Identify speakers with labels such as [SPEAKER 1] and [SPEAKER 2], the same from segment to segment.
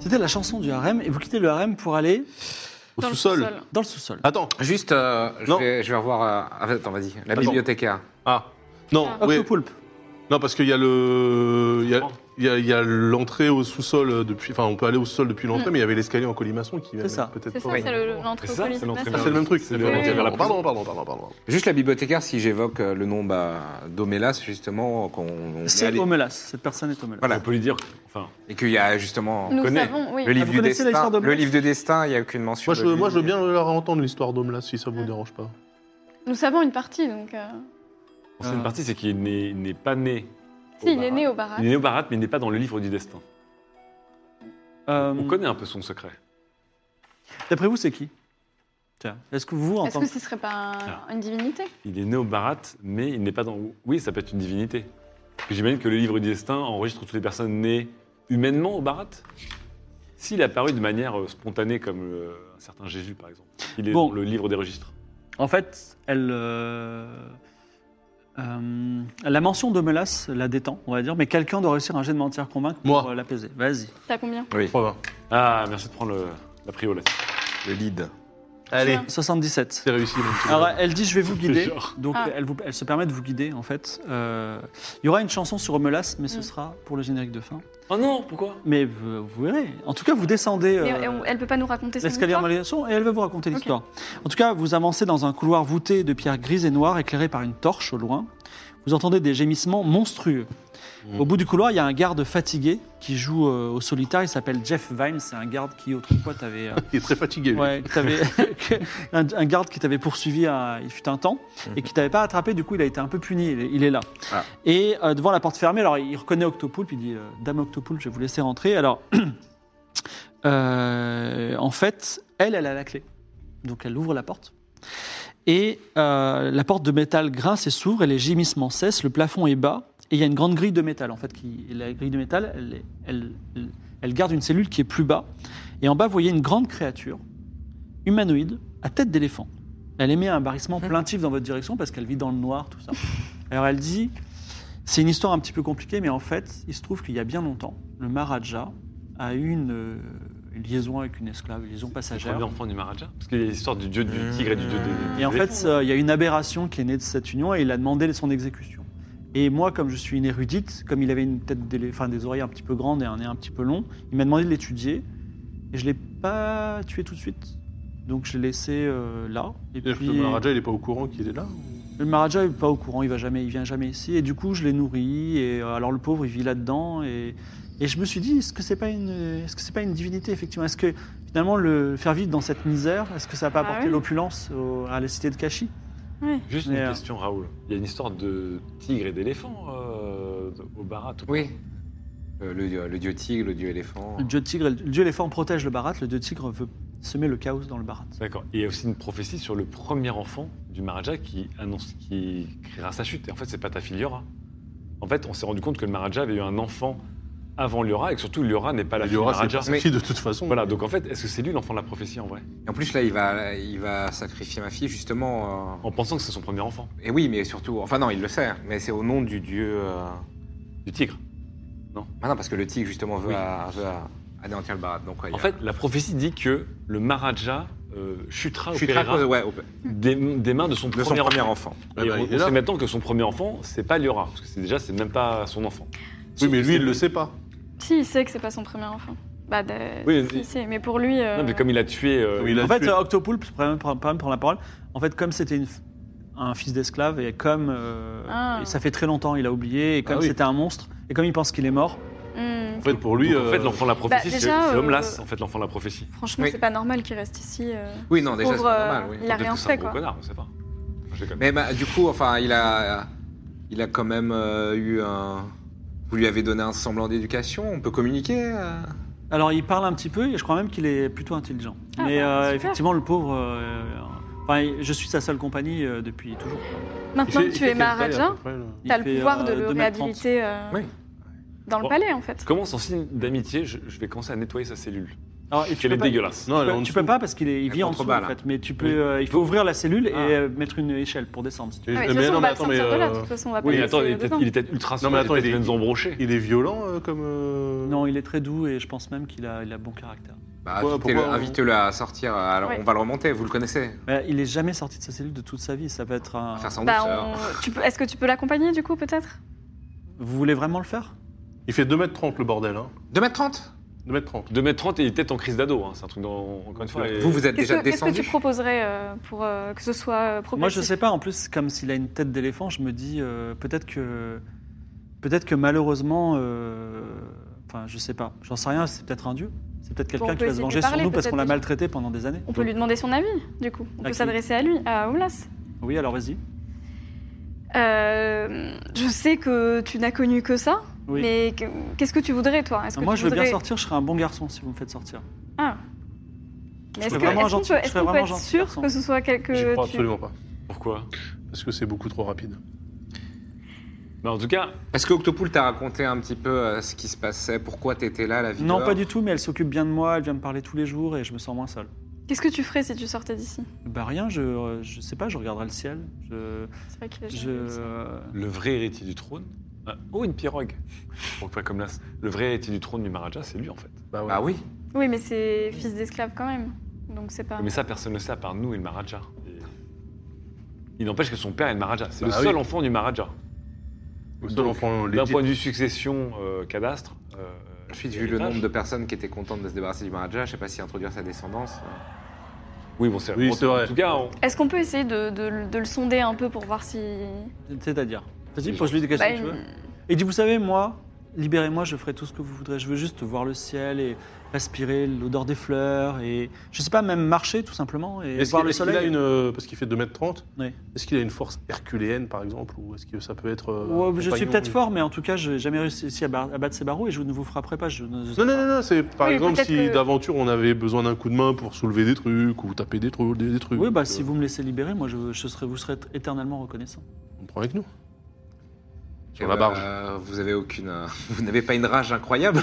[SPEAKER 1] C'était la chanson du harem et vous quittez le harem pour aller
[SPEAKER 2] Au
[SPEAKER 3] Dans le
[SPEAKER 2] sous-sol.
[SPEAKER 3] sous-sol.
[SPEAKER 1] dans le sous-sol.
[SPEAKER 2] Attends.
[SPEAKER 4] Juste, euh, je,
[SPEAKER 2] Non.
[SPEAKER 4] vais, je vais revoir. euh, ah, attends, vas-y. La
[SPEAKER 2] Attends.
[SPEAKER 4] bibliothécaire.
[SPEAKER 2] Ah. Non,
[SPEAKER 3] Ah.
[SPEAKER 2] oui.
[SPEAKER 1] Octopoulpe.
[SPEAKER 2] Non, parce qu'il y a le. Il y a, il y a- il y a l'entrée au sous-sol euh, depuis. Enfin, on peut aller au sous-sol depuis l'entrée,
[SPEAKER 3] Mm.
[SPEAKER 2] mais il y avait l'escalier en colimaçon qui
[SPEAKER 1] C'est ça.
[SPEAKER 2] peut-être
[SPEAKER 3] C'est ça,
[SPEAKER 2] pas-
[SPEAKER 3] c'est le- l'entrée
[SPEAKER 4] C'est
[SPEAKER 3] au
[SPEAKER 4] ça,
[SPEAKER 3] police.
[SPEAKER 4] c'est l'entrée
[SPEAKER 2] Ah, c'est le même truc. C'est le
[SPEAKER 3] Oui,
[SPEAKER 2] même
[SPEAKER 3] oui,
[SPEAKER 2] truc.
[SPEAKER 3] oui.
[SPEAKER 2] Pardon, pardon, pardon, pardon, pardon.
[SPEAKER 4] Juste la bibliothécaire, si j'évoque euh, le nom bah, d'Omélas, justement, qu'on on est
[SPEAKER 1] C'est
[SPEAKER 4] allé-
[SPEAKER 1] Omelas. Cette personne est Omelas.
[SPEAKER 4] Voilà.
[SPEAKER 2] peut lui dire.
[SPEAKER 5] Enfin,
[SPEAKER 4] Et qu'il y a justement.
[SPEAKER 3] Nous
[SPEAKER 2] connaît.
[SPEAKER 3] savons,
[SPEAKER 4] Le
[SPEAKER 3] oui.
[SPEAKER 1] vous
[SPEAKER 4] livre, du
[SPEAKER 1] connaissez l'histoire
[SPEAKER 4] destin,
[SPEAKER 1] d'Omelas
[SPEAKER 4] le livre de destin, il n'y a aucune mention.
[SPEAKER 2] Moi je,
[SPEAKER 4] de lui.
[SPEAKER 2] moi, je veux bien la entendre l'histoire d'homme là, si ça vous
[SPEAKER 3] Mm.
[SPEAKER 2] dérange pas.
[SPEAKER 3] Nous savons une partie, donc. euh,
[SPEAKER 5] c'est
[SPEAKER 1] Euh, Ah.
[SPEAKER 5] une partie, c'est qu'il n'est il n'est pas né. au
[SPEAKER 3] Si, il est
[SPEAKER 5] Barat.
[SPEAKER 3] né au barat.
[SPEAKER 5] Il est né au Barat, mais il n'est pas dans le livre du destin.
[SPEAKER 1] Euh,
[SPEAKER 5] On connaît un peu son secret.
[SPEAKER 1] D'après vous, c'est qui Tiens, Est-ce que vous, en
[SPEAKER 3] Est-ce
[SPEAKER 1] tant
[SPEAKER 3] que
[SPEAKER 1] que...
[SPEAKER 3] ce serait pas un- une divinité
[SPEAKER 5] Il est né au Barat, mais il n'est pas dans. Oui, ça peut être une divinité. Parce que J'imagine que le livre du destin enregistre toutes les personnes nées humainement au Barat. S'il est apparu de manière euh, spontanée, comme euh, un certain Jésus, par exemple, il est
[SPEAKER 1] Bon.
[SPEAKER 5] dans le livre des registres.
[SPEAKER 1] En fait, elle, euh, euh, la mention d'Omelas la détend, on va dire, mais quelqu'un doit réussir un jet de mentir convaincre pour
[SPEAKER 2] Moi.
[SPEAKER 1] euh, l'apaiser. Vas-y.
[SPEAKER 3] T'as combien
[SPEAKER 4] Oui,
[SPEAKER 2] 320.
[SPEAKER 5] Ah, merci de prendre le- la prio là-dessus.
[SPEAKER 4] le lead.
[SPEAKER 2] Allez,
[SPEAKER 1] 77.
[SPEAKER 2] c'est réussi. même si-
[SPEAKER 1] Alors elle dit je vais vous guider,
[SPEAKER 5] genre.
[SPEAKER 1] donc
[SPEAKER 3] Ah.
[SPEAKER 1] elle, vous- elle se permet de vous guider en fait. Euh, il y aura une chanson sur Omelas, mais ce
[SPEAKER 3] Mm.
[SPEAKER 1] sera pour le générique de fin.
[SPEAKER 5] Oh non, pourquoi
[SPEAKER 1] Mais vous, vous verrez. En tout cas, vous descendez
[SPEAKER 3] Mais
[SPEAKER 1] euh,
[SPEAKER 3] on- Elle peut pas nous raconter son
[SPEAKER 1] l'escalier en
[SPEAKER 3] histoire
[SPEAKER 1] malédiction et elle va vous raconter
[SPEAKER 3] Ok.
[SPEAKER 1] l'histoire. En tout cas, vous avancez dans un couloir voûté de pierres grises et noires éclairé par une torche au loin. Vous entendez des gémissements monstrueux. Au bout du couloir, il y a un garde fatigué qui joue euh, au solitaire. Il s'appelle Jeff Vine. C'est un garde qui autrefois t'avait euh,
[SPEAKER 2] Il est très fatigué. lui.
[SPEAKER 1] Ouais, que t'avais- que- un, un garde qui t'avait poursuivi à- il fut un temps et qui t'avait pas attrapé, du coup il a été un peu puni, il, est- il est là.
[SPEAKER 4] Ah.
[SPEAKER 1] Et euh, devant la porte fermée, alors il reconnaît Octopoulpe, il dit euh, Dame Octopoulpe, je vais vous laisser rentrer. Alors, euh, en fait, elle, elle a la clé. Donc elle ouvre la porte. Et euh, la porte de métal grince et s'ouvre, et les gémissements cessent, le plafond est bas, et il y a une grande grille de métal en fait. Qui, et la grille de métal, elle, est- elle- elle- elle garde une cellule qui est plus bas. Et en bas, vous voyez une grande créature, humanoïde, à tête d'éléphant. Elle émet un barrissement plaintif dans votre direction parce qu'elle vit dans le noir, tout ça. Alors elle dit, c'est une histoire un petit peu compliquée, mais en fait, il se trouve qu'il y a bien longtemps, le Maharaja a eu une, euh, une liaison avec une esclave, une liaison
[SPEAKER 5] J'ai
[SPEAKER 1] passagère.
[SPEAKER 5] bien enfant du Maharaja Parce qu'il y a l'histoire du dieu du tigre et du dieu des.
[SPEAKER 1] Hmm. Et en fait, euh, il y a une aberration qui est née de cette union et il a demandé son exécution. Et moi, comme je suis une érudite, comme il avait une tête, d'élé- enfin, des oreilles un petit peu grandes et un nez un petit peu long, il m'a demandé de l'étudier. Et je l'ai pas tué tout de suite. Donc je l'ai laissé euh, là. Et
[SPEAKER 2] C'est-à-dire que
[SPEAKER 1] puis
[SPEAKER 2] Le Maharaja, il est pas au courant qu'il est là.
[SPEAKER 1] le Maharaja est pas au courant, il va jamais, il vient jamais ici. Et du coup, je l'ai nourri. Et euh, alors le pauvre, il vit là-dedans. Et, et je me suis dit, est-ce que c'est pas une, est-ce que c'est pas une divinité effectivement Est-ce que finalement le faire vivre dans cette misère, est-ce que ça a pas
[SPEAKER 3] Ah
[SPEAKER 1] apporté
[SPEAKER 3] oui.
[SPEAKER 1] l'opulence au- à la cité de Kashi
[SPEAKER 5] Juste une
[SPEAKER 1] Mais, euh,
[SPEAKER 5] question, Raoul. Il y a une histoire de tigre et d'éléphant euh, au Barat. ou pas
[SPEAKER 4] Oui. Euh, le, dieu- le dieu tigre, le dieu éléphant.
[SPEAKER 1] Le dieu tigre, le dieu éléphant protège le barat, le dieu tigre veut semer le chaos dans le barat.
[SPEAKER 5] D'accord. Et il y a aussi une prophétie sur le premier enfant du Maharaja qui annonce qui créera sa chute. Et en fait, c'est pas ta fille Liora. En fait, on s'est rendu compte que le Maharaja avait eu un enfant avant Liora et que surtout Liora n'est pas la
[SPEAKER 2] Il
[SPEAKER 5] fille
[SPEAKER 2] y
[SPEAKER 5] du
[SPEAKER 2] aura cette
[SPEAKER 5] Bah, Maharaja.
[SPEAKER 4] Mais-
[SPEAKER 2] partie de toute façon.
[SPEAKER 5] Voilà, donc en fait, est-ce que c'est lui l'enfant de la prophétie en vrai
[SPEAKER 4] Et en plus, là, il va, il va sacrifier ma fille, justement. euh,
[SPEAKER 5] En pensant que c'est son premier enfant,
[SPEAKER 4] Et oui, mais surtout. Enfin, non, il le sait, mais c'est au nom du dieu. euh,
[SPEAKER 5] du tigre.
[SPEAKER 4] Ah non, parce que le tigre, justement, veut,
[SPEAKER 5] Oui.
[SPEAKER 4] à- veut à- anéantir le barat. Donc, ouais, il
[SPEAKER 5] En
[SPEAKER 4] y a-
[SPEAKER 5] fait, la prophétie dit que le Maharaja euh, chutera ou
[SPEAKER 4] je suis très.
[SPEAKER 5] périra
[SPEAKER 4] Ouais, au- de
[SPEAKER 5] des, des mains de
[SPEAKER 4] son
[SPEAKER 5] son, premier,
[SPEAKER 4] premier
[SPEAKER 5] enfant.
[SPEAKER 4] enfant.
[SPEAKER 2] Ah
[SPEAKER 5] Et
[SPEAKER 2] bah,
[SPEAKER 5] on,
[SPEAKER 2] il est
[SPEAKER 5] on
[SPEAKER 2] là.
[SPEAKER 5] sait maintenant que son premier enfant, c'est pas Liora, parce que c'est déjà, c'est même pas son enfant.
[SPEAKER 2] Oui, mais lui, il le sait pas.
[SPEAKER 3] Si, il sait que c'est pas son premier enfant. Bah, de...
[SPEAKER 5] Oui,
[SPEAKER 3] si,
[SPEAKER 5] mais-
[SPEAKER 3] il sait, mais pour lui. euh,
[SPEAKER 5] Non, mais comme il a tué. euh,
[SPEAKER 2] Oui, il a
[SPEAKER 1] en fait,
[SPEAKER 2] tué.
[SPEAKER 1] euh, Octopoulpe, je pourrais même prendre pas même prendre la parole, en fait, comme c'était une f- un fils d'esclave, et comme euh,
[SPEAKER 3] Ah.
[SPEAKER 1] et ça fait très longtemps, il a oublié, et comme
[SPEAKER 2] Ah oui.
[SPEAKER 1] c'était un monstre, et comme il pense qu'il est mort,
[SPEAKER 3] hmm,
[SPEAKER 2] En fait, pour lui.
[SPEAKER 5] Donc, en fait,
[SPEAKER 2] euh,
[SPEAKER 5] l'enfant de la prophétie,
[SPEAKER 3] Bah,
[SPEAKER 5] c'est
[SPEAKER 3] déjà,
[SPEAKER 5] c'est
[SPEAKER 3] euh,
[SPEAKER 5] homme lasse, en fait, l'enfant de la prophétie.
[SPEAKER 3] Franchement,
[SPEAKER 4] Oui.
[SPEAKER 3] c'est pas normal qu'il reste ici. euh.
[SPEAKER 4] Oui, non, déjà, c'est
[SPEAKER 3] Pauvre, euh,
[SPEAKER 4] normal. Oui.
[SPEAKER 3] il a
[SPEAKER 5] Peut-être
[SPEAKER 3] rien
[SPEAKER 5] que c'est un
[SPEAKER 3] fait,
[SPEAKER 5] gros
[SPEAKER 3] quoi.
[SPEAKER 5] connard, on sait pas. Je déconne.
[SPEAKER 4] Mais bah, du coup, enfin, il a, il a quand même euh, eu un. Vous lui avez donné un semblant d'éducation. On peut communiquer. euh
[SPEAKER 1] Alors il parle un petit peu et je crois même qu'il est plutôt intelligent.
[SPEAKER 3] Ah,
[SPEAKER 1] Mais
[SPEAKER 3] bah,
[SPEAKER 1] euh,
[SPEAKER 3] super.
[SPEAKER 1] effectivement, le pauvre. euh, enfin, je suis sa seule compagnie euh, depuis toujours.
[SPEAKER 2] il
[SPEAKER 3] Maintenant
[SPEAKER 2] fait-
[SPEAKER 3] que
[SPEAKER 2] il
[SPEAKER 3] tu
[SPEAKER 2] fait
[SPEAKER 3] es
[SPEAKER 2] quelle taille, à peu
[SPEAKER 3] Maharaja,
[SPEAKER 2] près, là
[SPEAKER 1] Il
[SPEAKER 3] t'as le
[SPEAKER 1] fait,
[SPEAKER 3] pouvoir de
[SPEAKER 1] euh,
[SPEAKER 3] le
[SPEAKER 1] 2m30.
[SPEAKER 3] réhabiliter euh,
[SPEAKER 4] Oui.
[SPEAKER 3] dans le
[SPEAKER 5] Bon.
[SPEAKER 3] palais, en fait. Ah,
[SPEAKER 5] Comment, en signe d'amitié, je, je vais commencer à nettoyer sa cellule
[SPEAKER 2] Ah,
[SPEAKER 1] Alors, et tu
[SPEAKER 5] Qu'elle est
[SPEAKER 1] peux pas-
[SPEAKER 5] dégueulasse.
[SPEAKER 2] Non, elle est en
[SPEAKER 1] tu peux
[SPEAKER 2] dessous.
[SPEAKER 1] pas parce qu'il est- il
[SPEAKER 4] Elle
[SPEAKER 1] vit en dessous
[SPEAKER 4] contrebas,
[SPEAKER 1] en
[SPEAKER 4] là.
[SPEAKER 1] fait, mais tu peux,
[SPEAKER 2] Oui.
[SPEAKER 1] euh, il faut ouvrir la cellule
[SPEAKER 4] Ah.
[SPEAKER 1] et euh, mettre une échelle pour descendre. si tu veux.
[SPEAKER 2] Et-
[SPEAKER 3] Ah, mais de toute
[SPEAKER 2] mais
[SPEAKER 3] façon,
[SPEAKER 2] non,
[SPEAKER 3] on
[SPEAKER 2] mais
[SPEAKER 3] va
[SPEAKER 2] attends,
[SPEAKER 3] le
[SPEAKER 2] mais.
[SPEAKER 3] sortir de là, de
[SPEAKER 2] euh,
[SPEAKER 3] toute façon, on va pas
[SPEAKER 5] Oui,
[SPEAKER 3] le
[SPEAKER 5] mais attends, il
[SPEAKER 3] laisser
[SPEAKER 5] est peut-être
[SPEAKER 3] dedans.
[SPEAKER 5] il est peut-être ultra
[SPEAKER 2] Non, mais attends,
[SPEAKER 5] il
[SPEAKER 2] il est-
[SPEAKER 5] vient de nous embrocher.
[SPEAKER 2] Il est violent euh, comme. euh,
[SPEAKER 1] Non, il est très doux et je pense même qu'il a, il a bon caractère.
[SPEAKER 4] Bah,
[SPEAKER 2] Pourquoi-
[SPEAKER 4] invitez-le,
[SPEAKER 2] pourquoi on-
[SPEAKER 4] invitez-le à sortir. euh, Alors,
[SPEAKER 3] Ouais.
[SPEAKER 4] on va le remonter. Vous le connaissez.
[SPEAKER 1] Mais il est jamais sorti de sa cellule de toute sa vie. Ça peut être un.
[SPEAKER 4] Enfin, sans
[SPEAKER 3] Bah,
[SPEAKER 4] doute.
[SPEAKER 3] on- tu peux- Est-ce que tu peux l'accompagner, du coup, peut-être
[SPEAKER 1] Vous voulez vraiment le faire
[SPEAKER 2] Il fait 2m30 le bordel. Hein.
[SPEAKER 4] 2m30
[SPEAKER 2] 2m30.
[SPEAKER 5] 2m30 et il est peut-être en crise d'ado, hein, c'est un truc dans- encore une fois.
[SPEAKER 2] euh,
[SPEAKER 5] et-
[SPEAKER 4] Vous, vous êtes
[SPEAKER 3] Qu'est-ce
[SPEAKER 4] déjà
[SPEAKER 3] que- qu'est-ce que
[SPEAKER 4] descendu
[SPEAKER 3] tu proposerais euh, pour euh, que ce soit euh, progressif
[SPEAKER 1] Moi, je sais pas. En plus, comme s'il a une tête d'éléphant, je me dis euh, peut-être que, peut-être que malheureusement, euh, enfin, je sais pas. J'en sais rien. C'est peut-être un dieu. C'est peut-être
[SPEAKER 3] Bon,
[SPEAKER 1] quelqu'un
[SPEAKER 3] on
[SPEAKER 1] qui
[SPEAKER 3] peut
[SPEAKER 1] va se
[SPEAKER 3] essayer de
[SPEAKER 1] venger sur
[SPEAKER 3] parler,
[SPEAKER 1] nous parce qu'on l'a
[SPEAKER 3] peut-être, déjà.
[SPEAKER 1] maltraité pendant des années.
[SPEAKER 3] On peut lui demander son avis, du coup. On
[SPEAKER 1] À
[SPEAKER 3] peut
[SPEAKER 1] qui
[SPEAKER 3] s'adresser à lui, à Oulas.
[SPEAKER 1] Oui, alors vas-y.
[SPEAKER 3] Euh, je sais que tu n'as connu que ça,
[SPEAKER 1] Oui.
[SPEAKER 3] mais que- qu'est-ce que tu voudrais, toi Est-ce que
[SPEAKER 1] Moi,
[SPEAKER 3] tu
[SPEAKER 1] je veux bien
[SPEAKER 3] voudrais-
[SPEAKER 1] sortir. Je serais un bon garçon si vous me faites sortir.
[SPEAKER 3] Ah. Mais
[SPEAKER 1] Je
[SPEAKER 3] Est-ce
[SPEAKER 1] serais
[SPEAKER 3] que-
[SPEAKER 1] vraiment
[SPEAKER 3] est-ce qu'on
[SPEAKER 1] gentil,
[SPEAKER 3] peut,
[SPEAKER 1] je
[SPEAKER 3] est-ce
[SPEAKER 1] serais
[SPEAKER 3] qu'on peut
[SPEAKER 1] vraiment
[SPEAKER 3] être
[SPEAKER 1] gentil,
[SPEAKER 3] sûr
[SPEAKER 1] garçon.
[SPEAKER 3] que ce soit quelque...
[SPEAKER 2] J'y crois
[SPEAKER 3] tu-
[SPEAKER 2] absolument pas.
[SPEAKER 5] Pourquoi
[SPEAKER 2] Parce que c'est beaucoup trop rapide.
[SPEAKER 5] Bah, En tout cas,
[SPEAKER 4] Est-ce que Octopool t'a raconté un petit peu euh, ce qui se passait Pourquoi t'étais là, la vie
[SPEAKER 1] Non, pas du tout. Mais elle s'occupe bien de moi. Elle vient me parler tous les jours et je me sens moins seul.
[SPEAKER 3] Qu'est-ce que tu ferais si tu sortais d'ici
[SPEAKER 1] Bah rien. Je, je sais pas. Je regarderai le ciel. Je,
[SPEAKER 3] C'est vrai qu'il est
[SPEAKER 1] je.
[SPEAKER 3] génial, ça.
[SPEAKER 5] le vrai héritier du trône. Ah, oh, une pirogue Bon, pas comme l'as. Le vrai héritier du trône du Maharaja, c'est lui en fait.
[SPEAKER 2] Bah ouais.
[SPEAKER 4] Ah oui
[SPEAKER 3] Oui, mais c'est fils d'esclave quand même. Donc c'est pas...
[SPEAKER 5] Mais ça, personne ne sait à part nous et le Maharaja. Et- Il n'empêche que son père est le Maharaja. C'est
[SPEAKER 2] Bah
[SPEAKER 5] le seul
[SPEAKER 2] oui.
[SPEAKER 5] enfant du Maharaja.
[SPEAKER 2] Le seul enfant
[SPEAKER 5] D'un
[SPEAKER 2] légitime.
[SPEAKER 5] point de vue succession, euh, cadastre. euh,
[SPEAKER 4] Ensuite, vu le
[SPEAKER 5] héritage.
[SPEAKER 4] nombre de personnes qui étaient contentes de se débarrasser du Maharaja, je sais pas si introduire sa descendance. euh.
[SPEAKER 5] Oui, bon, c'est
[SPEAKER 2] Oui,
[SPEAKER 5] en-
[SPEAKER 2] c'est vrai.
[SPEAKER 5] En tout cas, on-
[SPEAKER 3] Est-ce qu'on peut essayer de, de- de le sonder un peu pour voir si...
[SPEAKER 1] C'est-à-dire. Vas-y, pose-lui des questions.
[SPEAKER 3] Bah,
[SPEAKER 1] que tu veux.
[SPEAKER 3] une-
[SPEAKER 1] Il dit, vous savez, moi, libérez-moi, je ferai tout ce que vous voudrez. Je veux juste voir le ciel et respirer l'odeur des fleurs et, je sais pas, même marcher tout simplement et
[SPEAKER 2] Est-ce
[SPEAKER 1] voir
[SPEAKER 2] qu'il
[SPEAKER 1] le
[SPEAKER 2] est-ce qu'il
[SPEAKER 1] soleil.
[SPEAKER 2] a une. euh, Parce qu'il fait 2m30.
[SPEAKER 1] Oui.
[SPEAKER 2] Est-ce qu'il a une force herculéenne, par exemple Ou est-ce que ça peut être. euh,
[SPEAKER 1] Ouais,
[SPEAKER 2] un
[SPEAKER 1] je suis
[SPEAKER 2] compagnon
[SPEAKER 1] peut-être fort, mais en tout cas, j'ai jamais réussi à, bar- à battre ces barreaux et je ne vous frapperai pas. Je ne-
[SPEAKER 2] Non, non, non, non, c'est par
[SPEAKER 3] Oui,
[SPEAKER 2] exemple
[SPEAKER 3] peut-être
[SPEAKER 2] si
[SPEAKER 3] que-
[SPEAKER 2] d'aventure on avait besoin d'un coup de main pour soulever des trucs ou taper des, trucs, des, des trucs.
[SPEAKER 1] Oui, bah,
[SPEAKER 2] Donc,
[SPEAKER 1] si
[SPEAKER 2] euh,
[SPEAKER 1] vous me laissez libérer, moi, je, je serai, vous serez éternellement reconnaissant.
[SPEAKER 2] On prend avec nous.
[SPEAKER 5] Sur
[SPEAKER 4] Et
[SPEAKER 5] la
[SPEAKER 4] bah,
[SPEAKER 5] barge.
[SPEAKER 4] euh, vous avez aucune. euh, vous n'avez pas une rage incroyable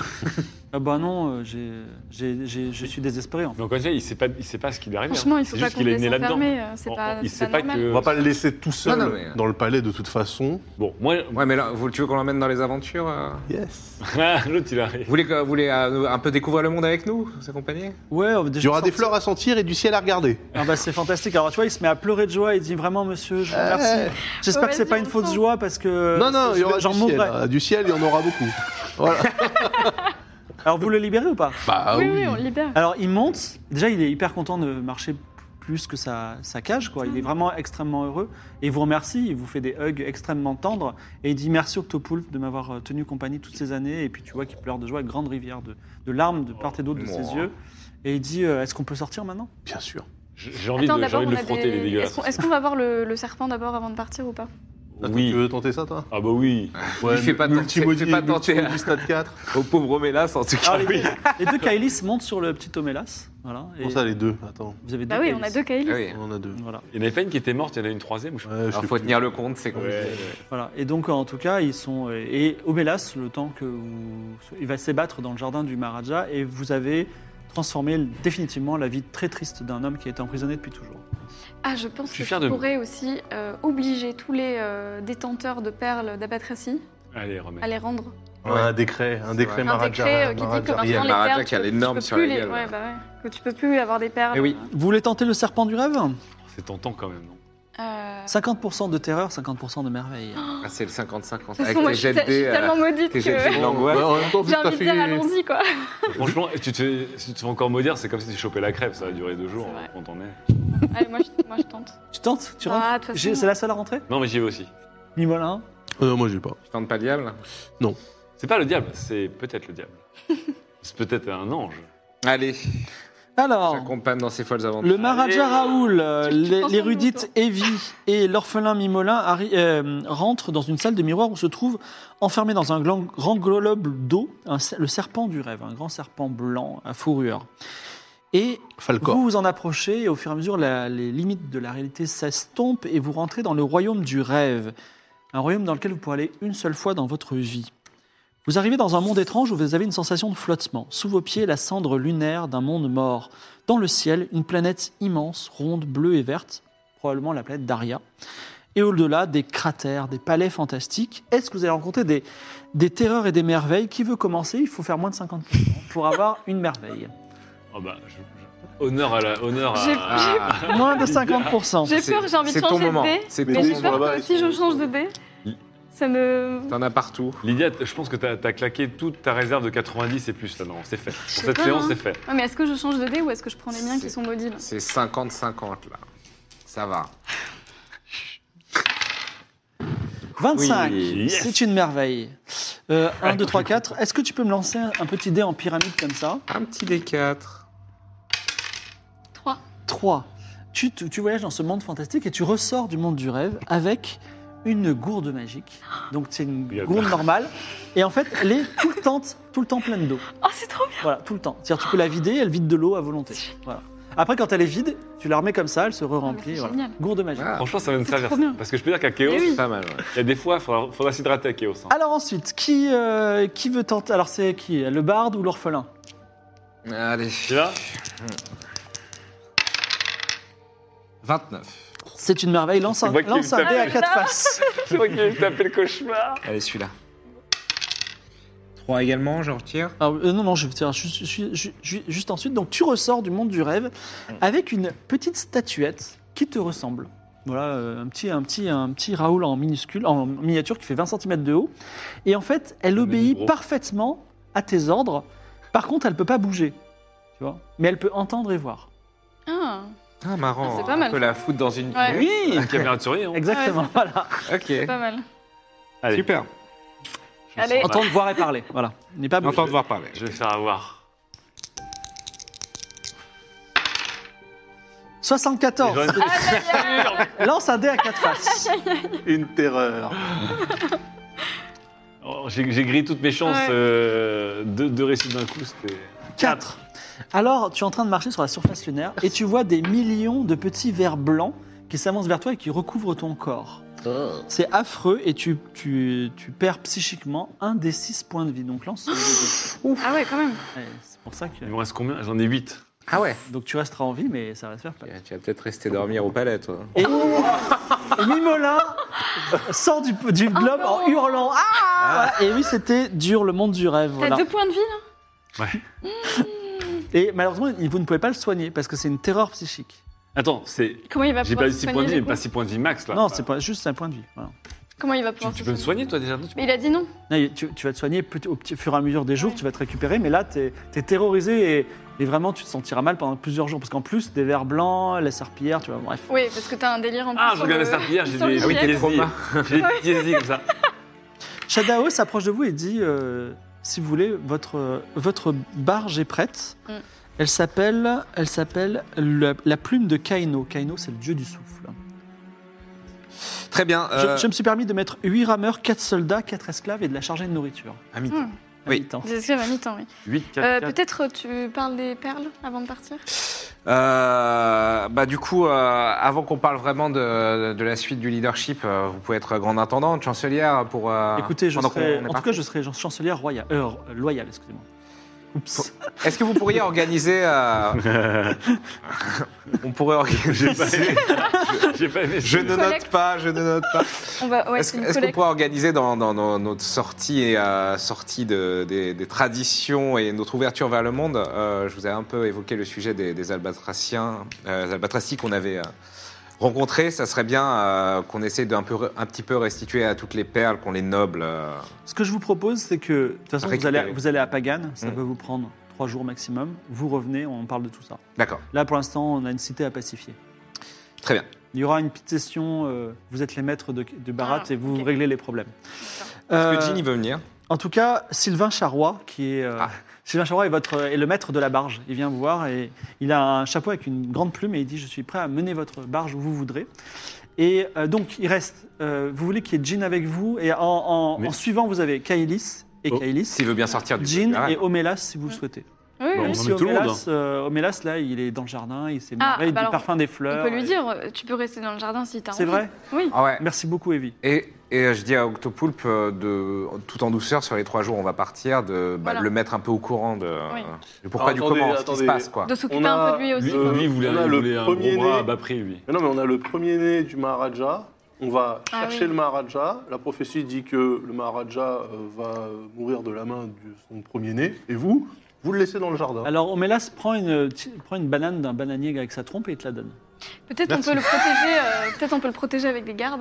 [SPEAKER 1] Ah bah non, euh, j'ai, j'ai- j'ai- je suis désespéré, en fait.
[SPEAKER 5] mais encore une fois, il ne sait, pas- il sait pas ce qui lui arrive. hein.
[SPEAKER 3] Franchement, il faut
[SPEAKER 5] C'est
[SPEAKER 3] pas
[SPEAKER 5] juste
[SPEAKER 3] qu'on
[SPEAKER 5] qu'il est né
[SPEAKER 3] les
[SPEAKER 5] là-dedans.
[SPEAKER 3] enfermer. euh, C'est
[SPEAKER 5] On-
[SPEAKER 3] pas,
[SPEAKER 5] il
[SPEAKER 3] c'est
[SPEAKER 5] sait
[SPEAKER 3] pas
[SPEAKER 5] pas
[SPEAKER 3] normal.
[SPEAKER 5] que.
[SPEAKER 2] On va pas le laisser tout seul
[SPEAKER 4] Non, non, mais-
[SPEAKER 2] dans le palais de toute façon.
[SPEAKER 5] Bon, moi.
[SPEAKER 4] Ouais, mais là, vous, tu veux qu'on l'emmène dans les aventures euh
[SPEAKER 2] Yes.
[SPEAKER 5] L'autre, il arrive.
[SPEAKER 4] Vous voulez, que- vous voulez euh, un peu découvrir le monde avec nous Vous accompagner
[SPEAKER 1] Ouais, on va
[SPEAKER 2] Il
[SPEAKER 1] déjà
[SPEAKER 2] y aura des
[SPEAKER 1] sortir-
[SPEAKER 2] fleurs à sentir et du ciel à regarder.
[SPEAKER 1] Ah bah c'est fantastique. Alors tu vois, il se met à pleurer de joie. Il dit vraiment, monsieur, je vous remercie. J'espère
[SPEAKER 3] Ouais,
[SPEAKER 1] que c'est
[SPEAKER 3] vas-y,
[SPEAKER 1] pas
[SPEAKER 3] on
[SPEAKER 1] une
[SPEAKER 3] le
[SPEAKER 1] fausse
[SPEAKER 3] sent.
[SPEAKER 1] joie parce que
[SPEAKER 2] non, non, il y aura
[SPEAKER 1] Euh, j'en
[SPEAKER 2] du ciel.
[SPEAKER 1] mourrai.
[SPEAKER 2] hein. Du ciel, il y en aura beaucoup. Voilà.
[SPEAKER 1] Alors vous le libérez ou pas
[SPEAKER 2] bah
[SPEAKER 3] Ah oui, oui, on le libère.
[SPEAKER 1] Alors il monte, déjà il est hyper content de marcher plus que sa, sa cage, quoi. il est vraiment extrêmement heureux et il vous remercie, il vous fait des hugs extrêmement tendres et il dit merci Octopoulpe de m'avoir euh, tenu compagnie toutes ces années et puis tu vois qu'il pleure de joie, une grande rivière de, de larmes de part et d'autre de ses
[SPEAKER 4] Oh.
[SPEAKER 1] yeux et il dit euh, est-ce qu'on peut sortir maintenant
[SPEAKER 2] Bien sûr.
[SPEAKER 5] J'ai j'ai envie de, j'ai envie de le frotter, les dégueulasses.
[SPEAKER 3] Est-ce qu'on est-ce qu'on va voir le, le serpent d'abord avant de partir ou pas
[SPEAKER 2] Attends,
[SPEAKER 5] Oui.
[SPEAKER 2] Tu veux tenter ça, toi
[SPEAKER 5] Ah bah oui.
[SPEAKER 4] Il fait pas tenter-
[SPEAKER 2] multimodie,
[SPEAKER 4] fait pas tenter.
[SPEAKER 2] multimodie stade 4.
[SPEAKER 4] Au pauvre Romélas, en tout cas.
[SPEAKER 1] Alors, les, les deux Kailis montent sur le petit Omélas, voilà, et
[SPEAKER 2] Pour ça, les deux. Attends,
[SPEAKER 1] vous avez deux
[SPEAKER 3] Bah oui,
[SPEAKER 1] Kailis.
[SPEAKER 3] on a deux Kaelis.
[SPEAKER 4] Ah oui.
[SPEAKER 2] on en a deux.
[SPEAKER 1] Voilà,
[SPEAKER 5] Il n'y en avait pas une qui était morte, il y en a une troisième. ou je-
[SPEAKER 2] Ouais, je
[SPEAKER 4] Alors,
[SPEAKER 2] sais
[SPEAKER 4] faut
[SPEAKER 2] plus.
[SPEAKER 4] tenir le compte, c'est compliqué.
[SPEAKER 1] voilà. Et donc en tout cas, ils sont et Omélas le temps que vous- il va s'ébattre dans le jardin du Maharaja et vous avez transformé définitivement la vie très triste d'un homme qui a été emprisonné depuis toujours.
[SPEAKER 3] Ah, je pense
[SPEAKER 5] Je
[SPEAKER 3] que
[SPEAKER 5] suis
[SPEAKER 3] je
[SPEAKER 5] fier de vous.
[SPEAKER 3] pourrais aussi euh, obliger tous les euh, détenteurs de perles d'Abatracie
[SPEAKER 5] Allez, remets.
[SPEAKER 3] à les rendre.
[SPEAKER 2] Un décret, un
[SPEAKER 4] C'est
[SPEAKER 2] décret
[SPEAKER 4] vrai.
[SPEAKER 3] Un
[SPEAKER 2] Maharaja.
[SPEAKER 3] décret euh, qui dit que
[SPEAKER 2] Maharaja.
[SPEAKER 3] maintenant les
[SPEAKER 4] Maharaja
[SPEAKER 3] perles,
[SPEAKER 4] qui a
[SPEAKER 3] tu peux-
[SPEAKER 4] les
[SPEAKER 3] tu
[SPEAKER 4] normes
[SPEAKER 3] peux
[SPEAKER 4] sur
[SPEAKER 3] plus
[SPEAKER 4] la
[SPEAKER 3] les-
[SPEAKER 4] gueule,
[SPEAKER 3] ouais,
[SPEAKER 4] ouais.
[SPEAKER 3] bah ouais. que tu peux plus avoir des perles.
[SPEAKER 4] Eh oui.
[SPEAKER 1] Vous voulez tenter le serpent du rêve
[SPEAKER 5] C'est tentant quand même, non
[SPEAKER 3] Euh,
[SPEAKER 1] 50% de terreur, 50% de merveille.
[SPEAKER 4] Ah, c'est le 55
[SPEAKER 3] De toute
[SPEAKER 4] Avec
[SPEAKER 3] façon, moi,
[SPEAKER 4] les
[SPEAKER 3] je suis
[SPEAKER 4] jets
[SPEAKER 3] te- je
[SPEAKER 4] de
[SPEAKER 3] suis
[SPEAKER 4] dés, euh,
[SPEAKER 3] tellement maudite que
[SPEAKER 4] tes jets de dés de
[SPEAKER 3] j'ai
[SPEAKER 4] l'angoisse.
[SPEAKER 2] Ouais, en même temps, vu que t'as
[SPEAKER 3] envie de dire
[SPEAKER 2] fait.
[SPEAKER 3] allons-y quoi.
[SPEAKER 5] Franchement, tu te, si tu te fais encore maudire, c'est comme si tu chopais la crêpe, ça va durer deux jours hein,
[SPEAKER 3] C'est vrai.
[SPEAKER 5] quand on est.
[SPEAKER 3] Allez, moi je, moi, je tente.
[SPEAKER 1] Tu tentes Tu rentres
[SPEAKER 3] Ah, de toute
[SPEAKER 1] J'ai-
[SPEAKER 3] façon,
[SPEAKER 1] C'est la seule à rentrer
[SPEAKER 5] Non, mais j'y vais aussi.
[SPEAKER 1] Mimolin
[SPEAKER 2] Euh, Non, moi, j'ai pas.
[SPEAKER 4] Tu tentes pas le diable
[SPEAKER 2] Non.
[SPEAKER 5] C'est pas le diable, c'est peut-être le diable. c'est peut-être un ange.
[SPEAKER 4] Allez,
[SPEAKER 1] Alors,
[SPEAKER 4] j'accompagne dans ces folles aventures.
[SPEAKER 1] le Maharaja Raoul, euh,
[SPEAKER 3] Tu- tu
[SPEAKER 1] l'é-
[SPEAKER 3] penses à
[SPEAKER 1] l'érudite Evie et l'orphelin Mimolin arri- euh, rentrent dans une salle de miroir où se trouve enfermé dans un glan- grand globe d'eau un cer- le serpent du rêve, un grand serpent blanc à fourrure. Et
[SPEAKER 2] Falcor.
[SPEAKER 1] Vous vous en approchez et au fur et à mesure, la- les limites de la réalité s'estompent et vous rentrez dans le royaume du rêve. Un royaume dans lequel vous pourrez aller une seule fois dans votre vie. Vous arrivez dans un monde étrange où vous avez une sensation de flottement. Sous vos pieds, la cendre lunaire d'un monde mort. Dans le ciel, une planète immense, ronde, bleue et verte, probablement la planète Daria. Et au-delà, des cratères, des palais fantastiques. Est-ce que vous allez rencontrer des, des terreurs et des merveilles Qui veut commencer Il faut faire moins de 50 ans pour avoir une merveille.
[SPEAKER 5] Oh bah, je- je- Honneur à la. Honneur
[SPEAKER 3] J'ai-
[SPEAKER 5] à.
[SPEAKER 4] Ah,
[SPEAKER 1] Moins de 50%.
[SPEAKER 3] J'ai
[SPEAKER 4] c'est-
[SPEAKER 3] peur, j'ai envie de
[SPEAKER 4] c'est ton
[SPEAKER 3] changer
[SPEAKER 4] moment.
[SPEAKER 3] de dé.
[SPEAKER 4] C'est
[SPEAKER 3] Mais
[SPEAKER 4] ton
[SPEAKER 3] j'ai
[SPEAKER 4] moment.
[SPEAKER 3] peur
[SPEAKER 2] là-bas,
[SPEAKER 3] que
[SPEAKER 2] ils
[SPEAKER 3] si
[SPEAKER 2] sont-
[SPEAKER 3] je change de dé,
[SPEAKER 5] Ils-
[SPEAKER 3] ça me.
[SPEAKER 4] T'en as partout.
[SPEAKER 5] Lydia, t- je pense que t'as as claqué toute ta réserve de 90 et plus là, non, c'est fait. Pour
[SPEAKER 3] sais
[SPEAKER 5] cette
[SPEAKER 3] pas,
[SPEAKER 5] séance,
[SPEAKER 3] hein.
[SPEAKER 5] c'est fait.
[SPEAKER 3] Ouais, mais est-ce que je change de dé ou est-ce que je prends les miens
[SPEAKER 4] C'est-
[SPEAKER 3] qui sont maudibles
[SPEAKER 4] C'est 50-50 là. Ça va.
[SPEAKER 1] 25,
[SPEAKER 5] Oui, yes.
[SPEAKER 1] c'est une merveille. Euh, 1, 2, 3, 4. Est-ce que tu peux me lancer un, un petit dé en pyramide comme ça
[SPEAKER 4] Un petit D4.
[SPEAKER 3] 3.
[SPEAKER 1] 3. Tu, tu- tu voyages dans ce monde fantastique et tu ressors du monde du rêve avec une gourde magique. Donc c'est une
[SPEAKER 5] Regarde.
[SPEAKER 1] gourde normale. Et en fait, elle est tout le temps, tout le temps pleine d'eau.
[SPEAKER 3] Oh, c'est trop bien
[SPEAKER 1] Voilà, tout le temps. C'est-à-dire tu peux la vider, elle vide de l'eau à volonté. Voilà. Après, quand elle est vide, tu la remets comme ça, elle se
[SPEAKER 3] Ah, mais
[SPEAKER 1] re-remplit.
[SPEAKER 3] c'est
[SPEAKER 1] voilà.
[SPEAKER 3] génial.
[SPEAKER 1] Gourde magique.
[SPEAKER 4] Ah,
[SPEAKER 5] Franchement, ça va nous
[SPEAKER 3] C'est
[SPEAKER 5] servir.
[SPEAKER 3] trop bien.
[SPEAKER 5] Parce que je peux dire qu'à Chaos,
[SPEAKER 3] Eh oui. Ah.
[SPEAKER 4] Pas mal, ouais.
[SPEAKER 5] il y a des fois, il faudra, faudra s'hydrater à Chaos. hein.
[SPEAKER 1] Alors ensuite, qui, euh, qui veut tenter Alors c'est qui Le barde ou l'orphelin
[SPEAKER 4] Allez.
[SPEAKER 5] Tu vois
[SPEAKER 4] 29.
[SPEAKER 1] C'est une merveille. Lance un,
[SPEAKER 5] C'est moi qui
[SPEAKER 1] lance un
[SPEAKER 5] me
[SPEAKER 1] dé à
[SPEAKER 5] tape.
[SPEAKER 1] quatre faces.
[SPEAKER 5] C'est moi qui vais me taper le cauchemar.
[SPEAKER 4] Allez, celui-là. 3 également, j'en retire.
[SPEAKER 1] Alors, euh, non, non, je vais faire ju- ju- ju- ju- juste ensuite. Donc, tu ressors du monde du rêve avec une petite statuette qui te ressemble. Voilà, euh, un petit, un petit, un petit Raoul en minuscule, en miniature qui fait 20 cm de haut. Et en fait, elle
[SPEAKER 5] Un
[SPEAKER 1] obéit
[SPEAKER 5] Ah, gros.
[SPEAKER 1] parfaitement à tes ordres. Par contre, elle peut pas bouger, tu vois. Mais elle peut entendre et voir.
[SPEAKER 3] Ah,
[SPEAKER 4] Ah, marrant.
[SPEAKER 3] Ah, c'est pas mal.
[SPEAKER 4] On peut la foutre dans une.
[SPEAKER 3] Ouais.
[SPEAKER 1] Oui,
[SPEAKER 5] Caméra de survie, hein.
[SPEAKER 1] exactement.
[SPEAKER 3] Ouais,
[SPEAKER 1] voilà.
[SPEAKER 4] Ok.
[SPEAKER 3] c'est pas mal.
[SPEAKER 5] Allez,
[SPEAKER 4] Super.
[SPEAKER 5] je me
[SPEAKER 3] Allez,
[SPEAKER 5] sens mal.
[SPEAKER 1] Entendre, voir et parler. Voilà. N'est pas bouger.
[SPEAKER 4] Entendre voir parler.
[SPEAKER 5] Je vais me faire avoir.
[SPEAKER 1] 74.
[SPEAKER 5] J'aurais-
[SPEAKER 1] Lance un dé à quatre faces.
[SPEAKER 2] Une terreur.
[SPEAKER 5] Oh, J'ai j'ai grillé toutes mes chances.
[SPEAKER 3] Ouais.
[SPEAKER 5] euh, deux, deux récits d'un coup, c'était.
[SPEAKER 1] 4. Alors, tu es en train de marcher sur la surface lunaire et tu vois des millions de petits vers blancs qui s'avancent vers toi et qui recouvrent ton corps. C'est affreux et tu, tu, tu perds psychiquement un des 6 points de vie. Donc lance.
[SPEAKER 3] Ah ouais, quand même.
[SPEAKER 1] Ouais, C'est pour ça que.
[SPEAKER 5] Il me reste combien J'en ai 8.
[SPEAKER 4] Ah ouais.
[SPEAKER 1] Donc tu resteras en vie, mais ça va se faire pas.
[SPEAKER 4] Eh, Tu vas peut-être rester dormir au palais, toi.
[SPEAKER 1] Et Mimolin sort du, du globe en hurlant. Ah Voilà. Et oui, c'était dur, le monde du rêve.
[SPEAKER 3] T'as
[SPEAKER 1] Voilà.
[SPEAKER 3] deux points de vie là
[SPEAKER 1] Et malheureusement, vous ne pouvez pas le soigner parce que c'est une terreur psychique.
[SPEAKER 5] Attends, c'est.
[SPEAKER 3] Comment il va
[SPEAKER 5] J'ai
[SPEAKER 3] pouvoir
[SPEAKER 5] pas eu
[SPEAKER 3] se
[SPEAKER 5] 6
[SPEAKER 3] soigner,
[SPEAKER 5] points de vie,
[SPEAKER 3] du
[SPEAKER 5] mais
[SPEAKER 3] coup
[SPEAKER 5] pas 6 points de vie max là.
[SPEAKER 1] Non, c'est pas juste c'est un point de vie. Voilà.
[SPEAKER 3] Comment il va
[SPEAKER 5] Tu,
[SPEAKER 3] pouvoir
[SPEAKER 5] tu
[SPEAKER 3] se
[SPEAKER 5] peux me
[SPEAKER 3] soigner
[SPEAKER 5] soigner toi déjà non, tu-
[SPEAKER 3] Mais il a dit non.
[SPEAKER 1] Non, il- tu, tu vas te soigner plutôt au, petit- au fur et à mesure des jours,
[SPEAKER 3] Ouais.
[SPEAKER 1] tu vas te récupérer, mais là, tu es, terrorisé et, et vraiment, tu te sentiras mal pendant plusieurs jours. Parce qu'en plus, des vers blancs, la serpillière, tu vois, bref.
[SPEAKER 3] Oui, parce que t'as un délire en plus.
[SPEAKER 5] Ah, je
[SPEAKER 3] sur
[SPEAKER 5] regardais
[SPEAKER 3] le-
[SPEAKER 5] ça hier, j'ai
[SPEAKER 3] sur le
[SPEAKER 5] des
[SPEAKER 3] billet.
[SPEAKER 5] des
[SPEAKER 4] traumas.
[SPEAKER 5] yeux. J'ai des petits yeux comme ça.
[SPEAKER 1] Shadao s'approche de vous et dit euh, Si vous voulez, votre, euh, votre barge est prête.
[SPEAKER 3] Mm.
[SPEAKER 1] Elle s'appelle elle s'appelle la, la plume de Kaino. Kaino, c'est le dieu du souffle.
[SPEAKER 4] Très bien.
[SPEAKER 1] Je-
[SPEAKER 4] euh,
[SPEAKER 1] Je, me suis permis de mettre 8 rameurs, 4 soldats, 4 esclaves et de la chargée de nourriture. Mm.
[SPEAKER 4] un mythe.
[SPEAKER 3] Hmm.
[SPEAKER 4] Oui.
[SPEAKER 1] Habitant.
[SPEAKER 3] Des esclaves à mi-temps, oui.
[SPEAKER 5] 8,
[SPEAKER 3] Euh,
[SPEAKER 5] 4, 4.
[SPEAKER 3] Peut-être tu parles des perles avant de partir
[SPEAKER 4] Euh, bah du coup, euh, avant qu'on parle vraiment de, de la suite du leadership, euh, vous pouvez être grande intendante, chancelière pour. euh,
[SPEAKER 1] Écoutez, je
[SPEAKER 4] pendant
[SPEAKER 1] serai-
[SPEAKER 4] qu'on est
[SPEAKER 1] en tout
[SPEAKER 4] parti.
[SPEAKER 1] cas, je serai chancelière royale, euh, loyale, excusez-moi. Oups.
[SPEAKER 4] Est-ce que vous pourriez organiser euh, On pourrait organiser.
[SPEAKER 5] J'ai pas aimé.
[SPEAKER 4] Je
[SPEAKER 5] ce-
[SPEAKER 4] ne note
[SPEAKER 3] Collecte.
[SPEAKER 4] pas, je ne note pas.
[SPEAKER 3] On va. Ouais,
[SPEAKER 4] Est-ce
[SPEAKER 3] c'est une
[SPEAKER 4] est-ce qu'on
[SPEAKER 3] collecte.
[SPEAKER 4] pourrait organiser dans, dans nos- notre sortie et euh, sortie de- des, des traditions et notre ouverture vers le monde euh, Je vous ai un peu évoqué le sujet des, des albatraciens, euh, des albatracis qu'on avait euh, rencontrés. Ça serait bien euh, qu'on essaie d'un peu, un petit peu restituer à toutes les perles qu'on les nobles. euh,
[SPEAKER 1] Ce que je vous propose, c'est que de toute façon, vous
[SPEAKER 4] Récupérer.
[SPEAKER 1] allez, vous allez à Pagan, ça
[SPEAKER 4] Mm.
[SPEAKER 1] peut vous prendre trois jours maximum. Vous revenez, on parle de tout ça.
[SPEAKER 4] D'accord,
[SPEAKER 1] Là, pour l'instant, on a une cité à pacifier.
[SPEAKER 4] très bien.
[SPEAKER 1] Il y aura une petite session. euh, vous êtes les maîtres de, de Barat
[SPEAKER 3] Ah,
[SPEAKER 1] et vous
[SPEAKER 3] ok.
[SPEAKER 1] réglez les problèmes.
[SPEAKER 4] Est-ce
[SPEAKER 1] Euh,
[SPEAKER 4] que Ginny veut venir
[SPEAKER 1] En tout cas, Sylvain Charrois, qui est. euh, Sylvain Charrois est, votre, est le maître de la barge. Il vient vous voir et il a un chapeau avec une grande plume et il dit Je suis prêt à mener votre barge où vous voudrez. Et euh, donc, il reste. euh, vous voulez qu'il y ait Jean avec vous Et en, en-
[SPEAKER 5] Mais-
[SPEAKER 1] en suivant, vous avez Kaelis et
[SPEAKER 5] Oh,
[SPEAKER 1] Kaelis,
[SPEAKER 4] S'il veut bien sortir du
[SPEAKER 1] Jean
[SPEAKER 4] Ah,
[SPEAKER 1] et Omelas si vous le souhaitez.
[SPEAKER 3] Oui,
[SPEAKER 5] Bon,
[SPEAKER 3] oui.
[SPEAKER 5] on
[SPEAKER 1] Même si
[SPEAKER 5] met tout le monde,
[SPEAKER 1] Omelas, euh, Omelas, là, il est dans le jardin, il
[SPEAKER 3] Ah,
[SPEAKER 1] s'émerveille
[SPEAKER 3] bah
[SPEAKER 1] du
[SPEAKER 3] alors,
[SPEAKER 1] parfum des
[SPEAKER 3] On
[SPEAKER 1] fleurs.
[SPEAKER 3] peut lui
[SPEAKER 1] et-
[SPEAKER 3] dire, euh, tu peux rester dans le jardin si t'as envie.
[SPEAKER 1] C'est vrai
[SPEAKER 3] Oui.
[SPEAKER 4] Ah ouais.
[SPEAKER 1] Merci beaucoup, Evie.
[SPEAKER 4] Et, et je dis à Octopoulpe, euh, de, tout en douceur, sur les trois jours où on va partir, de bah,
[SPEAKER 3] Voilà.
[SPEAKER 4] de le mettre un peu au courant de,
[SPEAKER 3] Oui.
[SPEAKER 4] du pourquoi,
[SPEAKER 2] Alors,
[SPEAKER 4] du
[SPEAKER 2] Ah, attendez,
[SPEAKER 4] comment, ce qui se
[SPEAKER 2] attendez.
[SPEAKER 4] passe. Quoi.
[SPEAKER 3] De s'occuper
[SPEAKER 2] On a
[SPEAKER 3] un peu de lui
[SPEAKER 5] Lui,
[SPEAKER 3] aussi.
[SPEAKER 2] Euh,
[SPEAKER 5] lui, il voulait,
[SPEAKER 2] on a
[SPEAKER 5] il
[SPEAKER 2] le
[SPEAKER 5] voulait un
[SPEAKER 2] premier
[SPEAKER 5] gros bras
[SPEAKER 2] né.
[SPEAKER 5] à bas prix, lui.
[SPEAKER 2] Mais non, mais on a le premier-né du Maharaja. On va
[SPEAKER 3] Ah
[SPEAKER 2] chercher
[SPEAKER 3] oui.
[SPEAKER 2] le Maharaja. La prophétie dit que le Maharaja euh, va mourir de la main de son premier-né. Et vous, vous le laissez dans le jardin.
[SPEAKER 1] Alors, Omelas prend une, ti- prend une banane d'un bananier avec sa trompe et il te la donne.
[SPEAKER 3] Peut-être on peut le protéger. euh, Peut-être on peut le protéger avec des gardes.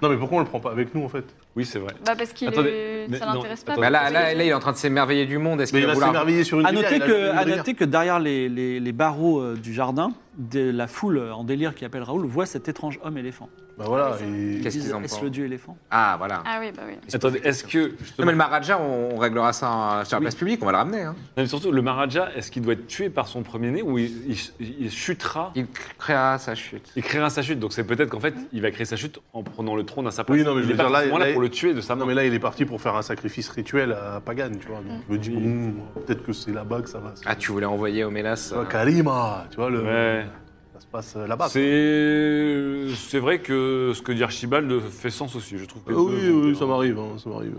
[SPEAKER 2] Non, mais pourquoi on le prend pas avec nous en fait
[SPEAKER 5] Oui, c'est vrai.
[SPEAKER 3] Bah parce qu'il
[SPEAKER 5] Attendez,
[SPEAKER 3] est...
[SPEAKER 5] mais
[SPEAKER 3] ça
[SPEAKER 5] non,
[SPEAKER 3] l'intéresse pas.
[SPEAKER 5] attendez.
[SPEAKER 4] Bah, là,
[SPEAKER 3] Parce
[SPEAKER 4] là,
[SPEAKER 3] que-
[SPEAKER 4] là, il est en train de s'émerveiller du monde. Est-ce
[SPEAKER 2] Mais
[SPEAKER 4] qu'il
[SPEAKER 2] il
[SPEAKER 4] va
[SPEAKER 2] va
[SPEAKER 4] vouloir.
[SPEAKER 2] s'émerveiller sur une
[SPEAKER 1] À
[SPEAKER 2] rivière,
[SPEAKER 1] noter,
[SPEAKER 2] il a
[SPEAKER 1] que,
[SPEAKER 2] vu une
[SPEAKER 1] à
[SPEAKER 2] rivière.
[SPEAKER 1] noter que derrière les, les- les barreaux euh, du jardin, de la foule euh, en délire qui appelle Raoul voit cet étrange homme éléphant.
[SPEAKER 2] Bah voilà.
[SPEAKER 3] Oui, c'est
[SPEAKER 2] et-
[SPEAKER 4] Qu'est-ce
[SPEAKER 1] Ils disent,
[SPEAKER 4] qu'ils en
[SPEAKER 1] Est-ce
[SPEAKER 4] pensent
[SPEAKER 1] le dieu éléphant
[SPEAKER 4] Ah, voilà.
[SPEAKER 3] Ah oui, bah oui.
[SPEAKER 5] Attendez, est-ce que.
[SPEAKER 4] Non, mais le Maharaja, on, on réglera ça euh, sur la place publique, on va le ramener. hein.
[SPEAKER 5] Non, mais surtout, le Maharaja, est-ce qu'il doit être tué par son premier-né ou il, il- il chutera
[SPEAKER 4] Il créera sa chute.
[SPEAKER 5] Il créera sa chute, donc c'est peut-être qu'en fait, il va créer sa chute en prenant le trône à sa place.
[SPEAKER 2] Oui, non, mais je
[SPEAKER 5] il
[SPEAKER 2] veux
[SPEAKER 5] est pas
[SPEAKER 2] dire, là,
[SPEAKER 5] forcément là,
[SPEAKER 2] là,
[SPEAKER 5] pour le tuer de sa
[SPEAKER 2] Ah non,
[SPEAKER 5] main.
[SPEAKER 2] mais là, il est parti pour faire un sacrifice rituel à Pagan, tu vois. Donc, je me dis,
[SPEAKER 5] Oui.
[SPEAKER 2] bon, peut-être que c'est là-bas que ça va. se-
[SPEAKER 4] Ah, tu voulais envoyer Omelas.
[SPEAKER 2] Tu
[SPEAKER 4] euh,
[SPEAKER 2] vois, Karima, tu vois, le...
[SPEAKER 5] Ouais.
[SPEAKER 2] ça se passe euh, là-bas.
[SPEAKER 5] C'est c'est vrai que ce que dit Archibald fait sens aussi, je trouve. que
[SPEAKER 2] Ah
[SPEAKER 5] les
[SPEAKER 2] oui,
[SPEAKER 5] deux vont
[SPEAKER 2] oui,
[SPEAKER 5] bien.
[SPEAKER 2] ça m'arrive, hein, ça m'arrive.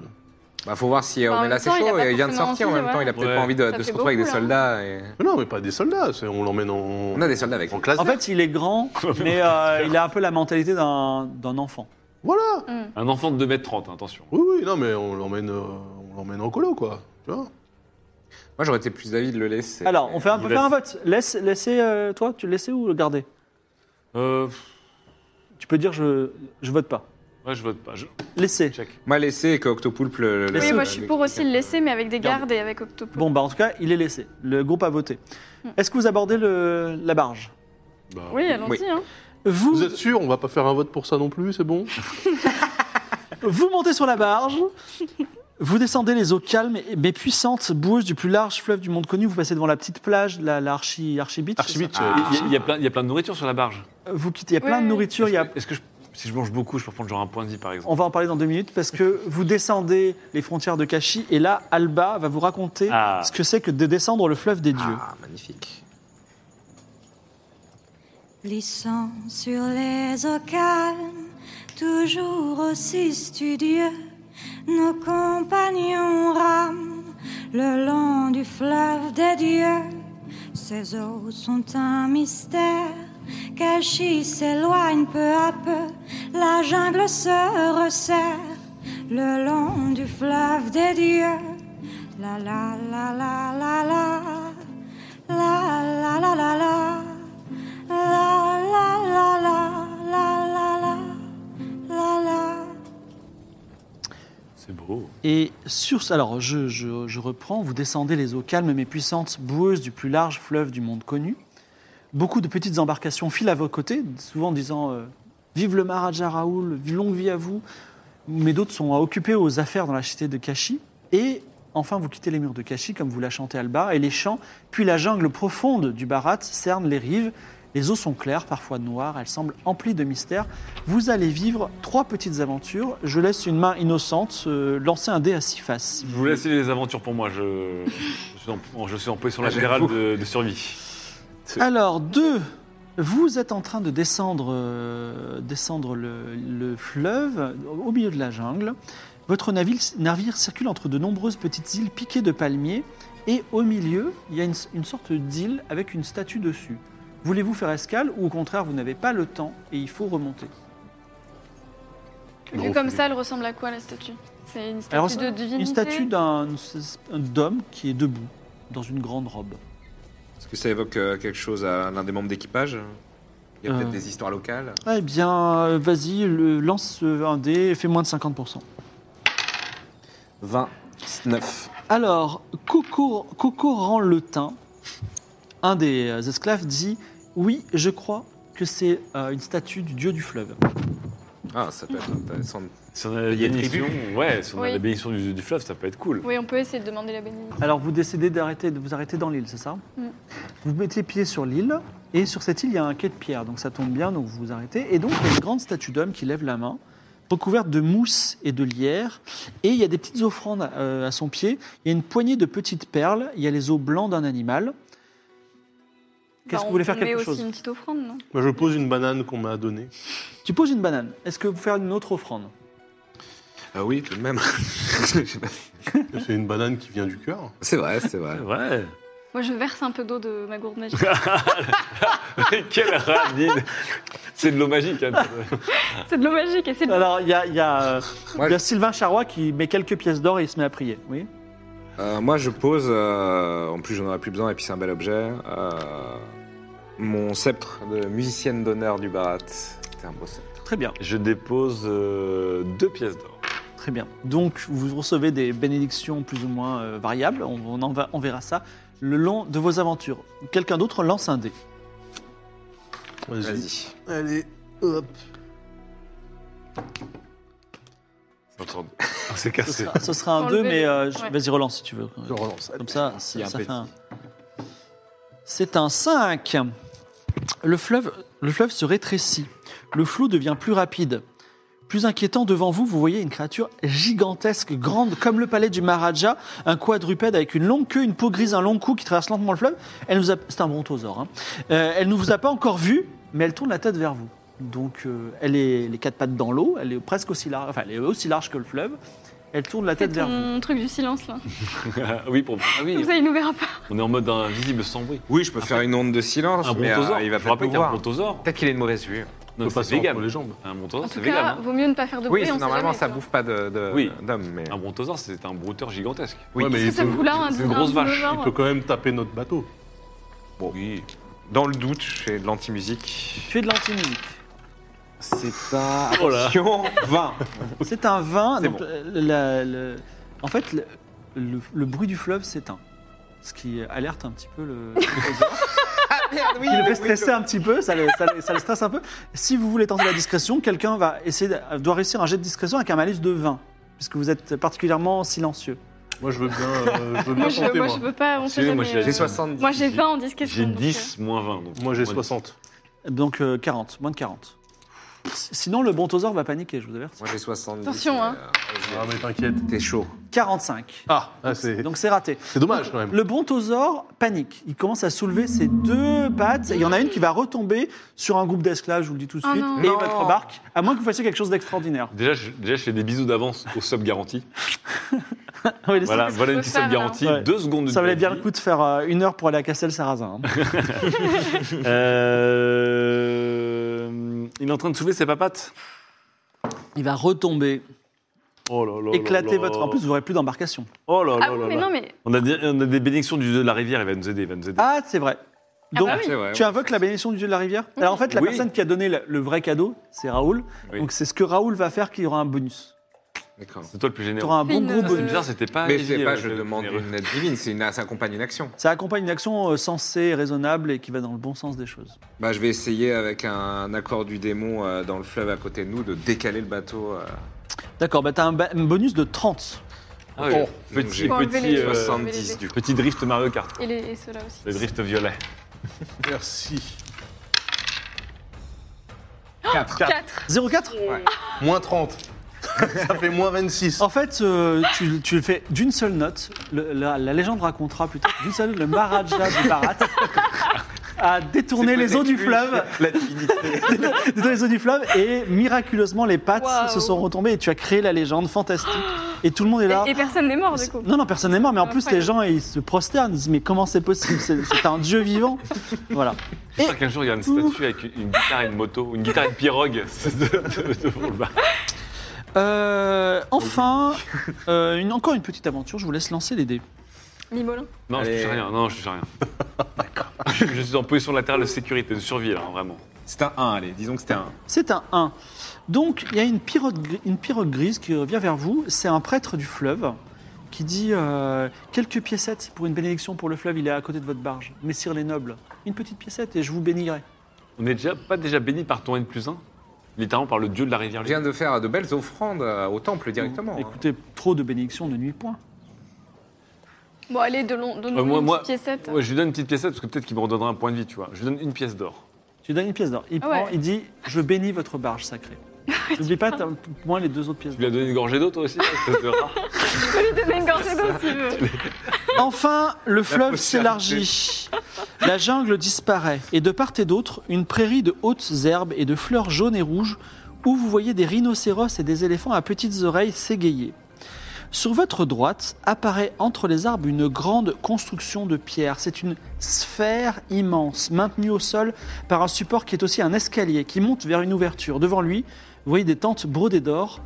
[SPEAKER 4] Bah, faut voir si euh,
[SPEAKER 3] Bah, en
[SPEAKER 4] Omelas
[SPEAKER 3] même temps,
[SPEAKER 4] est
[SPEAKER 3] il a
[SPEAKER 4] chaud.
[SPEAKER 3] pas
[SPEAKER 4] Il, vient de
[SPEAKER 3] forcément
[SPEAKER 4] sortir en
[SPEAKER 3] envie,
[SPEAKER 4] même temps, il a peut-être
[SPEAKER 5] ouais.
[SPEAKER 4] pas envie de,
[SPEAKER 3] Ça
[SPEAKER 4] de
[SPEAKER 3] fait
[SPEAKER 4] se retrouver avec des
[SPEAKER 3] beaucoup, hein. là.
[SPEAKER 4] soldats. et-
[SPEAKER 2] Mais non, mais pas des soldats, c'est- on l'emmène en...
[SPEAKER 4] On a des soldats avec.
[SPEAKER 2] en classe.
[SPEAKER 1] En fait, il est grand, mais euh, il a un peu la mentalité d'un d'un enfant.
[SPEAKER 2] Voilà
[SPEAKER 3] Mm.
[SPEAKER 5] Un enfant de 2m30, hein, attention.
[SPEAKER 2] Oui, oui, non, mais on l'emmène euh, on l'emmène en colo, quoi. Tu vois
[SPEAKER 4] Moi, j'aurais été plus d'avis de le laisser.
[SPEAKER 1] Alors, on fait un,
[SPEAKER 5] Il
[SPEAKER 1] peut
[SPEAKER 5] laisse-
[SPEAKER 1] faire un vote. Laisse, laissez, euh, toi, tu le laissais ou le garder
[SPEAKER 5] Euh,
[SPEAKER 1] Tu peux dire je, je vote pas.
[SPEAKER 5] ouais, je vote pas. Je...
[SPEAKER 1] Laissez.
[SPEAKER 5] Check.
[SPEAKER 4] Moi, laisser et que Octopoulpe le. le-
[SPEAKER 3] Oui,
[SPEAKER 1] Laisse-
[SPEAKER 3] moi je suis pour aussi le laisser, mais avec des gardes et avec Octopus.
[SPEAKER 1] Bon, bah en tout cas, il est laissé. Le groupe a voté. Est-ce que vous abordez le, la barge
[SPEAKER 5] Bah,
[SPEAKER 3] Oui, allons-y.
[SPEAKER 4] Oui.
[SPEAKER 3] Hein.
[SPEAKER 2] Vous êtes sûr, on va pas faire un vote pour ça non plus, c'est bon
[SPEAKER 1] Vous montez sur la barge, vous descendez les eaux calmes et- mais puissantes, boueuses du plus large fleuve du monde connu. Vous passez devant la petite plage, la, la Archi, Archi Beach.
[SPEAKER 2] Archie Beach,
[SPEAKER 5] Il euh,
[SPEAKER 1] Ah.
[SPEAKER 5] y a- il y, a plein- il y a plein de nourriture sur la barge.
[SPEAKER 1] Vous quittez, il y a plein de
[SPEAKER 3] Oui.
[SPEAKER 1] nourriture. il y a-
[SPEAKER 5] Est-ce que je- si je mange beaucoup, je peux prendre genre un point de vie par exemple
[SPEAKER 1] On va en parler dans deux minutes parce que vous descendez les frontières de Kashi et là, Alba va vous raconter
[SPEAKER 5] Ah.
[SPEAKER 1] ce que c'est que de descendre le fleuve des dieux.
[SPEAKER 4] Ah, magnifique.
[SPEAKER 6] Glissant sur les eaux calmes, toujours aussi studieux, nos compagnons rament le long du fleuve des dieux. Ces eaux sont un mystère, cachis s'éloigne peu à peu, la jungle se resserre le long du fleuve des dieux. La la la la la la, la la la la la. La la la la la la la la la.
[SPEAKER 5] C'est beau.
[SPEAKER 1] Et sur ce- alors je, je- je reprends, vous descendez les eaux calmes mais puissantes, boueuses du plus large fleuve du monde connu. Beaucoup de petites embarcations filent à vos côtés, souvent en disant euh, Vive le Maharaja Raoul, longue vie à vous. Mais d'autres sont occupés aux affaires dans la cité de Kashi. Et enfin, vous quittez les murs de Kashi, comme vous la chantez Alba, et les champs, puis la jungle profonde du Bharat cerne les rives. Les eaux sont claires, parfois noires, elles semblent emplies de mystères. Vous allez vivre trois petites aventures. Je laisse une main innocente euh, lancer un dé à six faces.
[SPEAKER 5] Je vous laisse les aventures pour moi. Je, je suis, en, je suis en position la générale de, de survie.
[SPEAKER 1] Alors, deux, vous êtes en train de descendre, euh, descendre le, le fleuve au milieu de la jungle. Votre navire, navire circule entre de nombreuses petites îles piquées de palmiers et au milieu, il y a une, une sorte d'île avec une statue dessus. Voulez-vous faire escale ou au contraire, vous n'avez pas le temps et il faut remonter
[SPEAKER 3] Vu
[SPEAKER 5] Gros
[SPEAKER 3] comme
[SPEAKER 5] filet.
[SPEAKER 3] ça, elle ressemble à quoi la statue C'est une statue
[SPEAKER 1] Alors,
[SPEAKER 3] de divinité.
[SPEAKER 1] Une statue d'un homme qui est debout dans une grande robe.
[SPEAKER 4] Est-ce que ça évoque euh, quelque chose à l'un des membres d'équipage Il y a
[SPEAKER 1] Euh.
[SPEAKER 4] peut-être des histoires locales.
[SPEAKER 1] Eh bien, euh, vas-y, le- lance euh, un dé et fais moins de 50%.
[SPEAKER 4] 29.
[SPEAKER 1] Alors, Coco, Coco rend le teint. Un des euh, esclaves dit Oui, je crois que c'est euh, une statue du dieu du fleuve.
[SPEAKER 4] Ah, ça peut être intéressant.
[SPEAKER 5] Si on a la
[SPEAKER 4] Il y a des
[SPEAKER 5] bénédiction, ouais, si on a
[SPEAKER 3] Oui.
[SPEAKER 5] la bénédiction du, du fleuve, ça peut être cool.
[SPEAKER 3] Oui, on peut essayer de demander la bénédiction.
[SPEAKER 1] Alors vous décidez d'arrêter, de vous arrêter dans l'île, c'est ça
[SPEAKER 3] Mm.
[SPEAKER 1] Vous mettez pied sur l'île, et sur cette île, il y a un quai de pierre, donc ça tombe bien, donc vous vous arrêtez. Et donc, il y a une grande statue d'homme qui lève la main, recouverte de mousse et de lierre, et il y a des petites offrandes euh, à son pied. Il y a une poignée de petites perles, il y a les os blancs d'un animal. Qu'est-ce que
[SPEAKER 3] on-
[SPEAKER 1] vous voulez faire
[SPEAKER 3] on
[SPEAKER 1] quelque
[SPEAKER 3] met
[SPEAKER 1] chose
[SPEAKER 3] aussi une petite offrande, non
[SPEAKER 2] Moi, je pose une banane qu'on m'a donnée.
[SPEAKER 1] Tu poses une banane. Est-ce que vous faire une autre offrande
[SPEAKER 4] Ah oui, tout de même.
[SPEAKER 2] C'est une banane qui vient du cœur.
[SPEAKER 4] c'est vrai, c'est vrai.
[SPEAKER 5] Ouais.
[SPEAKER 3] Moi, je verse un peu d'eau de ma gourde magique.
[SPEAKER 5] Quelle radine C'est de l'eau magique. hein.
[SPEAKER 3] c'est de l'eau magique, et c'est de
[SPEAKER 1] Alors, il y a, il y a, euh,
[SPEAKER 4] Moi,
[SPEAKER 1] il y a Sylvain Charrois qui met quelques pièces d'or et il se met à prier. Oui.
[SPEAKER 4] Euh, moi, je pose. euh, en plus, j'en aurais plus besoin, et puis c'est un bel objet. euh, mon sceptre de musicienne d'honneur du Barat. C'est un beau sceptre.
[SPEAKER 1] Très bien,
[SPEAKER 5] Je dépose euh, deux pièces d'or.
[SPEAKER 1] très bien. Donc, vous recevez des bénédictions plus ou moins euh, variables. On, on en va- on verra ça le long de vos aventures. Quelqu'un d'autre lance un dé.
[SPEAKER 4] Vas-y.
[SPEAKER 2] Allez, hop.
[SPEAKER 5] J'entends- Ah, c'est
[SPEAKER 1] Ce
[SPEAKER 5] cassé.
[SPEAKER 1] sera, ce sera un
[SPEAKER 3] Enlever
[SPEAKER 1] 2,
[SPEAKER 3] les-
[SPEAKER 1] mais euh, je-
[SPEAKER 3] ouais.
[SPEAKER 1] vas-y, relance si tu veux.
[SPEAKER 2] Je relance.
[SPEAKER 1] Comme ça,
[SPEAKER 4] Il y
[SPEAKER 1] ça,
[SPEAKER 4] a un
[SPEAKER 1] ça
[SPEAKER 4] petit.
[SPEAKER 1] fait un. C'est un 5. Le fleuve, le fleuve se rétrécit. Le flot devient plus rapide. Plus inquiétant, devant vous, vous voyez une créature gigantesque, grande comme le palais du Maharaja, un quadrupède avec une longue queue, une peau grise, un long cou qui traverse lentement le fleuve. Elle nous a... C'est un brontosaure. hein. Euh, elle ne vous a pas encore vu, mais elle tourne la tête vers vous. Donc, euh, elle est les quatre pattes dans l'eau, elle est presque aussi large, enfin, elle est aussi large que le fleuve. Elle tourne la
[SPEAKER 3] C'est
[SPEAKER 1] tête vers vous.
[SPEAKER 3] ton truc du silence, là.
[SPEAKER 5] oui, pour... ah, oui,
[SPEAKER 3] Comme ça, il nous verra pas.
[SPEAKER 5] on est en mode invisible sans bruit.
[SPEAKER 4] Oui, je peux faire une onde de silence,
[SPEAKER 5] Un
[SPEAKER 4] mais euh,
[SPEAKER 5] brontosaure,
[SPEAKER 4] il va
[SPEAKER 5] je vous
[SPEAKER 4] pas
[SPEAKER 5] rappelle qu'un
[SPEAKER 4] pouvoir.
[SPEAKER 5] brontosaure,
[SPEAKER 4] Peut-être qu'il est de mauvaise vue.
[SPEAKER 5] non,
[SPEAKER 2] pas
[SPEAKER 5] c'est
[SPEAKER 2] se faire
[SPEAKER 5] vegan.
[SPEAKER 2] entre les jambes.
[SPEAKER 5] Un
[SPEAKER 3] En
[SPEAKER 5] brontosaure,
[SPEAKER 3] tout
[SPEAKER 5] c'est
[SPEAKER 3] cas,
[SPEAKER 5] vegan. hein.
[SPEAKER 3] vaut mieux ne pas faire de bruit.
[SPEAKER 4] Oui,
[SPEAKER 3] on sait
[SPEAKER 4] normalement,
[SPEAKER 3] jamais,
[SPEAKER 4] ça
[SPEAKER 3] quoi.
[SPEAKER 4] bouffe pas d'hommes, de,
[SPEAKER 5] Oui.
[SPEAKER 4] d'hommes, mais.
[SPEAKER 5] Un brontosaure, c'est un brouteur gigantesque.
[SPEAKER 4] Oui,
[SPEAKER 2] Ouais, mais
[SPEAKER 3] Qu'est-ce que
[SPEAKER 2] il
[SPEAKER 3] ça
[SPEAKER 2] peut-
[SPEAKER 3] fout là un
[SPEAKER 5] c'est une grosse
[SPEAKER 3] un
[SPEAKER 5] vache,
[SPEAKER 3] dinosaure
[SPEAKER 2] Il peut quand même taper notre bateau.
[SPEAKER 5] Oui.
[SPEAKER 4] Dans le doute, je fais de l'anti-musique.
[SPEAKER 1] Tu es de l'anti-musique.
[SPEAKER 4] C'est un.
[SPEAKER 5] Oh là.
[SPEAKER 4] Attention, 20.
[SPEAKER 3] Ah,
[SPEAKER 1] C'est un vin.
[SPEAKER 4] C'est
[SPEAKER 1] donc,
[SPEAKER 4] bon.
[SPEAKER 1] euh, la- le- en fait, le, le- le bruit du fleuve s'éteint. Ce qui alerte un petit peu le.
[SPEAKER 4] oui,
[SPEAKER 1] Il le fait stresser un petit peu, ça le, ça le- ça le stresse un peu. Si vous voulez tenter la discrétion, quelqu'un va essayer, de- euh, doit réussir un jet de discrétion avec un malus de 20, puisque vous êtes particulièrement silencieux.
[SPEAKER 2] Moi, je veux bien, euh, je veux bien
[SPEAKER 3] Moi, je,
[SPEAKER 2] tenter,
[SPEAKER 3] moi,
[SPEAKER 2] moi.
[SPEAKER 3] je veux pas. On sait
[SPEAKER 5] Excusez-moi,
[SPEAKER 3] jamais,
[SPEAKER 5] j'ai-
[SPEAKER 4] J'ai
[SPEAKER 3] euh,
[SPEAKER 4] 70.
[SPEAKER 3] Moi, j'ai
[SPEAKER 5] J'ai-
[SPEAKER 3] 20 en discrétion.
[SPEAKER 5] J'ai
[SPEAKER 3] donc, euh,
[SPEAKER 5] 10 moins 20. donc-
[SPEAKER 2] Moi, j'ai
[SPEAKER 5] Ouais.
[SPEAKER 2] 60.
[SPEAKER 1] Donc euh, 40, moins de 40. Sinon, le brontosaure va paniquer, je vous avertis.
[SPEAKER 4] Moi j'ai 70.
[SPEAKER 3] Attention, hein.
[SPEAKER 4] euh,
[SPEAKER 2] Ah, mais t'inquiète.
[SPEAKER 4] T'es chaud.
[SPEAKER 1] 45.
[SPEAKER 2] Ah, ah, c'est
[SPEAKER 1] Donc c'est raté.
[SPEAKER 2] c'est dommage quand même.
[SPEAKER 1] Le brontosaure panique. Il commence à soulever ses deux pattes. Et il y en a une qui va retomber sur un groupe d'esclaves, je vous le dis tout de
[SPEAKER 3] Oh
[SPEAKER 1] suite.
[SPEAKER 3] non.
[SPEAKER 1] et
[SPEAKER 4] Non.
[SPEAKER 1] votre barque, à moins que vous fassiez quelque chose d'extraordinaire.
[SPEAKER 5] Déjà je, déjà, je fais des bisous d'avance au sub garanti.
[SPEAKER 1] Ah Oui, les-
[SPEAKER 5] Voilà,
[SPEAKER 3] qu'on
[SPEAKER 5] voilà une
[SPEAKER 3] peut
[SPEAKER 5] petite
[SPEAKER 3] faire,
[SPEAKER 5] sub garantie,
[SPEAKER 1] là. Ouais.
[SPEAKER 5] deux secondes de
[SPEAKER 1] Ça valait
[SPEAKER 5] durée
[SPEAKER 1] bien
[SPEAKER 5] de
[SPEAKER 1] le
[SPEAKER 5] vie.
[SPEAKER 1] coup de faire euh, une heure pour aller à Castel-Sarrazin. hein.
[SPEAKER 5] Euh, Il est en train de soulever ses papates.
[SPEAKER 1] Il va retomber,
[SPEAKER 5] Oh là là.
[SPEAKER 1] éclater
[SPEAKER 5] là là.
[SPEAKER 1] votre... En plus, vous n'aurez plus d'embarcation.
[SPEAKER 5] Oh là là
[SPEAKER 3] Ah, oui,
[SPEAKER 5] là
[SPEAKER 3] mais
[SPEAKER 5] là.
[SPEAKER 3] non, mais.
[SPEAKER 5] On a, des, on a des bénédictions du dieu de la rivière, il va nous aider, il va nous aider.
[SPEAKER 1] Ah, c'est vrai.
[SPEAKER 3] Ah
[SPEAKER 1] Donc,
[SPEAKER 3] bah oui.
[SPEAKER 4] C'est vrai.
[SPEAKER 1] tu invoques la bénédiction du dieu de la rivière Alors en fait, la
[SPEAKER 5] Oui.
[SPEAKER 1] personne qui a donné le, le vrai cadeau, c'est Raoul.
[SPEAKER 4] Oui.
[SPEAKER 1] Donc c'est ce que Raoul va faire qui aura un bonus.
[SPEAKER 4] D'accord.
[SPEAKER 5] C'est toi le plus
[SPEAKER 1] Tu
[SPEAKER 5] généreux.
[SPEAKER 1] auras un
[SPEAKER 3] Fais
[SPEAKER 1] bon
[SPEAKER 3] une-
[SPEAKER 1] gros
[SPEAKER 5] Ça,
[SPEAKER 3] Euh,
[SPEAKER 5] c'est
[SPEAKER 1] bonus.
[SPEAKER 5] bizarre, c'était pas.
[SPEAKER 4] Mais
[SPEAKER 5] Ellie,
[SPEAKER 4] c'est pas
[SPEAKER 5] euh,
[SPEAKER 4] je
[SPEAKER 5] le
[SPEAKER 4] demande
[SPEAKER 5] généreux.
[SPEAKER 4] une aide divine, c'est une, ça accompagne une action.
[SPEAKER 1] Ça accompagne une action euh, sensée, raisonnable et qui va dans le bon sens des choses.
[SPEAKER 4] Bah je vais essayer avec un accord du démon euh, dans le fleuve à côté de nous de décaler le bateau. euh,
[SPEAKER 1] D'accord, bah t'as un, ba- un bonus de 30.
[SPEAKER 5] Ah oui.
[SPEAKER 4] donc j'ai
[SPEAKER 5] Petit,
[SPEAKER 3] Faut enlever
[SPEAKER 5] petit,
[SPEAKER 3] les-
[SPEAKER 5] euh,
[SPEAKER 3] faut enlever
[SPEAKER 4] 70 du coup.
[SPEAKER 5] petit drift Mario Kart.
[SPEAKER 3] Et, les, et ceux-là aussi.
[SPEAKER 5] Le drift violet.
[SPEAKER 2] Merci.
[SPEAKER 4] 4.
[SPEAKER 3] 4.
[SPEAKER 1] 04
[SPEAKER 2] Moins 30. Ça fait moins 26.
[SPEAKER 3] Ah,
[SPEAKER 1] En fait, euh, tu, tu le fais d'une seule note. Le- la, la légende racontera plus tard d'une seule note, le Maharaja de Bharat a détourné les eaux du fleuve.
[SPEAKER 4] La divinité.
[SPEAKER 1] détourné les eaux du fleuve et miraculeusement, les pattes
[SPEAKER 3] Waouh.
[SPEAKER 1] se sont retombées et tu as créé la légende fantastique. Et tout le monde est là.
[SPEAKER 3] Et, et personne n'est mort, du coup.
[SPEAKER 1] Non, non, personne n'est mort, mais en plus, les
[SPEAKER 3] Incroyable.
[SPEAKER 1] gens, ils se prosternent. Ils disent, mais comment c'est possible C'est c'est un dieu vivant. Voilà.
[SPEAKER 5] J'espère qu'un jour il y a une statue avec une, une guitare et une moto, une guitare et une pirogue. C'est de- de- devant
[SPEAKER 4] bah.
[SPEAKER 5] le bar.
[SPEAKER 1] Euh, enfin, euh, une, encore une petite aventure. Je vous laisse lancer les dés.
[SPEAKER 3] Mimolin.
[SPEAKER 5] Non,
[SPEAKER 4] Allez.
[SPEAKER 5] je touche rien, non, je touche rien. D'accord. Je suis en position latérale de sécurité, de survie, là, hein, vraiment.
[SPEAKER 4] C'était un 1, allez, disons que c'était un
[SPEAKER 1] C'est un 1. Donc, il y a une pirogue, gri- une pirogue grise qui revient vers vous. C'est un prêtre du fleuve qui dit euh, quelques piécettes pour une bénédiction pour le fleuve. Il est à côté de votre barge. Messire les nobles, une petite piécette et je vous bénirai.
[SPEAKER 5] On n'est déjà, pas déjà béni par ton N plus 1 littéralement par le dieu de la rivière.
[SPEAKER 4] On vient de faire de belles offrandes euh, au temple directement. hein.
[SPEAKER 1] Écoutez, trop de bénédictions ne nuit point.
[SPEAKER 3] Bon, allez, de long,
[SPEAKER 5] Euh,
[SPEAKER 3] donne-nous
[SPEAKER 5] moi-
[SPEAKER 3] une
[SPEAKER 5] moi-
[SPEAKER 3] petite piécette.
[SPEAKER 5] Ouais, je lui donne une petite pièce parce que peut-être qu'il me redonnera un point de vie, tu vois. Je lui donne une pièce d'or.
[SPEAKER 1] Tu lui donnes une pièce d'or. Il
[SPEAKER 3] Ah
[SPEAKER 1] prend,
[SPEAKER 3] ouais.
[SPEAKER 1] il dit Je bénis votre barge sacrée. N'oublie pas, t'as pour moi, les deux autres pièces
[SPEAKER 5] Tu lui as
[SPEAKER 1] d'or.
[SPEAKER 5] donné une gorgée d'eau, toi aussi espèce de rat.
[SPEAKER 3] Je peux lui donner une gorgée d'eau s'il veut.
[SPEAKER 1] Enfin, le fleuve
[SPEAKER 4] poussière
[SPEAKER 1] s'élargit. La jungle disparaît. Et de part et d'autre, une prairie de hautes herbes et de fleurs jaunes et rouges, où vous voyez des rhinocéros et des éléphants à petites oreilles s'égayer. Sur votre droite apparaît entre les arbres une grande construction de pierre. C'est une sphère immense, maintenue au sol par un support qui est aussi un escalier, qui monte vers une ouverture. Devant lui, vous voyez des tentes brodées d'or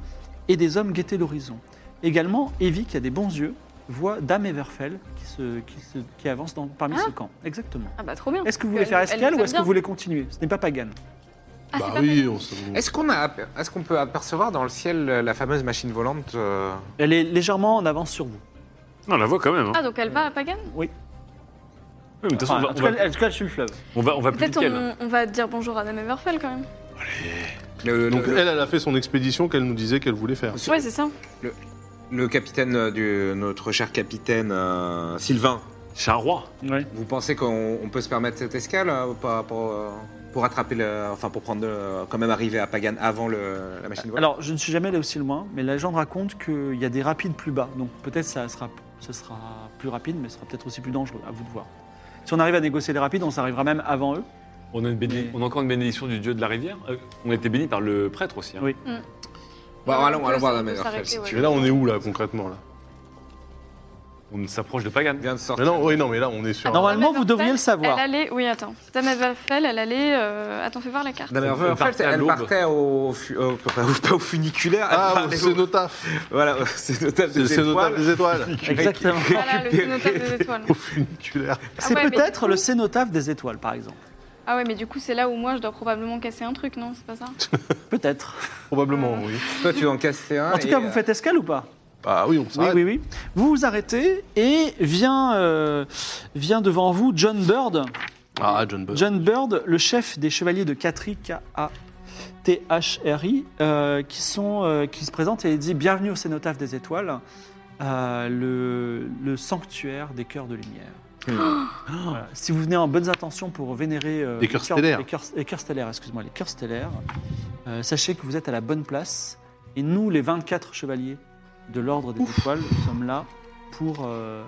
[SPEAKER 1] et des hommes guetter l'horizon. Également, Evie, qui a des bons yeux, voit Dame Everfell qui, se, qui, se- qui avance dans- parmi ce camp. Exactement.
[SPEAKER 3] Ah bah trop bien.
[SPEAKER 1] Est-ce que vous voulez
[SPEAKER 3] Elle-
[SPEAKER 1] faire
[SPEAKER 3] elle
[SPEAKER 1] escale
[SPEAKER 3] nous
[SPEAKER 1] ou
[SPEAKER 3] aime
[SPEAKER 1] est-ce que
[SPEAKER 3] bien.
[SPEAKER 1] vous voulez continuer Ce n'est pas Pagan.
[SPEAKER 3] Ah, c'est
[SPEAKER 2] bah
[SPEAKER 3] pas
[SPEAKER 2] oui, on se...
[SPEAKER 4] Est-ce qu'on est qu'on peut apercevoir dans le ciel euh, la fameuse machine volante euh,
[SPEAKER 1] Elle est légèrement en avance sur vous.
[SPEAKER 5] Non, on la voit quand même. hein.
[SPEAKER 3] Ah, donc elle va à Pagan
[SPEAKER 5] Oui, mais de toute façon,
[SPEAKER 1] Enfin,
[SPEAKER 5] on,
[SPEAKER 1] en tout
[SPEAKER 5] va,
[SPEAKER 1] cas,
[SPEAKER 5] on, va,
[SPEAKER 1] elle- en tout cas, elle suit le fleuve.
[SPEAKER 5] on, va, on va plus vite
[SPEAKER 3] Peut-être
[SPEAKER 5] qu'elle.
[SPEAKER 3] on, on va dire bonjour à Dame Everfell quand même.
[SPEAKER 4] le,
[SPEAKER 2] Donc
[SPEAKER 4] le-
[SPEAKER 5] euh,
[SPEAKER 2] elle, elle a fait son expédition qu'elle nous disait qu'elle voulait faire.
[SPEAKER 3] Ouais, c'est ça.
[SPEAKER 4] le capitaine euh, du notre cher capitaine euh, Sylvain
[SPEAKER 5] C'est un roi.
[SPEAKER 4] Vous pensez qu'on on peut se permettre cette escale euh, pas- pour, euh, pour attraper le, enfin pour prendre le- quand même arriver à Pagan avant le- la machine volante
[SPEAKER 1] Alors, je ne suis jamais allé aussi loin, mais la légende raconte qu'il y a des rapides plus bas. Donc, peut-être ça sera, ça sera plus rapide, mais ce sera peut-être aussi plus dangereux. À vous de voir. Si on arrive à négocier les rapides, on s'arrivera même avant eux.
[SPEAKER 5] On a, une béné-
[SPEAKER 1] Mais-
[SPEAKER 5] on a encore une bénédiction du dieu de la rivière. Euh, on a été béni par le prêtre aussi. hein.
[SPEAKER 1] Oui.
[SPEAKER 4] Bon,
[SPEAKER 3] on
[SPEAKER 4] allons,
[SPEAKER 3] peut
[SPEAKER 4] allons voir la
[SPEAKER 3] s'arrêter,
[SPEAKER 4] meilleure
[SPEAKER 3] s'arrêter,
[SPEAKER 4] si
[SPEAKER 3] ouais.
[SPEAKER 4] tu
[SPEAKER 2] Mais là, on est où, là, concrètement là
[SPEAKER 5] On s'approche de Pagan.
[SPEAKER 4] veux. Viens de sortir.
[SPEAKER 2] Mais non, oui, non, mais là, on est sur...
[SPEAKER 3] Attends,
[SPEAKER 1] Normalement,
[SPEAKER 3] Dame
[SPEAKER 1] vous devriez le
[SPEAKER 3] Everfell,
[SPEAKER 1] savoir.
[SPEAKER 3] Elle allait, oui, attends. Dame Everfell, elle allait. euh, Attends, fais voir la carte.
[SPEAKER 4] Non, mais
[SPEAKER 5] Elle
[SPEAKER 4] en fait,
[SPEAKER 5] partait à
[SPEAKER 4] elle
[SPEAKER 5] l'aube.
[SPEAKER 4] partait au, fu- au- pas au funiculaire. elle
[SPEAKER 2] Ah,
[SPEAKER 4] partait
[SPEAKER 2] c'est
[SPEAKER 4] au-
[SPEAKER 2] nos taf
[SPEAKER 4] Voilà, c'est notable.
[SPEAKER 2] C'est
[SPEAKER 4] des
[SPEAKER 2] c'est nos taf
[SPEAKER 4] étoiles.
[SPEAKER 2] des étoiles
[SPEAKER 1] Exactement.
[SPEAKER 3] Voilà, le cénotaphe des étoiles.
[SPEAKER 2] Au funiculaire.
[SPEAKER 1] C'est
[SPEAKER 3] Ah ouais, mais
[SPEAKER 1] peut-être
[SPEAKER 3] du coup-
[SPEAKER 1] le cénotaphe des étoiles, par exemple.
[SPEAKER 3] Ah ouais, mais du coup, c'est là où moi, je dois probablement casser un truc, non C'est pas ça
[SPEAKER 1] Peut-être.
[SPEAKER 2] Probablement, oui.
[SPEAKER 4] Toi, tu en casses un.
[SPEAKER 1] En tout
[SPEAKER 4] et,
[SPEAKER 1] cas, vous
[SPEAKER 4] euh,
[SPEAKER 1] faites escale ou pas
[SPEAKER 2] Ah oui, on
[SPEAKER 1] Oui,
[SPEAKER 2] s'arrête.
[SPEAKER 1] oui, oui. Vous vous arrêtez et vient, euh, vient devant vous John Bird.
[SPEAKER 2] Ah, John Bull.
[SPEAKER 1] John Bird, le chef des chevaliers de Katri, K-A-T-H-R-I, euh, qui, sont, euh, qui se présente et dit Bienvenue au Cénotaphe des Étoiles, euh, le, le sanctuaire des cœurs de lumière. Voilà. Si vous venez en bonnes intentions pour vénérer euh,
[SPEAKER 2] Les cœurs stellaires.
[SPEAKER 1] les cœurs, les cœurs stellaires, excuse-moi, les cœurs stellaires, euh, sachez que vous êtes à la bonne place. Et nous, les 24 chevaliers de l'ordre des étoiles, nous sommes là pour, euh,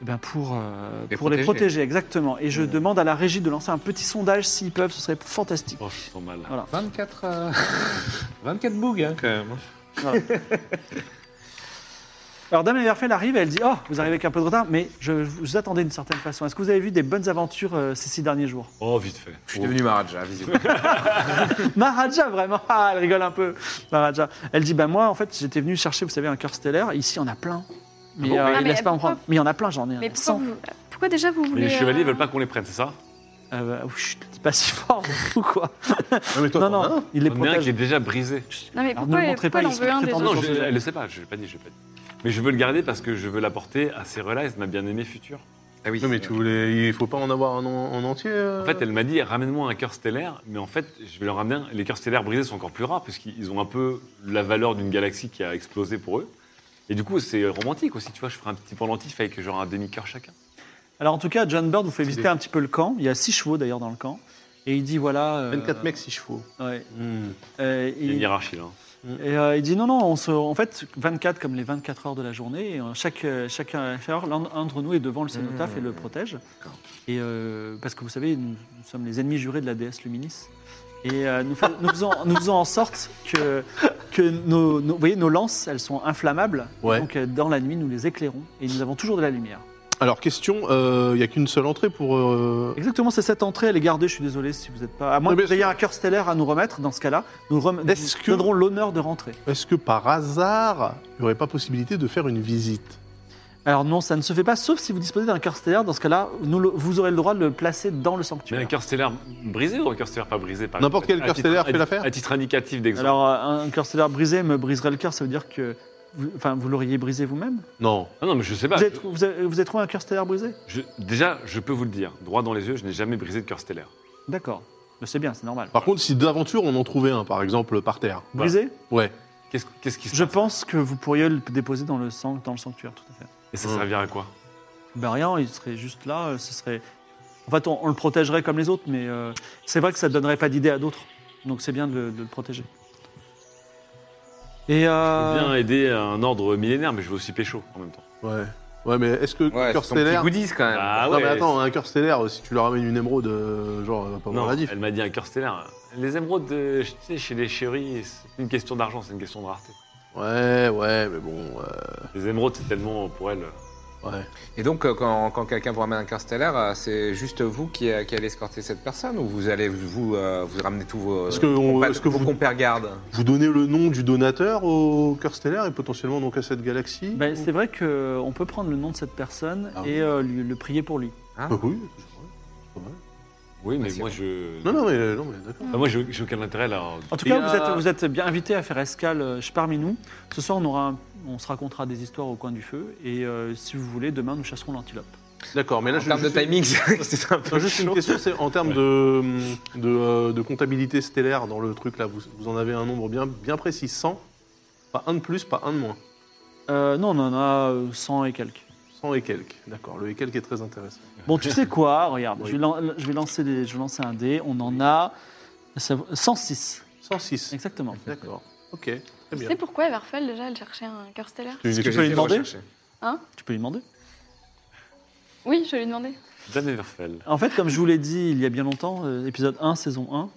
[SPEAKER 1] eh ben pour, euh,
[SPEAKER 4] Les
[SPEAKER 1] pour les
[SPEAKER 4] protéger.
[SPEAKER 1] protéger, exactement. Et je demande à la régie de lancer un petit sondage s'ils peuvent, ce serait fantastique.
[SPEAKER 5] Oh, je sens mal.
[SPEAKER 1] Voilà.
[SPEAKER 4] 24, euh, 24 bougs, hein, quand même.
[SPEAKER 1] Alors Dame Everfell arrive et elle dit Oh, vous arrivez avec un peu de retard, mais je vous attendais d'une certaine façon. Est-ce que vous avez vu des bonnes aventures euh, ces six derniers jours
[SPEAKER 5] Oh, vite fait.
[SPEAKER 4] Je suis devenu Maharaja, visiblement.
[SPEAKER 1] Maharaja, vraiment Ah, Elle rigole un peu, Maharaja. Elle dit Bah, moi, en fait, j'étais venu chercher, vous savez, un cœur stellaire. Ici, on a plein. Mais
[SPEAKER 3] Ah,
[SPEAKER 1] euh,
[SPEAKER 3] mais
[SPEAKER 1] il laisse pas en
[SPEAKER 3] pourquoi-
[SPEAKER 1] prendre. Mais il y en a plein, j'en ai.
[SPEAKER 3] Mais
[SPEAKER 1] un
[SPEAKER 3] pourquoi,
[SPEAKER 1] cent.
[SPEAKER 3] vous- pourquoi déjà vous
[SPEAKER 5] Mais
[SPEAKER 3] voulez.
[SPEAKER 5] les chevaliers
[SPEAKER 3] euh,
[SPEAKER 5] veulent pas qu'on les prenne, c'est ça
[SPEAKER 1] Euh, bah, chut, dis pas si fort, ou quoi
[SPEAKER 2] Non, mais toi,
[SPEAKER 1] Non,
[SPEAKER 2] t'en as un
[SPEAKER 1] non, il les
[SPEAKER 5] On a un qui est
[SPEAKER 1] protège.
[SPEAKER 5] déjà brisé.
[SPEAKER 3] Non, mais
[SPEAKER 1] Alors,
[SPEAKER 3] pourquoi,
[SPEAKER 1] ne le montrez
[SPEAKER 3] pourquoi
[SPEAKER 1] pas,
[SPEAKER 3] elle en
[SPEAKER 1] il se
[SPEAKER 3] veut un
[SPEAKER 1] prépare
[SPEAKER 2] Ah
[SPEAKER 3] déjà
[SPEAKER 1] dans
[SPEAKER 5] Non,
[SPEAKER 1] le
[SPEAKER 5] je, elle le sait pas, je l'ai pas dit, je l'ai pas dit. Mais je veux le garder parce que je veux l'apporter à Cérela et ma bien-aimée future.
[SPEAKER 4] Ah oui.
[SPEAKER 2] Non, mais tu voulais... Il faut pas en avoir un en, en entier euh
[SPEAKER 5] En fait, elle m'a dit ramène-moi un cœur stellaire, mais en fait, je vais leur ramener. un- Les cœurs stellaires brisés sont encore plus rares parce qu'ils ont un peu la valeur d'une galaxie qui a explosé pour eux. Et du coup, c'est romantique aussi, tu vois. Je ferai un petit pendentif avec genre un demi-cœur chacun.
[SPEAKER 1] Alors, en tout cas, John Bird vous fait visiter un petit peu le camp. Il y a six chevaux, d'ailleurs, dans le camp. Et il dit Voilà. euh,
[SPEAKER 2] 24 mecs, 6 chevaux.
[SPEAKER 1] ouais.
[SPEAKER 2] Hmm.
[SPEAKER 1] Euh,
[SPEAKER 5] Il y a une
[SPEAKER 1] il-
[SPEAKER 5] hiérarchie là. hein.
[SPEAKER 1] Et euh, il dit non, non, on se- en fait, 24 comme les 24 heures de la journée, et, euh, chaque, euh, chaque heure, l'un un d'entre nous est devant le cénotaphe et le protège. Et, euh, parce que vous savez, nous, nous sommes les ennemis jurés de la déesse Luminis. Et euh, nous, fais- nous faisons, nous faisons en sorte que, que nos, nos- vous voyez, nos lances, elles sont inflammables.
[SPEAKER 2] Ouais.
[SPEAKER 1] Donc euh, dans la nuit, nous les éclairons et nous avons toujours de la lumière.
[SPEAKER 2] Alors, question, euh, il y a qu'une seule entrée pour... euh,
[SPEAKER 1] Exactement, c'est cette entrée, elle est gardée, je suis désolé si vous n'êtes pas... À moins
[SPEAKER 2] Mais
[SPEAKER 1] que
[SPEAKER 2] bien
[SPEAKER 1] vous ayez un cœur stellaire à nous remettre, dans ce cas-là, nous, rem-
[SPEAKER 2] Est-ce
[SPEAKER 1] nous
[SPEAKER 2] que-
[SPEAKER 1] donnerons l'honneur de rentrer.
[SPEAKER 2] Est-ce que par hasard, il n'y aurait pas possibilité de faire une visite
[SPEAKER 1] Alors non, ça ne se fait pas, sauf si vous disposez d'un cœur stellaire. Dans ce cas-là, nous le- vous aurez le droit de le placer dans le
[SPEAKER 5] Mais un
[SPEAKER 1] sanctuaire.
[SPEAKER 5] cœur stellaire brisé ou un cœur stellaire pas brisé par
[SPEAKER 2] N'importe quel
[SPEAKER 5] à
[SPEAKER 2] cœur
[SPEAKER 5] titre-
[SPEAKER 2] stellaire
[SPEAKER 5] à-
[SPEAKER 2] fait l'affaire
[SPEAKER 5] À titre indicatif d'exemple.
[SPEAKER 1] Alors euh, un cœur stellaire brisé me briserait le cœur, ça veut dire que... Vous, enfin, vous l'auriez brisé vous-même
[SPEAKER 2] Non.
[SPEAKER 5] Ah Non, non, mais Bah, je sais pas.
[SPEAKER 1] vous, avez, trou- vous, avez, vous avez trouvé un cœur stellaire brisé
[SPEAKER 5] Je- déjà, je peux vous le dire, droit dans les yeux, je n'ai jamais brisé de cœur stellaire.
[SPEAKER 1] D'accord. Je sais bien, c'est normal.
[SPEAKER 5] Bah,
[SPEAKER 2] Par contre, si d'aventure on en trouvait un, par exemple par terre,
[SPEAKER 1] Brisé
[SPEAKER 2] ouais,
[SPEAKER 5] Qu'est-ce qu'est-ce qui se
[SPEAKER 1] Je pense que vous pourriez le déposer dans le, san- dans le sanctuaire, tout à fait.
[SPEAKER 5] Et ça servira à quoi
[SPEAKER 1] Ben rien, il serait juste là, euh, ce serait... En fait, on, on le protégerait comme les autres, mais euh, c'est vrai que ça ne donnerait pas d'idée à d'autres. Donc c'est bien de le, de le protéger. Et...
[SPEAKER 5] Faut
[SPEAKER 1] euh,
[SPEAKER 5] Bien aider à un ordre millénaire, mais je veux aussi pécho en même temps.
[SPEAKER 2] ouais, ouais, mais est-ce que cœur
[SPEAKER 4] Ouais, c'est ton petit
[SPEAKER 2] stellaire
[SPEAKER 4] goodies quand même.
[SPEAKER 5] Ah
[SPEAKER 2] non
[SPEAKER 5] ouais,
[SPEAKER 2] mais attends, un cœur stellaire, euh, si tu leur ramènes une émeraude, euh, genre, elle va pas
[SPEAKER 5] Non,
[SPEAKER 2] voir la diff.
[SPEAKER 5] elle m'a dit un cœur stellaire. Les émeraudes, euh, tu sais, chez les chéris, c'est une question d'argent, c'est une question de rareté.
[SPEAKER 2] Ouais, ouais, mais bon, euh,
[SPEAKER 5] Les émeraudes, c'est tellement pour elle.
[SPEAKER 2] ouais.
[SPEAKER 4] Et donc, euh, quand, quand quelqu'un vous ramène un cœur stellaire, euh, c'est juste vous qui, euh, qui allez escorter cette personne ou vous allez vous, euh, vous ramener tous vos,
[SPEAKER 2] Est-ce que on-
[SPEAKER 4] compa-
[SPEAKER 2] est-ce que
[SPEAKER 4] vos
[SPEAKER 2] vous-
[SPEAKER 4] compères gardes
[SPEAKER 2] Vous donnez le nom du donateur au cœur stellaire et potentiellement donc à cette galaxie
[SPEAKER 1] ben, c'est vrai qu'on peut prendre le nom de cette personne
[SPEAKER 2] Mm. Ah
[SPEAKER 1] et euh, lui- le prier pour lui.
[SPEAKER 4] hein
[SPEAKER 2] Bah oui, c'est vrai, c'est pas mal.
[SPEAKER 5] Oui, mais
[SPEAKER 4] Merci.
[SPEAKER 5] moi, je.
[SPEAKER 2] Non, non, mais, euh, non, mais d'accord.
[SPEAKER 5] Enfin, moi, j'ai j'ai aucun intérêt là.
[SPEAKER 1] En tout
[SPEAKER 5] Et
[SPEAKER 1] cas,
[SPEAKER 5] là-
[SPEAKER 1] vous êtes, vous êtes bien invité à faire escale euh, parmi nous. Ce soir, on, aura un- on se racontera des histoires au coin du feu. Et euh, si vous voulez, demain, nous chasserons l'antilope.
[SPEAKER 2] D'accord, mais là,
[SPEAKER 4] En
[SPEAKER 2] je
[SPEAKER 4] termes de
[SPEAKER 2] juste-
[SPEAKER 4] timing, c'est un peu
[SPEAKER 2] Non, juste une
[SPEAKER 4] chaud.
[SPEAKER 2] question, c'est en termes de, de, euh, de comptabilité stellaire dans le truc là, vous, vous en avez un nombre bien, bien précis, 100, pas un de plus, pas un de moins,
[SPEAKER 1] Euh, non, on en a euh, 100 et quelques.
[SPEAKER 2] 100 et quelques. D'accord, le et quelques est très intéressant.
[SPEAKER 1] Bon, tu sais quoi Regarde,
[SPEAKER 2] Oui.
[SPEAKER 1] je, vais lan- je vais lancer des- je vais lancer un dé. On en a ça- 106,
[SPEAKER 2] 106,
[SPEAKER 1] exactement.
[SPEAKER 2] d'accord, ok, très
[SPEAKER 3] Tu
[SPEAKER 2] bien.
[SPEAKER 3] sais pourquoi Everfell, déjà, elle cherchait un cœur stellaire
[SPEAKER 2] C'est une
[SPEAKER 4] C'est ce que
[SPEAKER 2] excuse-
[SPEAKER 1] peux lui
[SPEAKER 4] j'étais
[SPEAKER 1] demander
[SPEAKER 4] recherché.
[SPEAKER 1] Tu peux lui demander
[SPEAKER 3] Oui, je lui ai demandé.
[SPEAKER 5] Dan Everfell.
[SPEAKER 1] En fait, comme je vous l'ai dit il y a bien longtemps, euh, épisode 1, saison 1,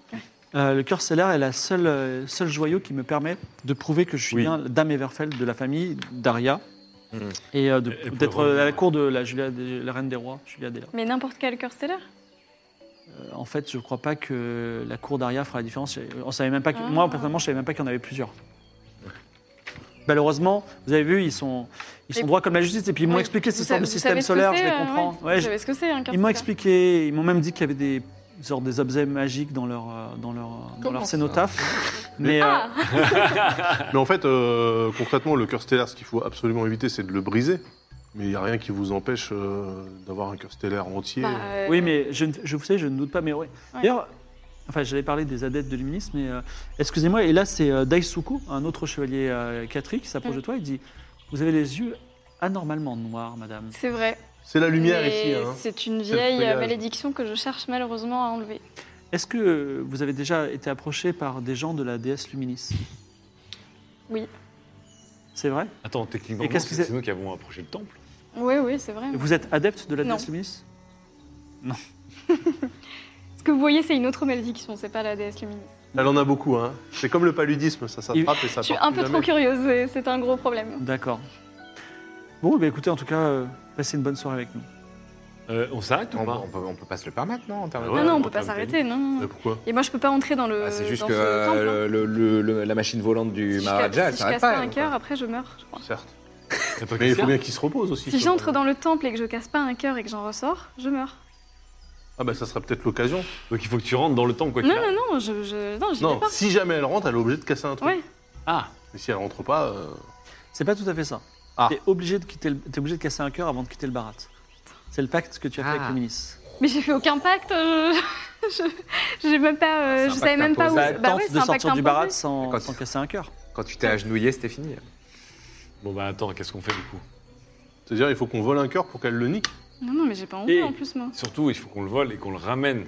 [SPEAKER 1] euh, le cœur stellaire est la seule, euh, seul joyau qui me permet de prouver que je suis
[SPEAKER 5] Oui.
[SPEAKER 1] bien Dame Everfell de la famille d'Aria
[SPEAKER 4] Mhm.
[SPEAKER 1] et euh, de-
[SPEAKER 5] Et- et pour
[SPEAKER 1] d'être
[SPEAKER 5] le-
[SPEAKER 1] euh, à la cour de la, Julia des- la reine des rois, Julia Della.
[SPEAKER 3] Mais n'importe quel cœur stellaire
[SPEAKER 1] Euh, en fait, je ne crois pas que la cour d'Aria fera la différence. euh, On savait même pas que-
[SPEAKER 3] Ah.
[SPEAKER 1] Moi, personnellement, je ne savais même pas qu'il y en avait plusieurs. Malheureusement, vous avez vu, ils sont, ils sont
[SPEAKER 3] Et-
[SPEAKER 1] droits comme la justice. Et puis ils m'ont
[SPEAKER 3] Oui.
[SPEAKER 1] expliqué cette
[SPEAKER 3] Vous
[SPEAKER 1] histoire de
[SPEAKER 3] savez- vous
[SPEAKER 1] système
[SPEAKER 3] savez ce que
[SPEAKER 1] solaire, je
[SPEAKER 3] c'est,
[SPEAKER 1] les
[SPEAKER 3] euh,
[SPEAKER 1] comprends.
[SPEAKER 3] ouais.
[SPEAKER 1] Ouais,
[SPEAKER 3] Vous
[SPEAKER 1] je-
[SPEAKER 3] savez ce que c'est, un cœur
[SPEAKER 1] Ils m'ont
[SPEAKER 3] stellaire
[SPEAKER 1] expliqué, ils m'ont même dit qu'il y avait des sortes des objets magiques dans leur euh, dans leur euh, dans
[SPEAKER 4] Comment
[SPEAKER 1] leur
[SPEAKER 4] ça
[SPEAKER 1] cénotaphe. Mais euh,
[SPEAKER 3] Ah
[SPEAKER 2] Mais en fait, euh, concrètement, le cœur stellaire, ce qu'il faut absolument éviter, c'est de le briser. Mais il n'y a rien qui vous empêche euh, d'avoir un cœur stellaire entier.
[SPEAKER 3] Bah, euh,
[SPEAKER 1] oui, mais je ne- je vous sais, je ne doute pas, mais oui. D'ailleurs, enfin, j'avais parlé des adeptes de Luminis, mais euh, excusez-moi. Et là, c'est euh, Daisuko, un autre chevalier euh, Katri, qui s'approche
[SPEAKER 3] Mm.
[SPEAKER 1] de toi. Il dit "Vous avez les yeux anormalement noirs, madame."
[SPEAKER 3] C'est vrai.
[SPEAKER 2] C'est la lumière
[SPEAKER 3] Mais
[SPEAKER 2] ici. Hein.
[SPEAKER 3] C'est une
[SPEAKER 2] C'est le
[SPEAKER 3] vieille
[SPEAKER 2] feuillage.
[SPEAKER 3] malédiction que je cherche malheureusement à enlever.
[SPEAKER 1] Est-ce que euh, vous avez déjà été approché par des gens de la déesse Luminis
[SPEAKER 3] Oui.
[SPEAKER 1] C'est vrai
[SPEAKER 5] Attends, techniquement,
[SPEAKER 1] Et
[SPEAKER 5] non,
[SPEAKER 1] qu'est-ce que
[SPEAKER 5] c'est
[SPEAKER 1] c'est
[SPEAKER 5] nous qui avons approché le temple.
[SPEAKER 3] Oui, oui, c'est vrai.
[SPEAKER 1] Vous êtes adepte de la
[SPEAKER 3] Non.
[SPEAKER 1] déesse Luminis
[SPEAKER 3] Ce que vous voyez, c'est une autre malédiction, c'est pas la déesse lumineuse.
[SPEAKER 2] Elle en a beaucoup. Hein. C'est comme le paludisme, ça s'attrape et ça
[SPEAKER 3] Je suis
[SPEAKER 2] part
[SPEAKER 3] un
[SPEAKER 2] plus
[SPEAKER 3] peu
[SPEAKER 2] jamais.
[SPEAKER 3] trop curieuse, et c'est un gros problème.
[SPEAKER 1] D'accord. Bon, bah écoutez, en tout cas, euh, passez une bonne soirée avec nous.
[SPEAKER 5] Euh, on s'arrête
[SPEAKER 2] Ah,
[SPEAKER 5] ou
[SPEAKER 4] On,
[SPEAKER 5] pas
[SPEAKER 4] on peut, on peut pas se le permettre, non en termes
[SPEAKER 5] Ah
[SPEAKER 4] de-
[SPEAKER 5] ouais,
[SPEAKER 3] non, non, on
[SPEAKER 5] en
[SPEAKER 3] peut pas
[SPEAKER 5] termes
[SPEAKER 3] s'arrêter, non.
[SPEAKER 2] Mais
[SPEAKER 3] non.
[SPEAKER 2] pourquoi
[SPEAKER 3] Et moi, je peux pas entrer dans le.
[SPEAKER 4] Ah, C'est juste
[SPEAKER 3] Euh, dans
[SPEAKER 4] que
[SPEAKER 3] ce temple, hein.
[SPEAKER 4] euh, le- le- le- la machine volante du
[SPEAKER 3] Si je casse-
[SPEAKER 4] Maharaja, elle
[SPEAKER 3] si je casse
[SPEAKER 4] s'arrête
[SPEAKER 3] pas,
[SPEAKER 4] pas. hein.
[SPEAKER 3] un
[SPEAKER 4] elle,
[SPEAKER 3] cœur, après je meurs, je crois.
[SPEAKER 2] Certes.
[SPEAKER 5] Y'a pas
[SPEAKER 2] Mais il faut
[SPEAKER 5] qu'à faire.
[SPEAKER 2] bien qu'il se repose aussi.
[SPEAKER 3] Si
[SPEAKER 2] sur-
[SPEAKER 3] j'entre dans le temple et que je casse pas un cœur et que j'en ressors, je meurs.
[SPEAKER 2] Ah bah ça serait peut-être l'occasion.
[SPEAKER 5] Donc il faut que tu rentres dans le temple, quoi qu'il
[SPEAKER 3] Non,
[SPEAKER 5] arrive.
[SPEAKER 3] non, non, je, je, non, j'y vais
[SPEAKER 2] Non,
[SPEAKER 3] pas.
[SPEAKER 2] si jamais elle rentre, elle est obligée de casser un truc.
[SPEAKER 3] Ouais.
[SPEAKER 5] Ah,
[SPEAKER 2] Mais si elle rentre pas, euh,
[SPEAKER 1] C'est pas tout à fait ça.
[SPEAKER 2] Ah.
[SPEAKER 1] T'es obligé de quitter, le- t'es obligé de casser un cœur avant de quitter le barat. C'est le pacte que tu as fait avec
[SPEAKER 4] Ah.
[SPEAKER 1] le ministre.
[SPEAKER 3] Mais j'ai fait aucun pacte. euh, je- j'ai même pas. euh,
[SPEAKER 4] C'est un
[SPEAKER 3] je
[SPEAKER 4] pacte
[SPEAKER 3] savais même pas où.
[SPEAKER 4] imposé.
[SPEAKER 3] c'est-
[SPEAKER 1] Bah,
[SPEAKER 3] bah
[SPEAKER 1] tente
[SPEAKER 3] ouais, c'est
[SPEAKER 1] de
[SPEAKER 3] un pacte
[SPEAKER 1] sortir du
[SPEAKER 3] imposé.
[SPEAKER 1] barat sans,
[SPEAKER 4] D'accord.
[SPEAKER 1] sans casser un cœur.
[SPEAKER 4] Quand tu t'es agenouillé, c'était fini.
[SPEAKER 5] bon bah attends, qu'est-ce qu'on fait du coup
[SPEAKER 2] c'est-à-dire il faut qu'on vole un cœur pour qu'elle le nique.
[SPEAKER 3] Non, non, mais j'ai pas honte
[SPEAKER 5] Et-
[SPEAKER 3] en plus, moi.
[SPEAKER 5] Surtout, il faut qu'on le vole et qu'on le ramène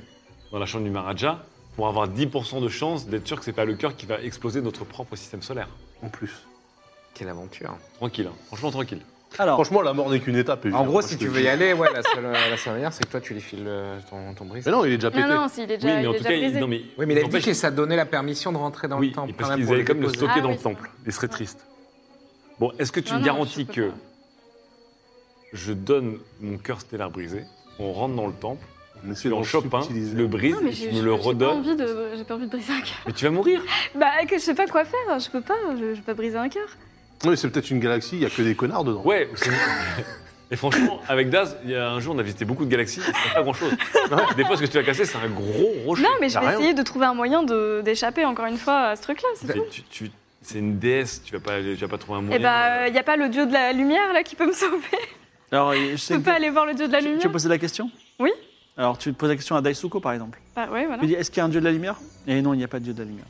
[SPEAKER 5] dans la chambre du Maharaja pour avoir 10% de chance d'être sûr que c'est pas le cœur qui va exploser notre propre système solaire.
[SPEAKER 2] En plus.
[SPEAKER 4] Quelle aventure.
[SPEAKER 5] Tranquille, hein. franchement tranquille.
[SPEAKER 1] Alors,
[SPEAKER 2] Franchement, la mort n'est qu'une étape. évidemment.
[SPEAKER 4] En gros,
[SPEAKER 2] Moi, je
[SPEAKER 4] si
[SPEAKER 2] te
[SPEAKER 4] tu
[SPEAKER 2] le
[SPEAKER 4] veux
[SPEAKER 2] dis.
[SPEAKER 4] y aller, ouais, la seule, euh, la seule manière, c'est que toi, tu lui files euh, ton, ton brise.
[SPEAKER 2] Mais non, il est déjà pété.
[SPEAKER 3] Non, non, s'il est
[SPEAKER 5] Oui,
[SPEAKER 3] déjà,
[SPEAKER 5] mais en
[SPEAKER 3] il est
[SPEAKER 5] tout
[SPEAKER 3] déjà
[SPEAKER 5] cas, il-
[SPEAKER 3] brisé.
[SPEAKER 5] non mais.
[SPEAKER 4] Oui, mais il a dit
[SPEAKER 5] n'empêche-
[SPEAKER 4] que ça donnait la permission de rentrer dans
[SPEAKER 5] Oui,
[SPEAKER 4] le temple.
[SPEAKER 5] parce
[SPEAKER 4] quand même,
[SPEAKER 5] qu'ils
[SPEAKER 4] pour
[SPEAKER 5] allaient comme le
[SPEAKER 4] déposer.
[SPEAKER 5] stocker
[SPEAKER 3] Ah
[SPEAKER 5] dans
[SPEAKER 3] oui,
[SPEAKER 5] le
[SPEAKER 3] c'est vrai.
[SPEAKER 5] temple, les traîtrises. Bon, est-ce que tu
[SPEAKER 3] Non,
[SPEAKER 5] me
[SPEAKER 3] non,
[SPEAKER 5] garantis
[SPEAKER 3] je peux
[SPEAKER 5] que
[SPEAKER 3] pas.
[SPEAKER 5] je donne mon cœur stellaire brisé, on rentre dans le temple,
[SPEAKER 2] On essaie
[SPEAKER 5] tu en
[SPEAKER 2] d'en
[SPEAKER 5] chopes un,
[SPEAKER 2] subtiliser.
[SPEAKER 5] le brises,
[SPEAKER 3] Non, mais
[SPEAKER 5] et
[SPEAKER 3] j'ai
[SPEAKER 5] tu me
[SPEAKER 3] j'ai-
[SPEAKER 5] le
[SPEAKER 3] j'ai pas
[SPEAKER 5] redonnes.
[SPEAKER 3] envie de, j'ai pas envie de briser un cœur.
[SPEAKER 5] Mais tu vas mourir
[SPEAKER 3] Bah, que je sais pas quoi faire, je peux pas, je, je peux pas briser un cœur.
[SPEAKER 2] Non, mais c'est peut-être une galaxie, il y a que des connards dedans.
[SPEAKER 5] Ouais. c'est- Et franchement, avec Daz, il y a un jour, on a visité beaucoup de galaxies, c'est pas grand-chose. Des fois, ce que tu as cassé, c'est un gros rocher.
[SPEAKER 3] Non, mais je
[SPEAKER 2] T'as
[SPEAKER 3] vais
[SPEAKER 2] rien.
[SPEAKER 3] essayer de trouver un moyen de- d'échapper encore une fois à ce truc-là, c'est tout.
[SPEAKER 5] Et tu- tu- C'est une déesse, tu vas pas, tu vas pas Euh, trouver un moyen.
[SPEAKER 3] Et bah, il y a pas le dieu de la lumière là qui peut me sauver.
[SPEAKER 1] alors, je
[SPEAKER 3] Je
[SPEAKER 1] sais
[SPEAKER 3] peux
[SPEAKER 1] que
[SPEAKER 3] pas aller voir le dieu de la
[SPEAKER 1] tu,
[SPEAKER 3] lumière.
[SPEAKER 1] tu as posé la question
[SPEAKER 3] Oui.
[SPEAKER 1] Alors tu te poses la question à Daisuko par exemple.
[SPEAKER 3] Bah, ouais, voilà.
[SPEAKER 1] Tu dis est-ce qu'il y a un dieu de la lumière Et non, il n'y a pas de dieu de la lumière.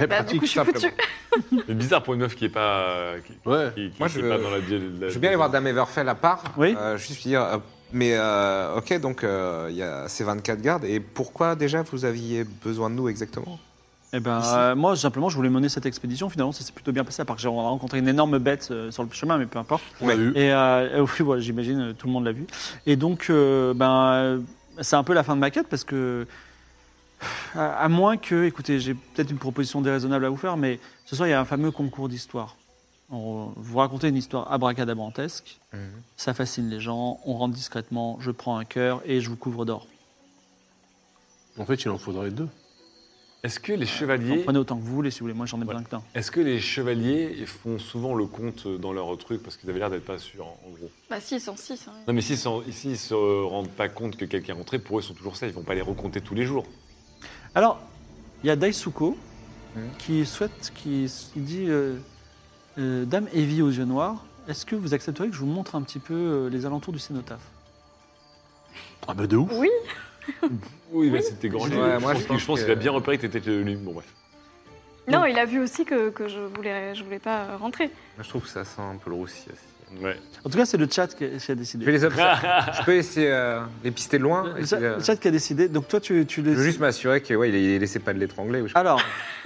[SPEAKER 2] Eh,
[SPEAKER 3] Bah, du
[SPEAKER 2] pratique,
[SPEAKER 3] coup, je suis
[SPEAKER 2] simplement.
[SPEAKER 3] foutue.
[SPEAKER 5] C'est bizarre pour une meuf qui est pas, euh, qui,
[SPEAKER 2] Ouais.
[SPEAKER 5] qui- qui-
[SPEAKER 4] Moi,
[SPEAKER 5] qui est
[SPEAKER 4] je-
[SPEAKER 5] pas dans la bielle.
[SPEAKER 4] Je veux bien aller voir Dame Everfell à part.
[SPEAKER 1] Oui.
[SPEAKER 4] Euh, juste lui dire, euh, mais euh, ok, donc euh, il y a ces 24 gardes. Et pourquoi déjà vous aviez besoin de nous exactement
[SPEAKER 1] Eh ben,
[SPEAKER 4] Ici.
[SPEAKER 1] euh, moi, simplement, je voulais mener cette expédition. Finalement, ça s'est plutôt bien passé, à part que j'ai rencontré une énorme bête euh, sur le chemin, mais peu importe.
[SPEAKER 2] On l'a vu.
[SPEAKER 1] Et euh, oui, voilà, j'imagine, euh, tout le monde l'a vu. Et donc, euh, ben, euh, c'est un peu la fin de ma quête parce que, à, à moins que, écoutez, j'ai peut-être une proposition déraisonnable à vous faire, mais ce soir, il y a un fameux concours d'histoire. On- Vous racontez une histoire abracadabrantesque, ça fascine les gens, on rentre discrètement, je prends un cœur et je vous couvre d'or.
[SPEAKER 2] En fait, il en faudrait deux.
[SPEAKER 5] Est-ce que les
[SPEAKER 1] Vous
[SPEAKER 5] chevaliers,
[SPEAKER 1] prenez autant que vous voulez, si vous voulez, moi j'en ai
[SPEAKER 5] Voilà.
[SPEAKER 1] plein que d'un.
[SPEAKER 5] est-ce que les chevaliers font souvent le compte dans leur truc parce qu'ils avaient l'air d'être pas sûrs en en gros
[SPEAKER 3] Bah, si, 106. Hein.
[SPEAKER 5] Non, mais s'ils s'en- s'ils se rendent pas compte que quelqu'un est rentré, pour eux, ils sont toujours ça. Ils vont pas les recompter tous les jours.
[SPEAKER 1] Alors, il y a Daisuko
[SPEAKER 4] Mm.
[SPEAKER 1] qui souhaite, qui s- il dit euh, euh, Dame Evie aux yeux noirs, est-ce que vous accepteriez que je vous montre un petit peu euh, les alentours du cénotaphe
[SPEAKER 2] Ah bah de ouf
[SPEAKER 3] Oui,
[SPEAKER 5] Oui, mais c'était grand.
[SPEAKER 4] Ouais,
[SPEAKER 5] je,
[SPEAKER 4] moi,
[SPEAKER 5] pense,
[SPEAKER 4] je pense
[SPEAKER 5] je pense
[SPEAKER 4] que-
[SPEAKER 5] qu'il a bien repéré que t'étais le lui. Bon, bref.
[SPEAKER 3] non, il a vu aussi que, que je, voulais, je voulais pas euh, rentrer.
[SPEAKER 4] Je trouve que ça sent un peu le roussi.
[SPEAKER 5] Ouais.
[SPEAKER 1] En tout cas, c'est le chat qui a, qui a
[SPEAKER 4] Je vais
[SPEAKER 1] décidé.
[SPEAKER 4] les observer. je peux essayer euh, les pister de loin.
[SPEAKER 1] Le,
[SPEAKER 4] et
[SPEAKER 1] le chat,
[SPEAKER 4] puis, euh,
[SPEAKER 1] le chat qui a décidé. Donc toi, tu, tu
[SPEAKER 4] je
[SPEAKER 1] le.
[SPEAKER 4] veux juste m'assurer que ouais, il est- il essaie pas de l'étrangler. ou je-
[SPEAKER 1] Alors,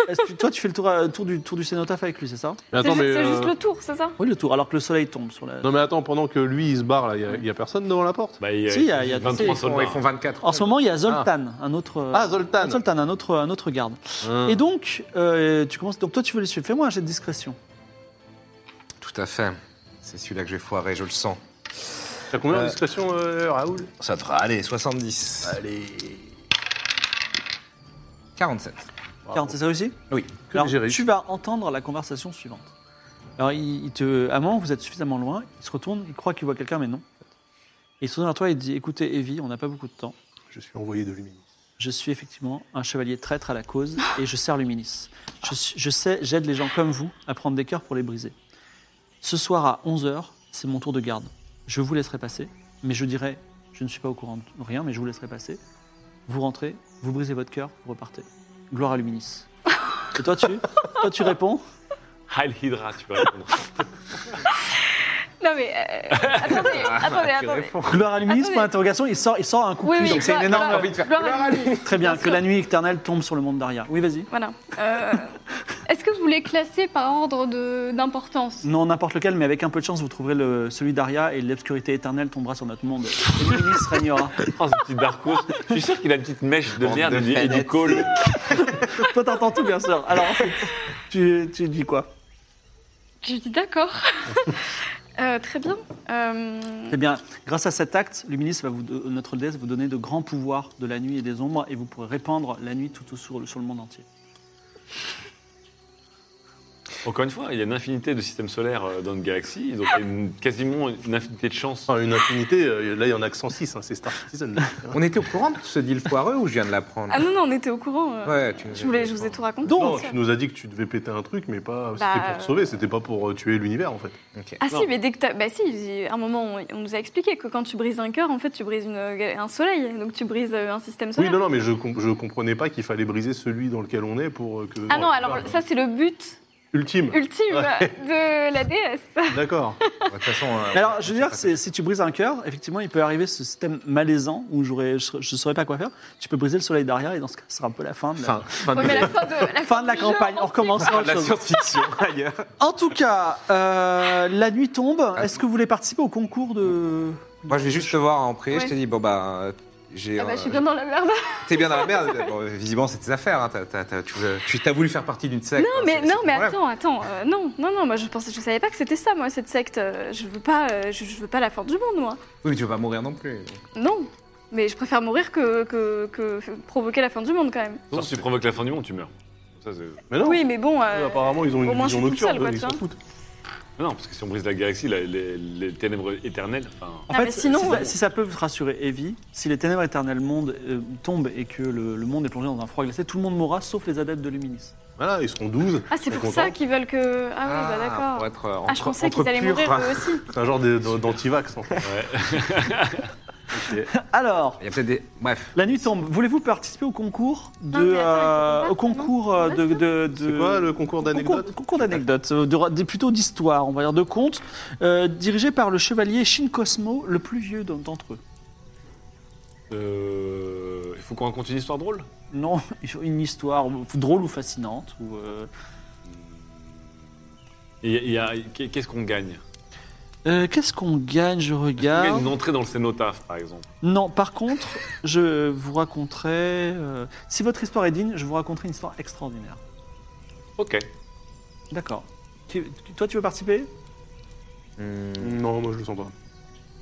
[SPEAKER 1] est-ce que toi, tu fais le tour, à- tour du tour du cénotaphe avec lui, c'est ça
[SPEAKER 2] Mais
[SPEAKER 3] C'est
[SPEAKER 2] attends,
[SPEAKER 3] ju-
[SPEAKER 2] mais.
[SPEAKER 3] c'est
[SPEAKER 2] euh,
[SPEAKER 3] juste le tour, c'est ça
[SPEAKER 1] Oui, le tour. Alors que le soleil tombe sur la.
[SPEAKER 2] Non, mais attends, pendant que lui, il se barre, là, il y a- il y a, personne devant la porte
[SPEAKER 5] Bah, il
[SPEAKER 1] Si, il y a- il y a-
[SPEAKER 4] ils,
[SPEAKER 5] 23
[SPEAKER 4] font,
[SPEAKER 5] soldats.
[SPEAKER 4] ils font 24.
[SPEAKER 1] En ce moment, il y a Zoltan, un autre. euh,
[SPEAKER 2] Ah, Zoltan
[SPEAKER 1] Zoltan, un autre, un autre garde.
[SPEAKER 2] Hein.
[SPEAKER 4] Ah.
[SPEAKER 1] Et donc, euh, tu commences. Donc toi, tu veux les suivre. Fais-moi un jet de discrétion.
[SPEAKER 4] Tout à fait. C'est celui-là que je vais foirer, je le sens.
[SPEAKER 2] T'as combien
[SPEAKER 4] Euh,
[SPEAKER 2] de discrétion, euh, Raoul
[SPEAKER 4] Ça te fera, allez, 70. Allez. 47.
[SPEAKER 1] 40, c'est ça aussi
[SPEAKER 4] Oui.
[SPEAKER 2] Que
[SPEAKER 1] Alors,
[SPEAKER 2] j'ai réussi.
[SPEAKER 1] tu vas entendre la conversation suivante. Alors, il, il te, à un moment, vous êtes suffisamment loin, il se retourne, il croit qu'il voit quelqu'un, mais non. Et il se retourne vers toi et il dit Écoutez, Evie, on n'a pas beaucoup de temps.
[SPEAKER 2] Je suis envoyé de Luminis.
[SPEAKER 1] Je suis effectivement un chevalier traître à la cause et je sers Luminis. Je, suis- je sais, j'aide les gens comme vous à prendre des cœurs pour les briser. Ce soir à 11h, c'est mon tour de garde. Je vous laisserai passer, mais je dirai Je ne suis pas au courant de rien, mais je vous laisserai passer. Vous rentrez, vous brisez votre cœur, vous repartez. Gloire à Luminis. Et toi, tu, toi, tu réponds
[SPEAKER 5] Heil Hydra, tu peux répondre.
[SPEAKER 3] Non, mais. euh, attendez, attendez, attendez.
[SPEAKER 1] Gloire à Luminis,
[SPEAKER 3] Attendez.
[SPEAKER 1] point d'interrogation, il sort, il sort un coup de
[SPEAKER 3] Oui,
[SPEAKER 1] cuisse.
[SPEAKER 3] oui,
[SPEAKER 1] Donc c'est une
[SPEAKER 3] gloire-
[SPEAKER 1] énorme.
[SPEAKER 3] gloire-
[SPEAKER 4] envie de faire
[SPEAKER 3] gloire à Luminis.
[SPEAKER 1] Très bien,
[SPEAKER 3] Bien
[SPEAKER 1] que
[SPEAKER 3] sûr.
[SPEAKER 1] la nuit éternelle tombe sur le monde d'Aria. Oui, vas-y.
[SPEAKER 3] Voilà. Euh, Est-ce que vous voulez classer par ordre de- d'importance
[SPEAKER 1] Non, n'importe lequel, mais avec un peu de chance, vous trouverez le, celui d'Aria et l'obscurité éternelle tombera sur notre monde. Et Luminis régnera.
[SPEAKER 5] Oh, ce petit Darkos. Je suis sûr qu'il a une petite mèche de
[SPEAKER 4] Bande
[SPEAKER 5] merde
[SPEAKER 4] de
[SPEAKER 5] et du- et du
[SPEAKER 4] fenêtres.
[SPEAKER 5] col.
[SPEAKER 1] Toi, t'entends tout, bien sûr. Alors, ensuite, tu, tu dis quoi
[SPEAKER 3] Je dis d'accord. Euh, très bien. Euh,
[SPEAKER 1] Eh bien, grâce à cet acte, Luminis va vous, do- notre déesse, va vous donner de grands pouvoirs de la nuit et des ombres et vous pourrez répandre la nuit tout au- sur le, sur le monde entier.
[SPEAKER 5] Encore une fois, il y a une infinité de systèmes solaires euh, dans une galaxie, donc il y a une- quasiment une infinité de chances.
[SPEAKER 2] Enfin, une infinité, euh, là, il y en a que 106, hein, c'est Star Citizen. là.
[SPEAKER 4] On était au courant de ce deal foireux ou je viens de l'apprendre
[SPEAKER 3] Ah non, non, on était au courant. euh.
[SPEAKER 4] Ouais, tu nous
[SPEAKER 3] Je,
[SPEAKER 4] as
[SPEAKER 3] voulais,
[SPEAKER 4] dit,
[SPEAKER 3] je vous ai
[SPEAKER 4] crois.
[SPEAKER 3] tout raconté.
[SPEAKER 1] Donc,
[SPEAKER 2] Non,
[SPEAKER 3] bien
[SPEAKER 2] tu
[SPEAKER 3] sûr.
[SPEAKER 2] nous as dit que tu devais péter un truc, mais pas.
[SPEAKER 3] Bah,
[SPEAKER 2] c'était pour te sauver, c'était pas pour euh, tuer l'univers, en fait.
[SPEAKER 4] Ok.
[SPEAKER 3] Ah si,
[SPEAKER 1] Non.
[SPEAKER 3] mais dès que t'as... Bah si, j'ai- à un moment, on, on nous a expliqué que quand tu brises un cœur, en fait, tu brises une- un soleil, donc tu brises euh, un système
[SPEAKER 2] Oui,
[SPEAKER 3] solaire.
[SPEAKER 2] non, non, mais je, com- je comprenais pas qu'il fallait briser celui dans lequel on est pour euh, que.
[SPEAKER 3] ah non, alors ça, c'est le but
[SPEAKER 2] Ultime,
[SPEAKER 3] ultime de la déesse.
[SPEAKER 2] d'accord.
[SPEAKER 4] De toute façon, euh,
[SPEAKER 1] Mais Alors, je veux dire,
[SPEAKER 4] pas
[SPEAKER 1] c'est- si tu brises un cœur, effectivement, il peut arriver ce système malaisant où j'aurais- je ne saurais pas quoi faire. Tu peux briser le soleil d'Aria et dans ce cas, ce sera un peu la fin de la,
[SPEAKER 4] Fin, fin
[SPEAKER 3] Ouais,
[SPEAKER 4] de,
[SPEAKER 3] mais la fin de la,
[SPEAKER 1] fin de la
[SPEAKER 3] du jeu,
[SPEAKER 1] campagne. On recommence sur
[SPEAKER 4] fin de
[SPEAKER 1] autre
[SPEAKER 4] la
[SPEAKER 1] chose.
[SPEAKER 4] science-fiction ailleurs.
[SPEAKER 1] En tout cas, euh, la nuit tombe. Est-ce que vous voulez participer au concours de.
[SPEAKER 4] Moi, je vais juste te voir en prier. Je
[SPEAKER 3] Ouais.
[SPEAKER 4] te dis, bon, bah, euh, j'ai.
[SPEAKER 3] Ah bah,
[SPEAKER 4] euh,
[SPEAKER 3] je suis bien dans la merde.
[SPEAKER 4] T'es bien dans la merde. Bon, visiblement, c'est tes affaires. hein. T'as- t'as- t'as- tu veux- tu t'as voulu faire partie d'une secte. hein,
[SPEAKER 3] Non, mais, non, mais attends, attends. euh, non, non, non, moi, je pensais, je savais pas que c'était ça, moi, cette secte. Euh, Je veux pas, euh, je, je veux pas la fin du monde, moi.
[SPEAKER 4] Oui, mais tu veux pas mourir non plus.
[SPEAKER 3] Non. Mais je préfère mourir que, que, que provoquer la fin du monde, quand même.
[SPEAKER 5] Sinon, si tu provoques la fin du monde, tu meurs. Ça, c'est-
[SPEAKER 2] Mais non, bah,
[SPEAKER 3] Oui, mais bon... euh,
[SPEAKER 2] eux, apparemment, ils ont
[SPEAKER 3] au
[SPEAKER 2] une
[SPEAKER 3] moins,
[SPEAKER 2] vision
[SPEAKER 3] je suis toute
[SPEAKER 2] nocturne,
[SPEAKER 3] seule, quoi,
[SPEAKER 2] ils
[SPEAKER 3] tu
[SPEAKER 2] s'en
[SPEAKER 3] vois.
[SPEAKER 2] foutent.
[SPEAKER 5] Non, parce que si on brise la galaxie, la- les, les ténèbres éternelles, enfin,
[SPEAKER 1] En
[SPEAKER 3] Ah,
[SPEAKER 1] fait,
[SPEAKER 3] mais sinon-
[SPEAKER 1] si, ça, si ça peut vous rassurer, Evie, si les ténèbres éternelles monde, euh, tombent et que le, le monde est plongé dans un froid glacé, tout le monde mourra sauf les adeptes de Luminis.
[SPEAKER 2] Voilà, ils seront 12.
[SPEAKER 3] Ah, c'est
[SPEAKER 2] T'es
[SPEAKER 3] pour
[SPEAKER 2] content
[SPEAKER 3] ça qu'ils veulent que... Ah, oui, bah d'accord.
[SPEAKER 4] Pour être euh, entre,
[SPEAKER 3] Ah, je pensais
[SPEAKER 4] entre
[SPEAKER 3] qu'ils allaient
[SPEAKER 4] purs.
[SPEAKER 3] mourir eux aussi.
[SPEAKER 2] C'est un genre de- d'antivax, en fait.
[SPEAKER 5] ouais.
[SPEAKER 1] Alors,
[SPEAKER 4] Il y a peut-être des. Bref.
[SPEAKER 1] la nuit tombe. Voulez-vous participer au concours de
[SPEAKER 3] Non, mais attends, il faut
[SPEAKER 1] euh,
[SPEAKER 3] pas,
[SPEAKER 1] au concours euh, de, de, de-
[SPEAKER 2] C'est quoi le concours
[SPEAKER 1] Concours,
[SPEAKER 2] d'anecdotes
[SPEAKER 1] concours d'anecdotes, euh, de- de- plutôt d'histoire, on va dire de contes, euh, dirigé par le chevalier Shin Cosmo, le plus vieux d'en- d'entre eux.
[SPEAKER 5] Euh, Il faut qu'on raconte une histoire drôle
[SPEAKER 1] Non, une histoire drôle ou fascinante. Ou, euh,
[SPEAKER 5] Et il y a- il y a- qu'est- Qu'est-ce qu'on gagne
[SPEAKER 1] euh, Qu'est-ce qu'on gagne Je
[SPEAKER 5] On
[SPEAKER 1] regarde.
[SPEAKER 5] gagne une entrée dans le cénotaphe, par exemple.
[SPEAKER 1] Non, par contre, je vous raconterai. euh, si votre histoire est digne, je vous raconterai une histoire extraordinaire.
[SPEAKER 5] Ok.
[SPEAKER 1] D'accord. Tu- tu- toi, tu veux participer
[SPEAKER 3] Mm.
[SPEAKER 2] Non, moi je le sens pas.
[SPEAKER 4] Hmm.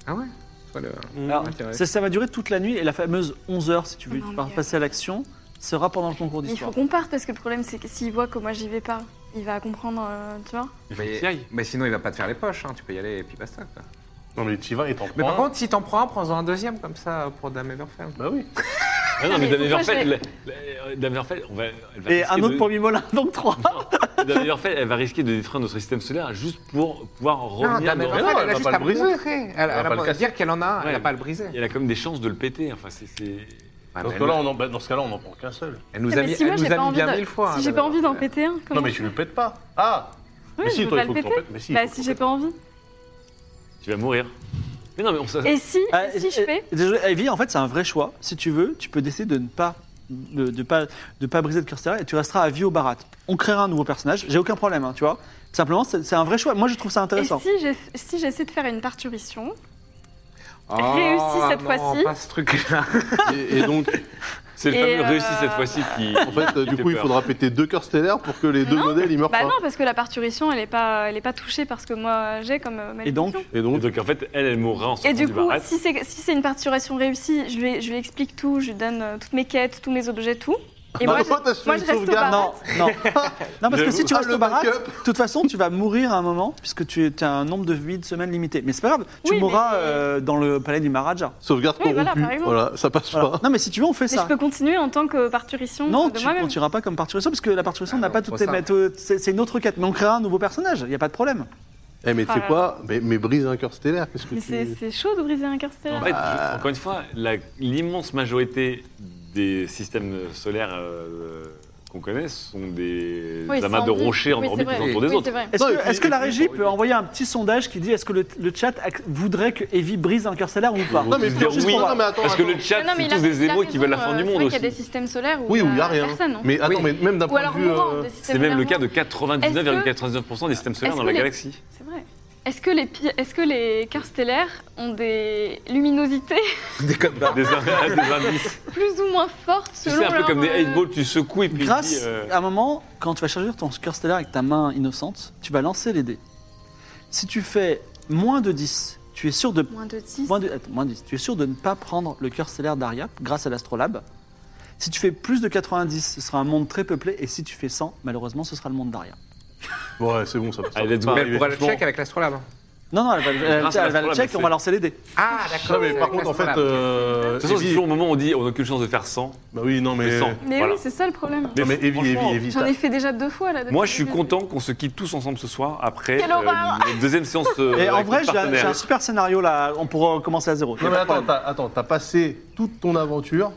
[SPEAKER 4] Ah ouais Toi, le-
[SPEAKER 1] Alors,
[SPEAKER 4] ouais.
[SPEAKER 1] ça, ça va durer toute la nuit et la fameuse 11h, si tu veux
[SPEAKER 3] Oh non,
[SPEAKER 1] par-
[SPEAKER 3] mais-
[SPEAKER 1] passer à l'action, sera pendant le concours
[SPEAKER 3] Mais Il faut
[SPEAKER 1] d'histoire.
[SPEAKER 3] qu'on parte parce que le problème c'est que s'il voit que moi j'y vais pas, il va comprendre, euh, tu vois.
[SPEAKER 5] Il faut que
[SPEAKER 4] Mais,
[SPEAKER 5] tu y ailles.
[SPEAKER 4] mais sinon, il va pas te faire les poches. hein. Tu peux y aller et puis basta. Quoi.
[SPEAKER 2] Non, mais t'y vas et t'en prends.
[SPEAKER 4] Mais par
[SPEAKER 2] un.
[SPEAKER 4] contre, si t'en prends un, prends-en un deuxième comme ça pour Dame Everfell.
[SPEAKER 2] Bah oui.
[SPEAKER 5] Ah non, mais
[SPEAKER 3] Mais
[SPEAKER 5] Dame
[SPEAKER 3] pourquoi
[SPEAKER 5] Everfell,
[SPEAKER 3] je
[SPEAKER 5] la- la- Dame Everfell, on va. elle va
[SPEAKER 1] Et
[SPEAKER 5] risquer
[SPEAKER 1] un autre
[SPEAKER 5] de-
[SPEAKER 1] pour Mimolin, donc 3.
[SPEAKER 5] Dame Everfell, elle va risquer de détruire notre système solaire juste pour pouvoir
[SPEAKER 4] Non,
[SPEAKER 5] revenir
[SPEAKER 4] Dame
[SPEAKER 5] dans-
[SPEAKER 4] Everfell,
[SPEAKER 2] non,
[SPEAKER 4] elle
[SPEAKER 2] elle
[SPEAKER 4] a
[SPEAKER 2] va
[SPEAKER 4] juste
[SPEAKER 2] pas
[SPEAKER 4] à
[SPEAKER 2] le briser.
[SPEAKER 4] montrer. Elle, elle
[SPEAKER 2] va
[SPEAKER 4] a
[SPEAKER 2] pas le
[SPEAKER 4] pas à
[SPEAKER 2] casser.
[SPEAKER 4] dire qu'elle en a un. Elle
[SPEAKER 5] Ouais,
[SPEAKER 4] a pas à le
[SPEAKER 5] Et
[SPEAKER 4] briser.
[SPEAKER 5] elle a quand même des chances de le péter. Enfin, c'est. c'est-
[SPEAKER 2] Dans ce cas-là, on en- bah, dans ce cas-là, on en prend qu'un seul.
[SPEAKER 4] Elle nous
[SPEAKER 3] Ah,
[SPEAKER 4] a
[SPEAKER 3] mais
[SPEAKER 4] mis,
[SPEAKER 3] si moi
[SPEAKER 4] elle
[SPEAKER 3] j'ai
[SPEAKER 4] nous
[SPEAKER 3] pas
[SPEAKER 4] a mis
[SPEAKER 3] envie
[SPEAKER 4] bien
[SPEAKER 3] de-
[SPEAKER 4] mille fois. hein,
[SPEAKER 3] si j'ai
[SPEAKER 4] Dame
[SPEAKER 3] pas envie d'en
[SPEAKER 4] Everfell.
[SPEAKER 3] péter un, comment
[SPEAKER 2] Non, mais tu le pètes pas. Ah
[SPEAKER 3] Oui,
[SPEAKER 2] Mais
[SPEAKER 3] je
[SPEAKER 2] si,
[SPEAKER 3] veux
[SPEAKER 2] toi,
[SPEAKER 3] pas
[SPEAKER 2] il faut
[SPEAKER 3] le
[SPEAKER 2] que t'en
[SPEAKER 3] péter.
[SPEAKER 2] pètes. Mais si, il
[SPEAKER 3] Bah
[SPEAKER 2] faut
[SPEAKER 3] si
[SPEAKER 2] que
[SPEAKER 3] j'ai
[SPEAKER 2] t'en
[SPEAKER 3] pas envie.
[SPEAKER 5] Tu vas mourir. Mais non, mais on s'en-
[SPEAKER 3] Et si, et si je
[SPEAKER 1] Euh,
[SPEAKER 3] fais
[SPEAKER 1] euh, désolé, Evie, en fait, c'est un vrai choix. Si tu veux, tu peux décider de ne pas, de, de pas, de pas briser de cœur stellaire et tu resteras à vie au barat. On créera un nouveau personnage, j'ai aucun problème, hein, tu vois. Simplement, c'est c'est un vrai choix. Moi, je trouve ça
[SPEAKER 3] Et
[SPEAKER 1] intéressant.
[SPEAKER 3] si j'ai- si j'essaie de faire une parturition
[SPEAKER 4] Oh,
[SPEAKER 3] Réussi cette
[SPEAKER 4] non,
[SPEAKER 3] fois-ci.
[SPEAKER 4] pas ce truc-là.
[SPEAKER 2] pètes. Et, et donc,
[SPEAKER 5] c'est le
[SPEAKER 3] Et
[SPEAKER 5] fameux
[SPEAKER 3] euh,
[SPEAKER 5] réussi cette fois-ci qui.
[SPEAKER 2] en fait, euh,
[SPEAKER 5] qui
[SPEAKER 2] du
[SPEAKER 5] fait
[SPEAKER 2] coup, il
[SPEAKER 5] peur.
[SPEAKER 2] faudra péter deux cœurs stellaires pour que les deux
[SPEAKER 3] Non.
[SPEAKER 2] modèles ils meurent
[SPEAKER 3] Bah
[SPEAKER 2] pas.
[SPEAKER 3] non, parce que la parturition, elle est pas, elle est pas touchée parce que moi j'ai comme euh,
[SPEAKER 1] Et
[SPEAKER 3] malédiction.
[SPEAKER 1] donc,
[SPEAKER 2] Et
[SPEAKER 5] Donc,
[SPEAKER 2] donc,
[SPEAKER 5] donc, en fait, elle, elle mourra en sortant
[SPEAKER 3] Et du
[SPEAKER 5] du
[SPEAKER 3] coup,
[SPEAKER 5] barat.
[SPEAKER 3] si c'est si c'est une parturition réussie, je lui, je lui explique tout, je lui donne euh, toutes mes quêtes, tous mes objets, tout. Et
[SPEAKER 2] Non,
[SPEAKER 3] moi,
[SPEAKER 2] toi,
[SPEAKER 3] je-
[SPEAKER 2] t'as fait
[SPEAKER 3] moi,
[SPEAKER 2] une
[SPEAKER 3] je reste au
[SPEAKER 2] sauvegarde.
[SPEAKER 3] barat.
[SPEAKER 1] non, non. non, parce que si tu
[SPEAKER 2] Ah,
[SPEAKER 1] restes
[SPEAKER 2] le
[SPEAKER 1] au barat,
[SPEAKER 2] backup.
[SPEAKER 1] de toute façon, tu vas mourir à un moment puisque tu es- as un nombre de vies de semaines limité. Mais c'est pas grave, tu
[SPEAKER 3] Oui,
[SPEAKER 1] mourras
[SPEAKER 3] mais-
[SPEAKER 1] euh, dans le palais du Maharaja.
[SPEAKER 2] sauvegarde
[SPEAKER 3] Oui,
[SPEAKER 2] corrompue.
[SPEAKER 3] voilà,
[SPEAKER 2] Voilà,
[SPEAKER 3] par exemple.
[SPEAKER 2] ça passe
[SPEAKER 4] Oh.
[SPEAKER 1] Voilà.
[SPEAKER 2] pas.
[SPEAKER 1] Non, mais si tu veux, on fait
[SPEAKER 3] Mais
[SPEAKER 1] ça.
[SPEAKER 3] je peux continuer en tant que parturition
[SPEAKER 1] Non,
[SPEAKER 3] de
[SPEAKER 1] tu
[SPEAKER 3] moi-même.
[SPEAKER 1] continueras pas comme parturition parce que la parturition
[SPEAKER 4] Ah
[SPEAKER 1] n'a
[SPEAKER 4] non,
[SPEAKER 1] pas toutes
[SPEAKER 4] faut
[SPEAKER 1] tes
[SPEAKER 4] ça.
[SPEAKER 1] méthodes. C'est c'est une autre quête, mais on créera un nouveau personnage. Il n'y a pas de problème.
[SPEAKER 2] Eh, mais tu sais
[SPEAKER 3] Ah.
[SPEAKER 2] quoi mais, mais brise un cœur stellaire, qu'est-ce que
[SPEAKER 3] Mais c'est
[SPEAKER 2] tu.
[SPEAKER 3] c'est chaud de briser un cœur
[SPEAKER 5] En
[SPEAKER 3] stellaire.
[SPEAKER 5] fait,
[SPEAKER 2] Ah.
[SPEAKER 5] je- encore une fois, la- l'immense majorité des systèmes solaires euh, qu'on connaît sont des
[SPEAKER 3] Oui,
[SPEAKER 5] amas
[SPEAKER 3] c'est
[SPEAKER 5] de
[SPEAKER 3] en-
[SPEAKER 5] rochers en
[SPEAKER 3] oui, c'est
[SPEAKER 5] orbite
[SPEAKER 3] vrai.
[SPEAKER 5] les uns autour des
[SPEAKER 3] Oui, c'est
[SPEAKER 5] autres.
[SPEAKER 3] vrai.
[SPEAKER 1] Est-ce
[SPEAKER 2] Non,
[SPEAKER 1] que,
[SPEAKER 2] et puis-
[SPEAKER 1] est-ce que la
[SPEAKER 2] et puis-
[SPEAKER 1] régie peut envoyer un petit sondage qui dit est-ce que le, le chat ac- voudrait que Evie brise un cœur stellaire ou pas
[SPEAKER 2] Non, mais
[SPEAKER 5] Juste
[SPEAKER 2] bien
[SPEAKER 5] dire
[SPEAKER 2] oui.
[SPEAKER 5] oui,
[SPEAKER 2] Non, mais attends,
[SPEAKER 5] parce que le
[SPEAKER 2] attends.
[SPEAKER 5] chat,
[SPEAKER 3] Mais non, mais
[SPEAKER 5] c'est
[SPEAKER 3] il a-
[SPEAKER 5] tous des
[SPEAKER 3] il a
[SPEAKER 5] émous
[SPEAKER 3] raison,
[SPEAKER 5] qui veulent la
[SPEAKER 3] euh,
[SPEAKER 5] fin
[SPEAKER 3] c'est vrai
[SPEAKER 5] du monde
[SPEAKER 3] qu'il y a
[SPEAKER 5] aussi.
[SPEAKER 3] des systèmes solaires où
[SPEAKER 2] Oui,
[SPEAKER 3] il
[SPEAKER 2] ou
[SPEAKER 3] y
[SPEAKER 2] il a rien.
[SPEAKER 3] personne. non
[SPEAKER 2] Mais attends,
[SPEAKER 4] Oui.
[SPEAKER 2] mais même d'un
[SPEAKER 3] Ou
[SPEAKER 2] point
[SPEAKER 3] alors
[SPEAKER 2] de vue.
[SPEAKER 3] mourant,
[SPEAKER 2] euh,
[SPEAKER 3] des systèmes
[SPEAKER 5] C'est même le
[SPEAKER 3] mourants.
[SPEAKER 5] cas de 99,99% des systèmes solaires
[SPEAKER 3] est-ce
[SPEAKER 5] dans
[SPEAKER 3] que
[SPEAKER 5] la
[SPEAKER 3] les-
[SPEAKER 5] galaxie.
[SPEAKER 3] C'est vrai. Est-ce que les pi- est-ce que les cœurs stellaires ont des luminosités
[SPEAKER 4] Des codes barres.
[SPEAKER 5] Des in- des indices.
[SPEAKER 3] plus ou moins fortes
[SPEAKER 5] Tu
[SPEAKER 3] selon
[SPEAKER 5] sais, un peu
[SPEAKER 3] leur,
[SPEAKER 5] comme des
[SPEAKER 3] euh,
[SPEAKER 5] 8 balls, tu secoues et puis. tu dis,
[SPEAKER 1] Grâce
[SPEAKER 5] euh,
[SPEAKER 1] à un moment, quand tu vas charger ton cœur stellaire avec ta main innocente, tu vas lancer les dés. Si tu fais moins de 10, tu es sûr de
[SPEAKER 3] Moins de 10.
[SPEAKER 1] Moins de- attends, moins 10. Tu es sûr de ne pas prendre le cœur stellaire d'Aria grâce à l'astrolabe. Si tu fais plus de 90, ce sera un monde très peuplé. Et si tu fais 100, malheureusement, ce sera le monde d'Aria.
[SPEAKER 2] Ouais, c'est bon, ça passe.
[SPEAKER 5] Allez, let's go.
[SPEAKER 4] Mais elle pourra le
[SPEAKER 2] Franchement.
[SPEAKER 4] check avec l'astrolabe.
[SPEAKER 1] Non, non, elle va, elle- elle-
[SPEAKER 5] Grâce à
[SPEAKER 1] elle va le
[SPEAKER 5] l'astrolabe,
[SPEAKER 1] check et on va
[SPEAKER 5] c'est-
[SPEAKER 1] lancer les dés.
[SPEAKER 4] Ah, d'accord.
[SPEAKER 2] Non, mais
[SPEAKER 4] c'est
[SPEAKER 2] par
[SPEAKER 4] avec
[SPEAKER 2] contre, en fait.
[SPEAKER 4] l'astrolabe.
[SPEAKER 2] euh,
[SPEAKER 5] De toute façon, c'est
[SPEAKER 2] Evie-
[SPEAKER 5] toujours au moment où on dit on n'a aucune chance de faire 100.
[SPEAKER 2] Bah oui, non, mais.
[SPEAKER 5] Mais sans.
[SPEAKER 3] Mais
[SPEAKER 5] Voilà.
[SPEAKER 3] oui, c'est ça le problème.
[SPEAKER 2] Non, mais Evie,
[SPEAKER 5] Franchement,
[SPEAKER 2] Evie, Evie.
[SPEAKER 3] J'en ai fait déjà deux fois là. depuis
[SPEAKER 5] Moi,
[SPEAKER 3] le
[SPEAKER 5] je suis
[SPEAKER 3] début.
[SPEAKER 5] content qu'on se quitte tous ensemble ce soir après
[SPEAKER 3] Quelle horreur
[SPEAKER 5] la deuxième séance. euh,
[SPEAKER 1] Et en
[SPEAKER 5] avec
[SPEAKER 1] vrai,
[SPEAKER 5] nos
[SPEAKER 1] j'ai un,
[SPEAKER 5] partenaires.
[SPEAKER 1] j'ai un super scénario là. On pourra commencer à zéro.
[SPEAKER 2] Non, mais attends, t'as, attends, t'as passé toute ton aventure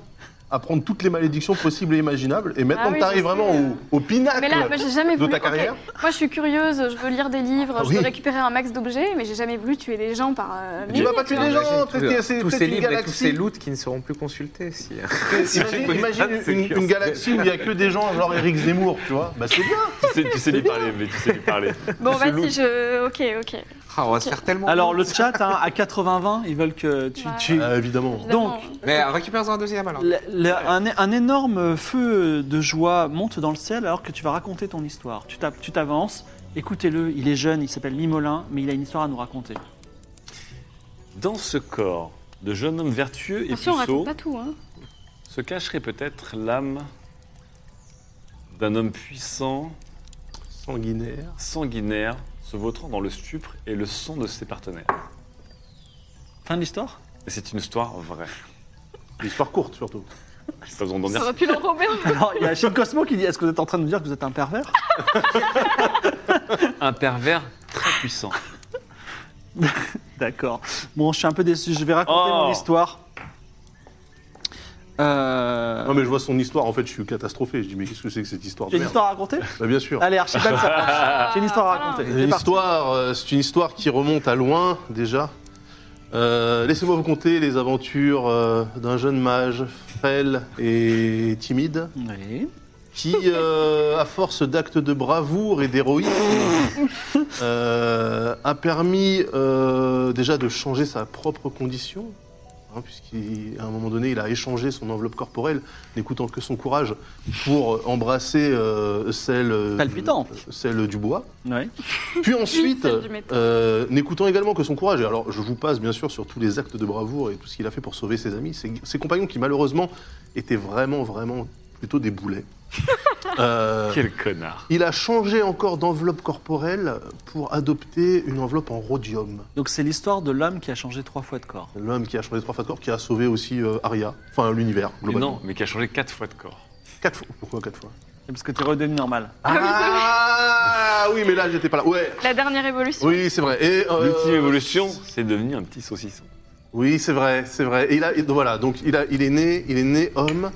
[SPEAKER 2] à prendre toutes les malédictions possibles et imaginables, et maintenant
[SPEAKER 3] Ah
[SPEAKER 2] que
[SPEAKER 3] oui,
[SPEAKER 2] t'arrives
[SPEAKER 3] je
[SPEAKER 2] vraiment
[SPEAKER 3] sais.
[SPEAKER 2] au, au pinacle
[SPEAKER 3] Mais là, moi, j'ai jamais
[SPEAKER 2] de
[SPEAKER 3] voulu.
[SPEAKER 2] ta
[SPEAKER 3] ok,
[SPEAKER 2] carrière.
[SPEAKER 3] Moi, je suis curieuse, je veux lire des livres,
[SPEAKER 2] Ah
[SPEAKER 3] je
[SPEAKER 2] oui.
[SPEAKER 3] veux récupérer un max d'objets, mais j'ai jamais voulu tuer des gens par. euh,
[SPEAKER 2] Tu
[SPEAKER 3] mille.
[SPEAKER 2] vas pas tuer des gens,
[SPEAKER 4] Imagine
[SPEAKER 2] peut-être c'est
[SPEAKER 4] tous
[SPEAKER 2] peut-être
[SPEAKER 4] ces
[SPEAKER 2] une
[SPEAKER 4] livres et tous
[SPEAKER 2] galaxie.
[SPEAKER 4] ces loots qui ne seront plus consultés. Si...
[SPEAKER 2] Imagine, imagine
[SPEAKER 4] C'est
[SPEAKER 2] une,
[SPEAKER 4] curieux.
[SPEAKER 2] une galaxie où il y a que des gens genre Eric Zemmour, tu vois. Bah c'est bien.
[SPEAKER 5] Tu sais, tu sais lui parler, mais tu sais lui parler.
[SPEAKER 3] Bon,
[SPEAKER 5] Ce loup.
[SPEAKER 3] vas-y, je. Ok, ok.
[SPEAKER 4] Ah, on va se faire tellement.
[SPEAKER 1] Alors, le chat, hein, à 80-20, ils veulent que tu.
[SPEAKER 3] Ouais.
[SPEAKER 1] tu-
[SPEAKER 2] Ah, évidemment.
[SPEAKER 3] Évidemment.
[SPEAKER 4] Mais récupère-en un deuxième alors.
[SPEAKER 1] Le- le- un, un énorme feu de joie monte dans le ciel alors que tu vas raconter ton histoire. Tu t'av- tu t'avances, écoutez-le, il est jeune, il s'appelle Mimolin, mais il a une histoire à nous raconter.
[SPEAKER 5] Dans ce corps de jeune homme vertueux et
[SPEAKER 3] Attention, on
[SPEAKER 5] puceau
[SPEAKER 3] raconte pas tout. Hein.
[SPEAKER 5] se cacherait peut-être l'âme d'un homme puissant,
[SPEAKER 2] Sanguinaire.
[SPEAKER 5] sanguinaire, se vautrant dans le stupre et le sang de ses partenaires.
[SPEAKER 1] Fin de l'histoire
[SPEAKER 5] Et c'est une histoire vraie.
[SPEAKER 2] Histoire courte surtout.
[SPEAKER 5] J'ai pas besoin d'en
[SPEAKER 3] Ça
[SPEAKER 5] dire.
[SPEAKER 3] aurait pu l'enrober.
[SPEAKER 1] Alors, il y a Shin Cosmo qui dit Est-ce que vous êtes en train de nous dire que vous êtes un pervers
[SPEAKER 5] Un pervers très puissant.
[SPEAKER 1] D'accord. Bon, je suis un peu déçu, je vais raconter
[SPEAKER 5] Oh.
[SPEAKER 1] mon histoire. Euh,
[SPEAKER 2] Non, mais je vois son histoire, en fait, je suis catastrophé. Je dis, mais qu'est-ce que c'est que cette histoire de
[SPEAKER 1] J'ai une
[SPEAKER 2] merde
[SPEAKER 1] histoire à raconter
[SPEAKER 2] Bah, Bien sûr.
[SPEAKER 1] Allez, Archibald, ça marche. J'ai une histoire à raconter. C'est
[SPEAKER 2] Une
[SPEAKER 1] parti.
[SPEAKER 2] histoire, euh, c'est une histoire qui remonte à loin déjà. Euh, Laissez-moi vous conter les aventures euh, d'un jeune mage frêle et timide
[SPEAKER 1] Oui.
[SPEAKER 2] qui, euh, à force d'actes de bravoure et d'héroïsme, euh, a permis euh, déjà de changer sa propre condition, hein, puisqu'à un moment donné, il a échangé son enveloppe corporelle, n'écoutant que son courage, pour embrasser euh, celle, euh,
[SPEAKER 1] Palpitante.
[SPEAKER 2] celle du bois.
[SPEAKER 1] Oui.
[SPEAKER 2] Puis ensuite,
[SPEAKER 3] celle du métal.
[SPEAKER 2] euh, n'écoutant également que son courage, et alors je vous passe bien sûr sur tous les actes de bravoure et tout ce qu'il a fait pour sauver ses amis, ses, ses compagnons qui malheureusement étaient vraiment, vraiment plutôt des boulets. Euh,
[SPEAKER 5] Quel connard.
[SPEAKER 2] il a changé encore d'enveloppe corporelle pour adopter une enveloppe en rhodium.
[SPEAKER 1] Donc c'est l'histoire de l'homme qui a changé trois fois de corps.
[SPEAKER 2] L'homme qui a changé trois fois de corps, qui a sauvé aussi euh, Arya, enfin l'univers,
[SPEAKER 5] Mais
[SPEAKER 2] globalement.
[SPEAKER 5] non, mais qui a changé quatre fois de corps.
[SPEAKER 2] Quatre fois. Pourquoi quatre fois
[SPEAKER 1] C'est parce que t'es redevenu normal.
[SPEAKER 2] Ah oui, mais là j'étais pas là. Ouais,
[SPEAKER 3] La dernière évolution.
[SPEAKER 2] oui, c'est vrai. Et, euh,
[SPEAKER 5] L'ultime évolution, c'est devenu un petit saucisson.
[SPEAKER 2] Oui, c'est vrai, c'est vrai. Et il a, et voilà, donc il, a, il, est né, il est né homme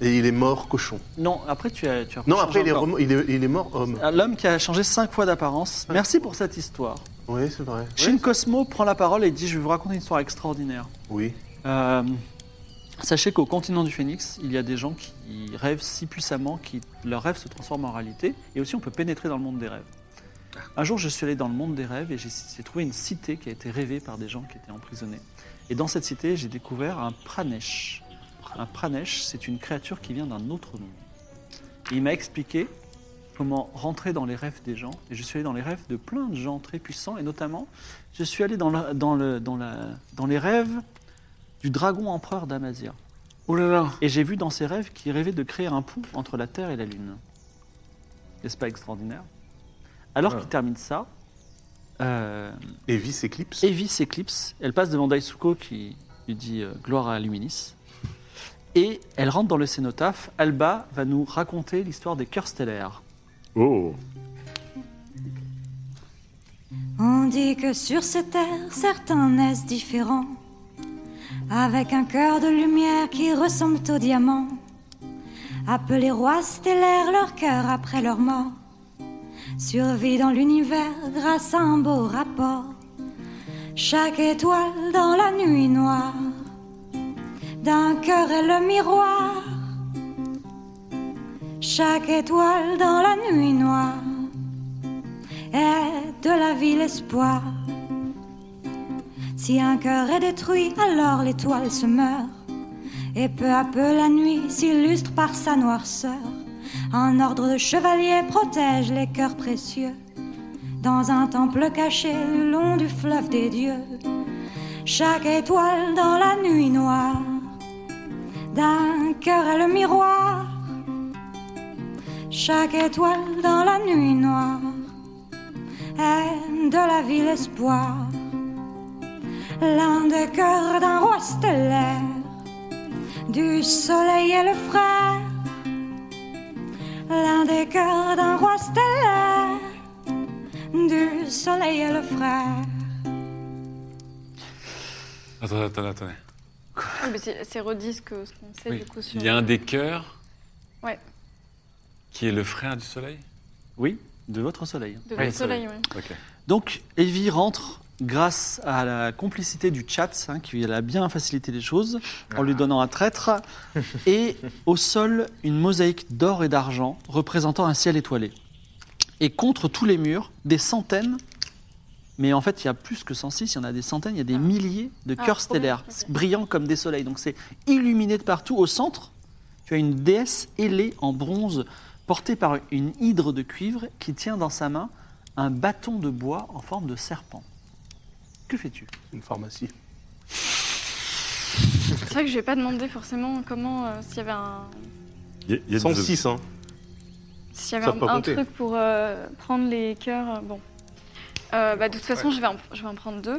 [SPEAKER 2] et il est mort cochon.
[SPEAKER 1] Non, après tu as. Tu as
[SPEAKER 2] Non,
[SPEAKER 1] changé
[SPEAKER 2] après il est,
[SPEAKER 1] encore.
[SPEAKER 2] remo- il est, il est mort homme.
[SPEAKER 1] Ah, L'homme qui a changé cinq fois d'apparence. Merci pour cette histoire.
[SPEAKER 2] Oui, c'est vrai.
[SPEAKER 1] Shin Cosmo prend la parole et dit Je vais vous raconter une histoire extraordinaire.
[SPEAKER 2] Oui.
[SPEAKER 1] Euh, sachez qu'au continent du Phénix, il y a des gens qui rêvent si puissamment que leurs rêves se transforment en réalité. Et aussi, on peut pénétrer dans le monde des rêves. Un jour, je suis allé dans le monde des rêves et j'ai j'ai trouvé une cité qui a été rêvée par des gens qui étaient emprisonnés. Et dans cette cité, j'ai découvert un pranesh. Un pranesh, c'est une créature qui vient d'un autre monde. Et il m'a expliqué comment rentrer dans les rêves des gens. Et je suis allé dans les rêves de plein de gens très puissants. Et notamment, je suis allé dans, la- dans, le, dans, la- dans les rêves du dragon empereur d'Amazir.
[SPEAKER 5] Oh là là.
[SPEAKER 1] Et j'ai vu dans ses rêves qu'il rêvait de créer un pont entre la Terre et la Lune. N'est-ce pas extraordinaire Alors qu'il termine ça, euh,
[SPEAKER 2] Et vice éclipse.
[SPEAKER 1] Evis s'éclipse, elle passe devant Daisuko qui lui dit euh, gloire à Luminis. Et elle rentre dans le cénotaphe. Alba va nous raconter l'histoire des cœurs stellaires.
[SPEAKER 5] Oh.
[SPEAKER 6] On dit que sur cette terre, certains naissent différents, avec un cœur de lumière qui ressemble au diamant. Appelés rois stellaires, leur cœur après leur mort survit dans l'univers grâce à un beau rapport. Chaque étoile dans la nuit noire d'un cœur est le miroir. Chaque étoile dans la nuit noire est de la vie l'espoir. Si un cœur est détruit, alors l'étoile se meurt. Et peu à peu la nuit s'illustre par sa noirceur. Un ordre de chevaliers protège les cœurs précieux. Dans un temple caché le long du fleuve des dieux. Chaque étoile dans la nuit noire. D'un cœur est le miroir. Chaque étoile dans la nuit noire haine de la ville espoir. L'un des cœurs d'un roi stellaire, du soleil est le frère. L'un des cœurs d'un roi stellaire, du soleil est le frère.
[SPEAKER 5] Attendez, attendez, attendez.
[SPEAKER 3] Oui, mais c'est c'est redit ce que- ce qu'on sait
[SPEAKER 5] Oui.
[SPEAKER 3] du coup sur.
[SPEAKER 5] Il y a un des cœurs
[SPEAKER 3] Ouais,
[SPEAKER 5] qui est le frère du soleil
[SPEAKER 1] Oui, de votre soleil.
[SPEAKER 3] de
[SPEAKER 5] Oui,
[SPEAKER 3] le
[SPEAKER 5] c'est vrai.
[SPEAKER 3] soleil, oui.
[SPEAKER 5] Ok.
[SPEAKER 1] Donc, Evie rentre grâce à la complicité du chat, hein, qui elle a bien facilité les choses en
[SPEAKER 5] Ah.
[SPEAKER 1] lui donnant un traître, et au sol, une mosaïque d'or et d'argent représentant un ciel étoilé. Et contre tous les murs, des centaines, mais en fait, il y a plus que 106, il y en a des centaines, il y a des milliers de
[SPEAKER 3] Ah,
[SPEAKER 1] cœurs
[SPEAKER 3] trop bien,
[SPEAKER 1] stellaires, brillants comme des soleils. Donc, c'est illuminé de partout. Au centre, tu as une déesse ailée en bronze portée par une hydre de cuivre qui tient dans sa main un bâton de bois en forme de serpent. Que fais-tu
[SPEAKER 2] Une pharmacie.
[SPEAKER 3] C'est vrai que je vais pas demandé forcément comment euh, s'il y avait un
[SPEAKER 5] Il y a, il y a des-
[SPEAKER 2] 106, hein.
[SPEAKER 3] s'il y
[SPEAKER 2] Ils
[SPEAKER 3] avait
[SPEAKER 2] savent
[SPEAKER 3] un,
[SPEAKER 2] pas
[SPEAKER 3] un
[SPEAKER 2] compter.
[SPEAKER 3] truc pour euh, prendre les cœurs. euh, Bon, Euh, bah, de toute façon, je vais en, je vais en prendre deux.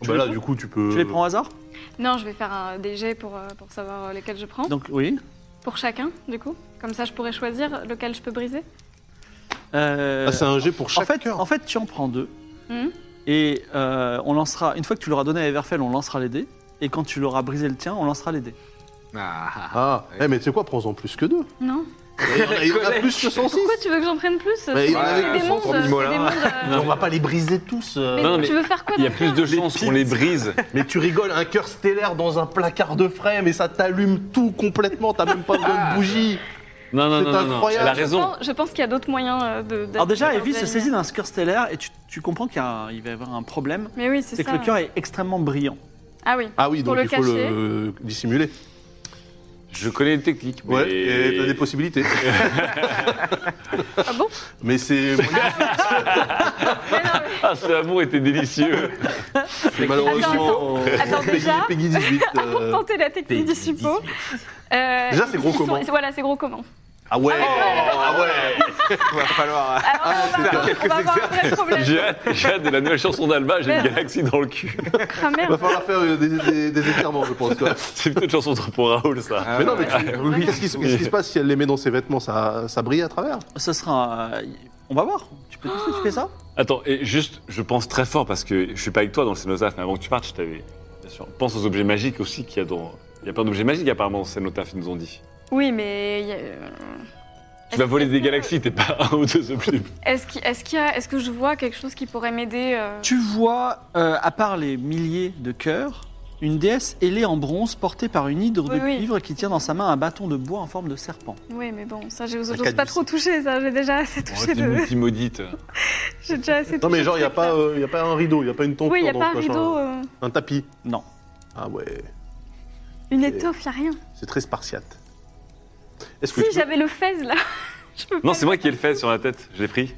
[SPEAKER 1] Tu
[SPEAKER 2] Bah
[SPEAKER 1] les
[SPEAKER 2] là,
[SPEAKER 1] prends
[SPEAKER 2] du coup, tu peux.
[SPEAKER 1] Tu les prends au hasard
[SPEAKER 3] Non, je vais faire un DG pour euh, pour savoir euh, lesquels je prends.
[SPEAKER 1] Donc oui.
[SPEAKER 3] Pour chacun, du coup. Comme ça, je pourrais choisir lequel je peux briser.
[SPEAKER 1] Euh,
[SPEAKER 2] Ah, c'est un jet pour
[SPEAKER 1] en,
[SPEAKER 2] chaque
[SPEAKER 1] fait,
[SPEAKER 2] cœur.
[SPEAKER 1] en fait, tu en prends deux.
[SPEAKER 3] Mhm.
[SPEAKER 1] Et euh, on lancera, une fois que tu l'auras donné à Everfell, on lancera les dés. Et quand tu l'auras brisé le tien, on lancera les dés.
[SPEAKER 4] Ah,
[SPEAKER 2] Ah, eh, mais tu sais quoi, prends-en plus que deux.
[SPEAKER 3] Non.
[SPEAKER 2] Il y en a- il y en a
[SPEAKER 4] Colette.
[SPEAKER 2] plus que 106.
[SPEAKER 3] Pourquoi tu veux que j'en prenne plus C'est
[SPEAKER 2] Mais Bah, il y en
[SPEAKER 3] c'est
[SPEAKER 2] avait
[SPEAKER 3] des
[SPEAKER 4] son
[SPEAKER 3] mondes.
[SPEAKER 4] premier
[SPEAKER 3] c'est des
[SPEAKER 4] mot, là.
[SPEAKER 3] mondes,
[SPEAKER 2] Mais
[SPEAKER 3] euh,
[SPEAKER 2] on va pas les briser tous. euh,
[SPEAKER 3] Mais
[SPEAKER 5] Non, mais
[SPEAKER 3] tu veux faire quoi
[SPEAKER 5] Il y a
[SPEAKER 3] dans le
[SPEAKER 5] plus de
[SPEAKER 3] cœur
[SPEAKER 5] chances qu'on les brise.
[SPEAKER 2] Mais tu rigoles, un cœur stellaire dans un placard de frais, mais ça t'allume tout complètement, t'as même pas besoin de bougie.
[SPEAKER 5] Non, non,
[SPEAKER 2] C'est
[SPEAKER 5] non, non, non,
[SPEAKER 2] incroyable.
[SPEAKER 5] elle a
[SPEAKER 2] Je
[SPEAKER 3] Je
[SPEAKER 5] raison.
[SPEAKER 3] pense- Je pense qu'il y a d'autres moyens euh, de.
[SPEAKER 1] Alors Ah, déjà,
[SPEAKER 3] d'attirer
[SPEAKER 1] Evie
[SPEAKER 3] leurs
[SPEAKER 1] se
[SPEAKER 3] ennemis.
[SPEAKER 1] saisit d'un cœur stellaire et tu, tu comprends qu'il y a un- il va y avoir un problème.
[SPEAKER 3] Mais oui, c'est
[SPEAKER 1] C'est que
[SPEAKER 3] ça.
[SPEAKER 1] le cœur est extrêmement brillant.
[SPEAKER 3] Ah oui.
[SPEAKER 2] Ah oui,
[SPEAKER 3] Pour
[SPEAKER 2] donc
[SPEAKER 3] le
[SPEAKER 2] il faut
[SPEAKER 3] cacher.
[SPEAKER 2] le dissimuler.
[SPEAKER 5] Je connais les techniques. Mais...
[SPEAKER 2] Ouais, et t'as des possibilités.
[SPEAKER 3] Ah bon Ah,
[SPEAKER 2] mais c'est
[SPEAKER 3] Mais non, mais-
[SPEAKER 5] Ah, ce amour était délicieux.
[SPEAKER 2] mais malheureusement.
[SPEAKER 3] Attends,
[SPEAKER 2] Peggy-
[SPEAKER 3] déjà,
[SPEAKER 2] Peggy 18. euh,
[SPEAKER 3] Pour tenter la technique du suppôt. euh,
[SPEAKER 2] Déjà, c'est gros
[SPEAKER 3] ils sont-
[SPEAKER 2] comment
[SPEAKER 3] Voilà, c'est gros comment.
[SPEAKER 2] Ah ouais
[SPEAKER 4] Ah ouais Va falloir.
[SPEAKER 2] Ah,
[SPEAKER 3] Alors, on, va, on va avoir un vrai
[SPEAKER 5] J'ai
[SPEAKER 3] problème.
[SPEAKER 5] hâte, j'ai hâte de la nouvelle chanson d'Alba, j'ai une galaxie dans le cul.
[SPEAKER 3] Kramer.
[SPEAKER 2] Va falloir faire euh, des, des, des étirements, je pense. quoi.
[SPEAKER 5] C'est plutôt une chanson pour Raoul, ça.
[SPEAKER 2] Mais non, mais
[SPEAKER 3] Ah, oui.
[SPEAKER 2] qu'est-ce qui, se- qu'est-ce qui se passe si elle les met dans ses vêtements ça, ça brille à travers
[SPEAKER 1] Ce sera. un- on va voir. Tu, peux, tu fais ça
[SPEAKER 5] Attends, et juste, je pense très fort parce que je suis pas avec toi dans le scénotaphe, mais avant que tu partes, je t'avais. Bien sûr. Pense aux objets magiques aussi qu'il y a dans. Il y a plein d'objets magiques apparemment dans le scénotaphe, ils nous ont dit.
[SPEAKER 3] Oui, mais. il y a, euh,
[SPEAKER 5] Tu vas voler des
[SPEAKER 3] est-ce que-
[SPEAKER 5] galaxies, t'es pas un ou deux objets.
[SPEAKER 3] Est-ce qu'il est-ce qu'il y a- est-ce que je vois quelque chose qui pourrait m'aider euh,
[SPEAKER 1] Tu vois, euh, à part les milliers de cœurs, une déesse ailée en bronze portée par une hydre de
[SPEAKER 3] Oui, oui.
[SPEAKER 1] cuivre qui tient dans sa main un bâton de bois en forme de serpent.
[SPEAKER 3] Oui, mais bon, ça, j'ai-
[SPEAKER 2] caduce.
[SPEAKER 3] j'ose pas trop toucher, ça. J'ai déjà assez touché
[SPEAKER 5] Des
[SPEAKER 3] de.
[SPEAKER 5] multimaudites.
[SPEAKER 3] J'ai déjà assez
[SPEAKER 2] Non,
[SPEAKER 3] touché
[SPEAKER 2] mais
[SPEAKER 3] de
[SPEAKER 2] genre, il n'y a,
[SPEAKER 3] trucs,
[SPEAKER 2] pas,
[SPEAKER 3] là.
[SPEAKER 2] euh, y a pas un rideau, il n'y a pas une tenture
[SPEAKER 3] Oui, il n'y a
[SPEAKER 2] dans
[SPEAKER 3] pas un
[SPEAKER 2] ce machin. hein.
[SPEAKER 3] rideau, euh,
[SPEAKER 2] Un tapis.
[SPEAKER 1] Non.
[SPEAKER 2] Ah ouais,
[SPEAKER 3] une étoffe, il a rien.
[SPEAKER 2] c'est très spartiate. Est-ce que
[SPEAKER 3] Si,
[SPEAKER 2] tu peux-
[SPEAKER 3] j'avais le fez, là. Je peux
[SPEAKER 5] Non,
[SPEAKER 3] pas
[SPEAKER 5] c'est
[SPEAKER 3] le-
[SPEAKER 5] moi qui ai le fait sur la tête, je l'ai pris.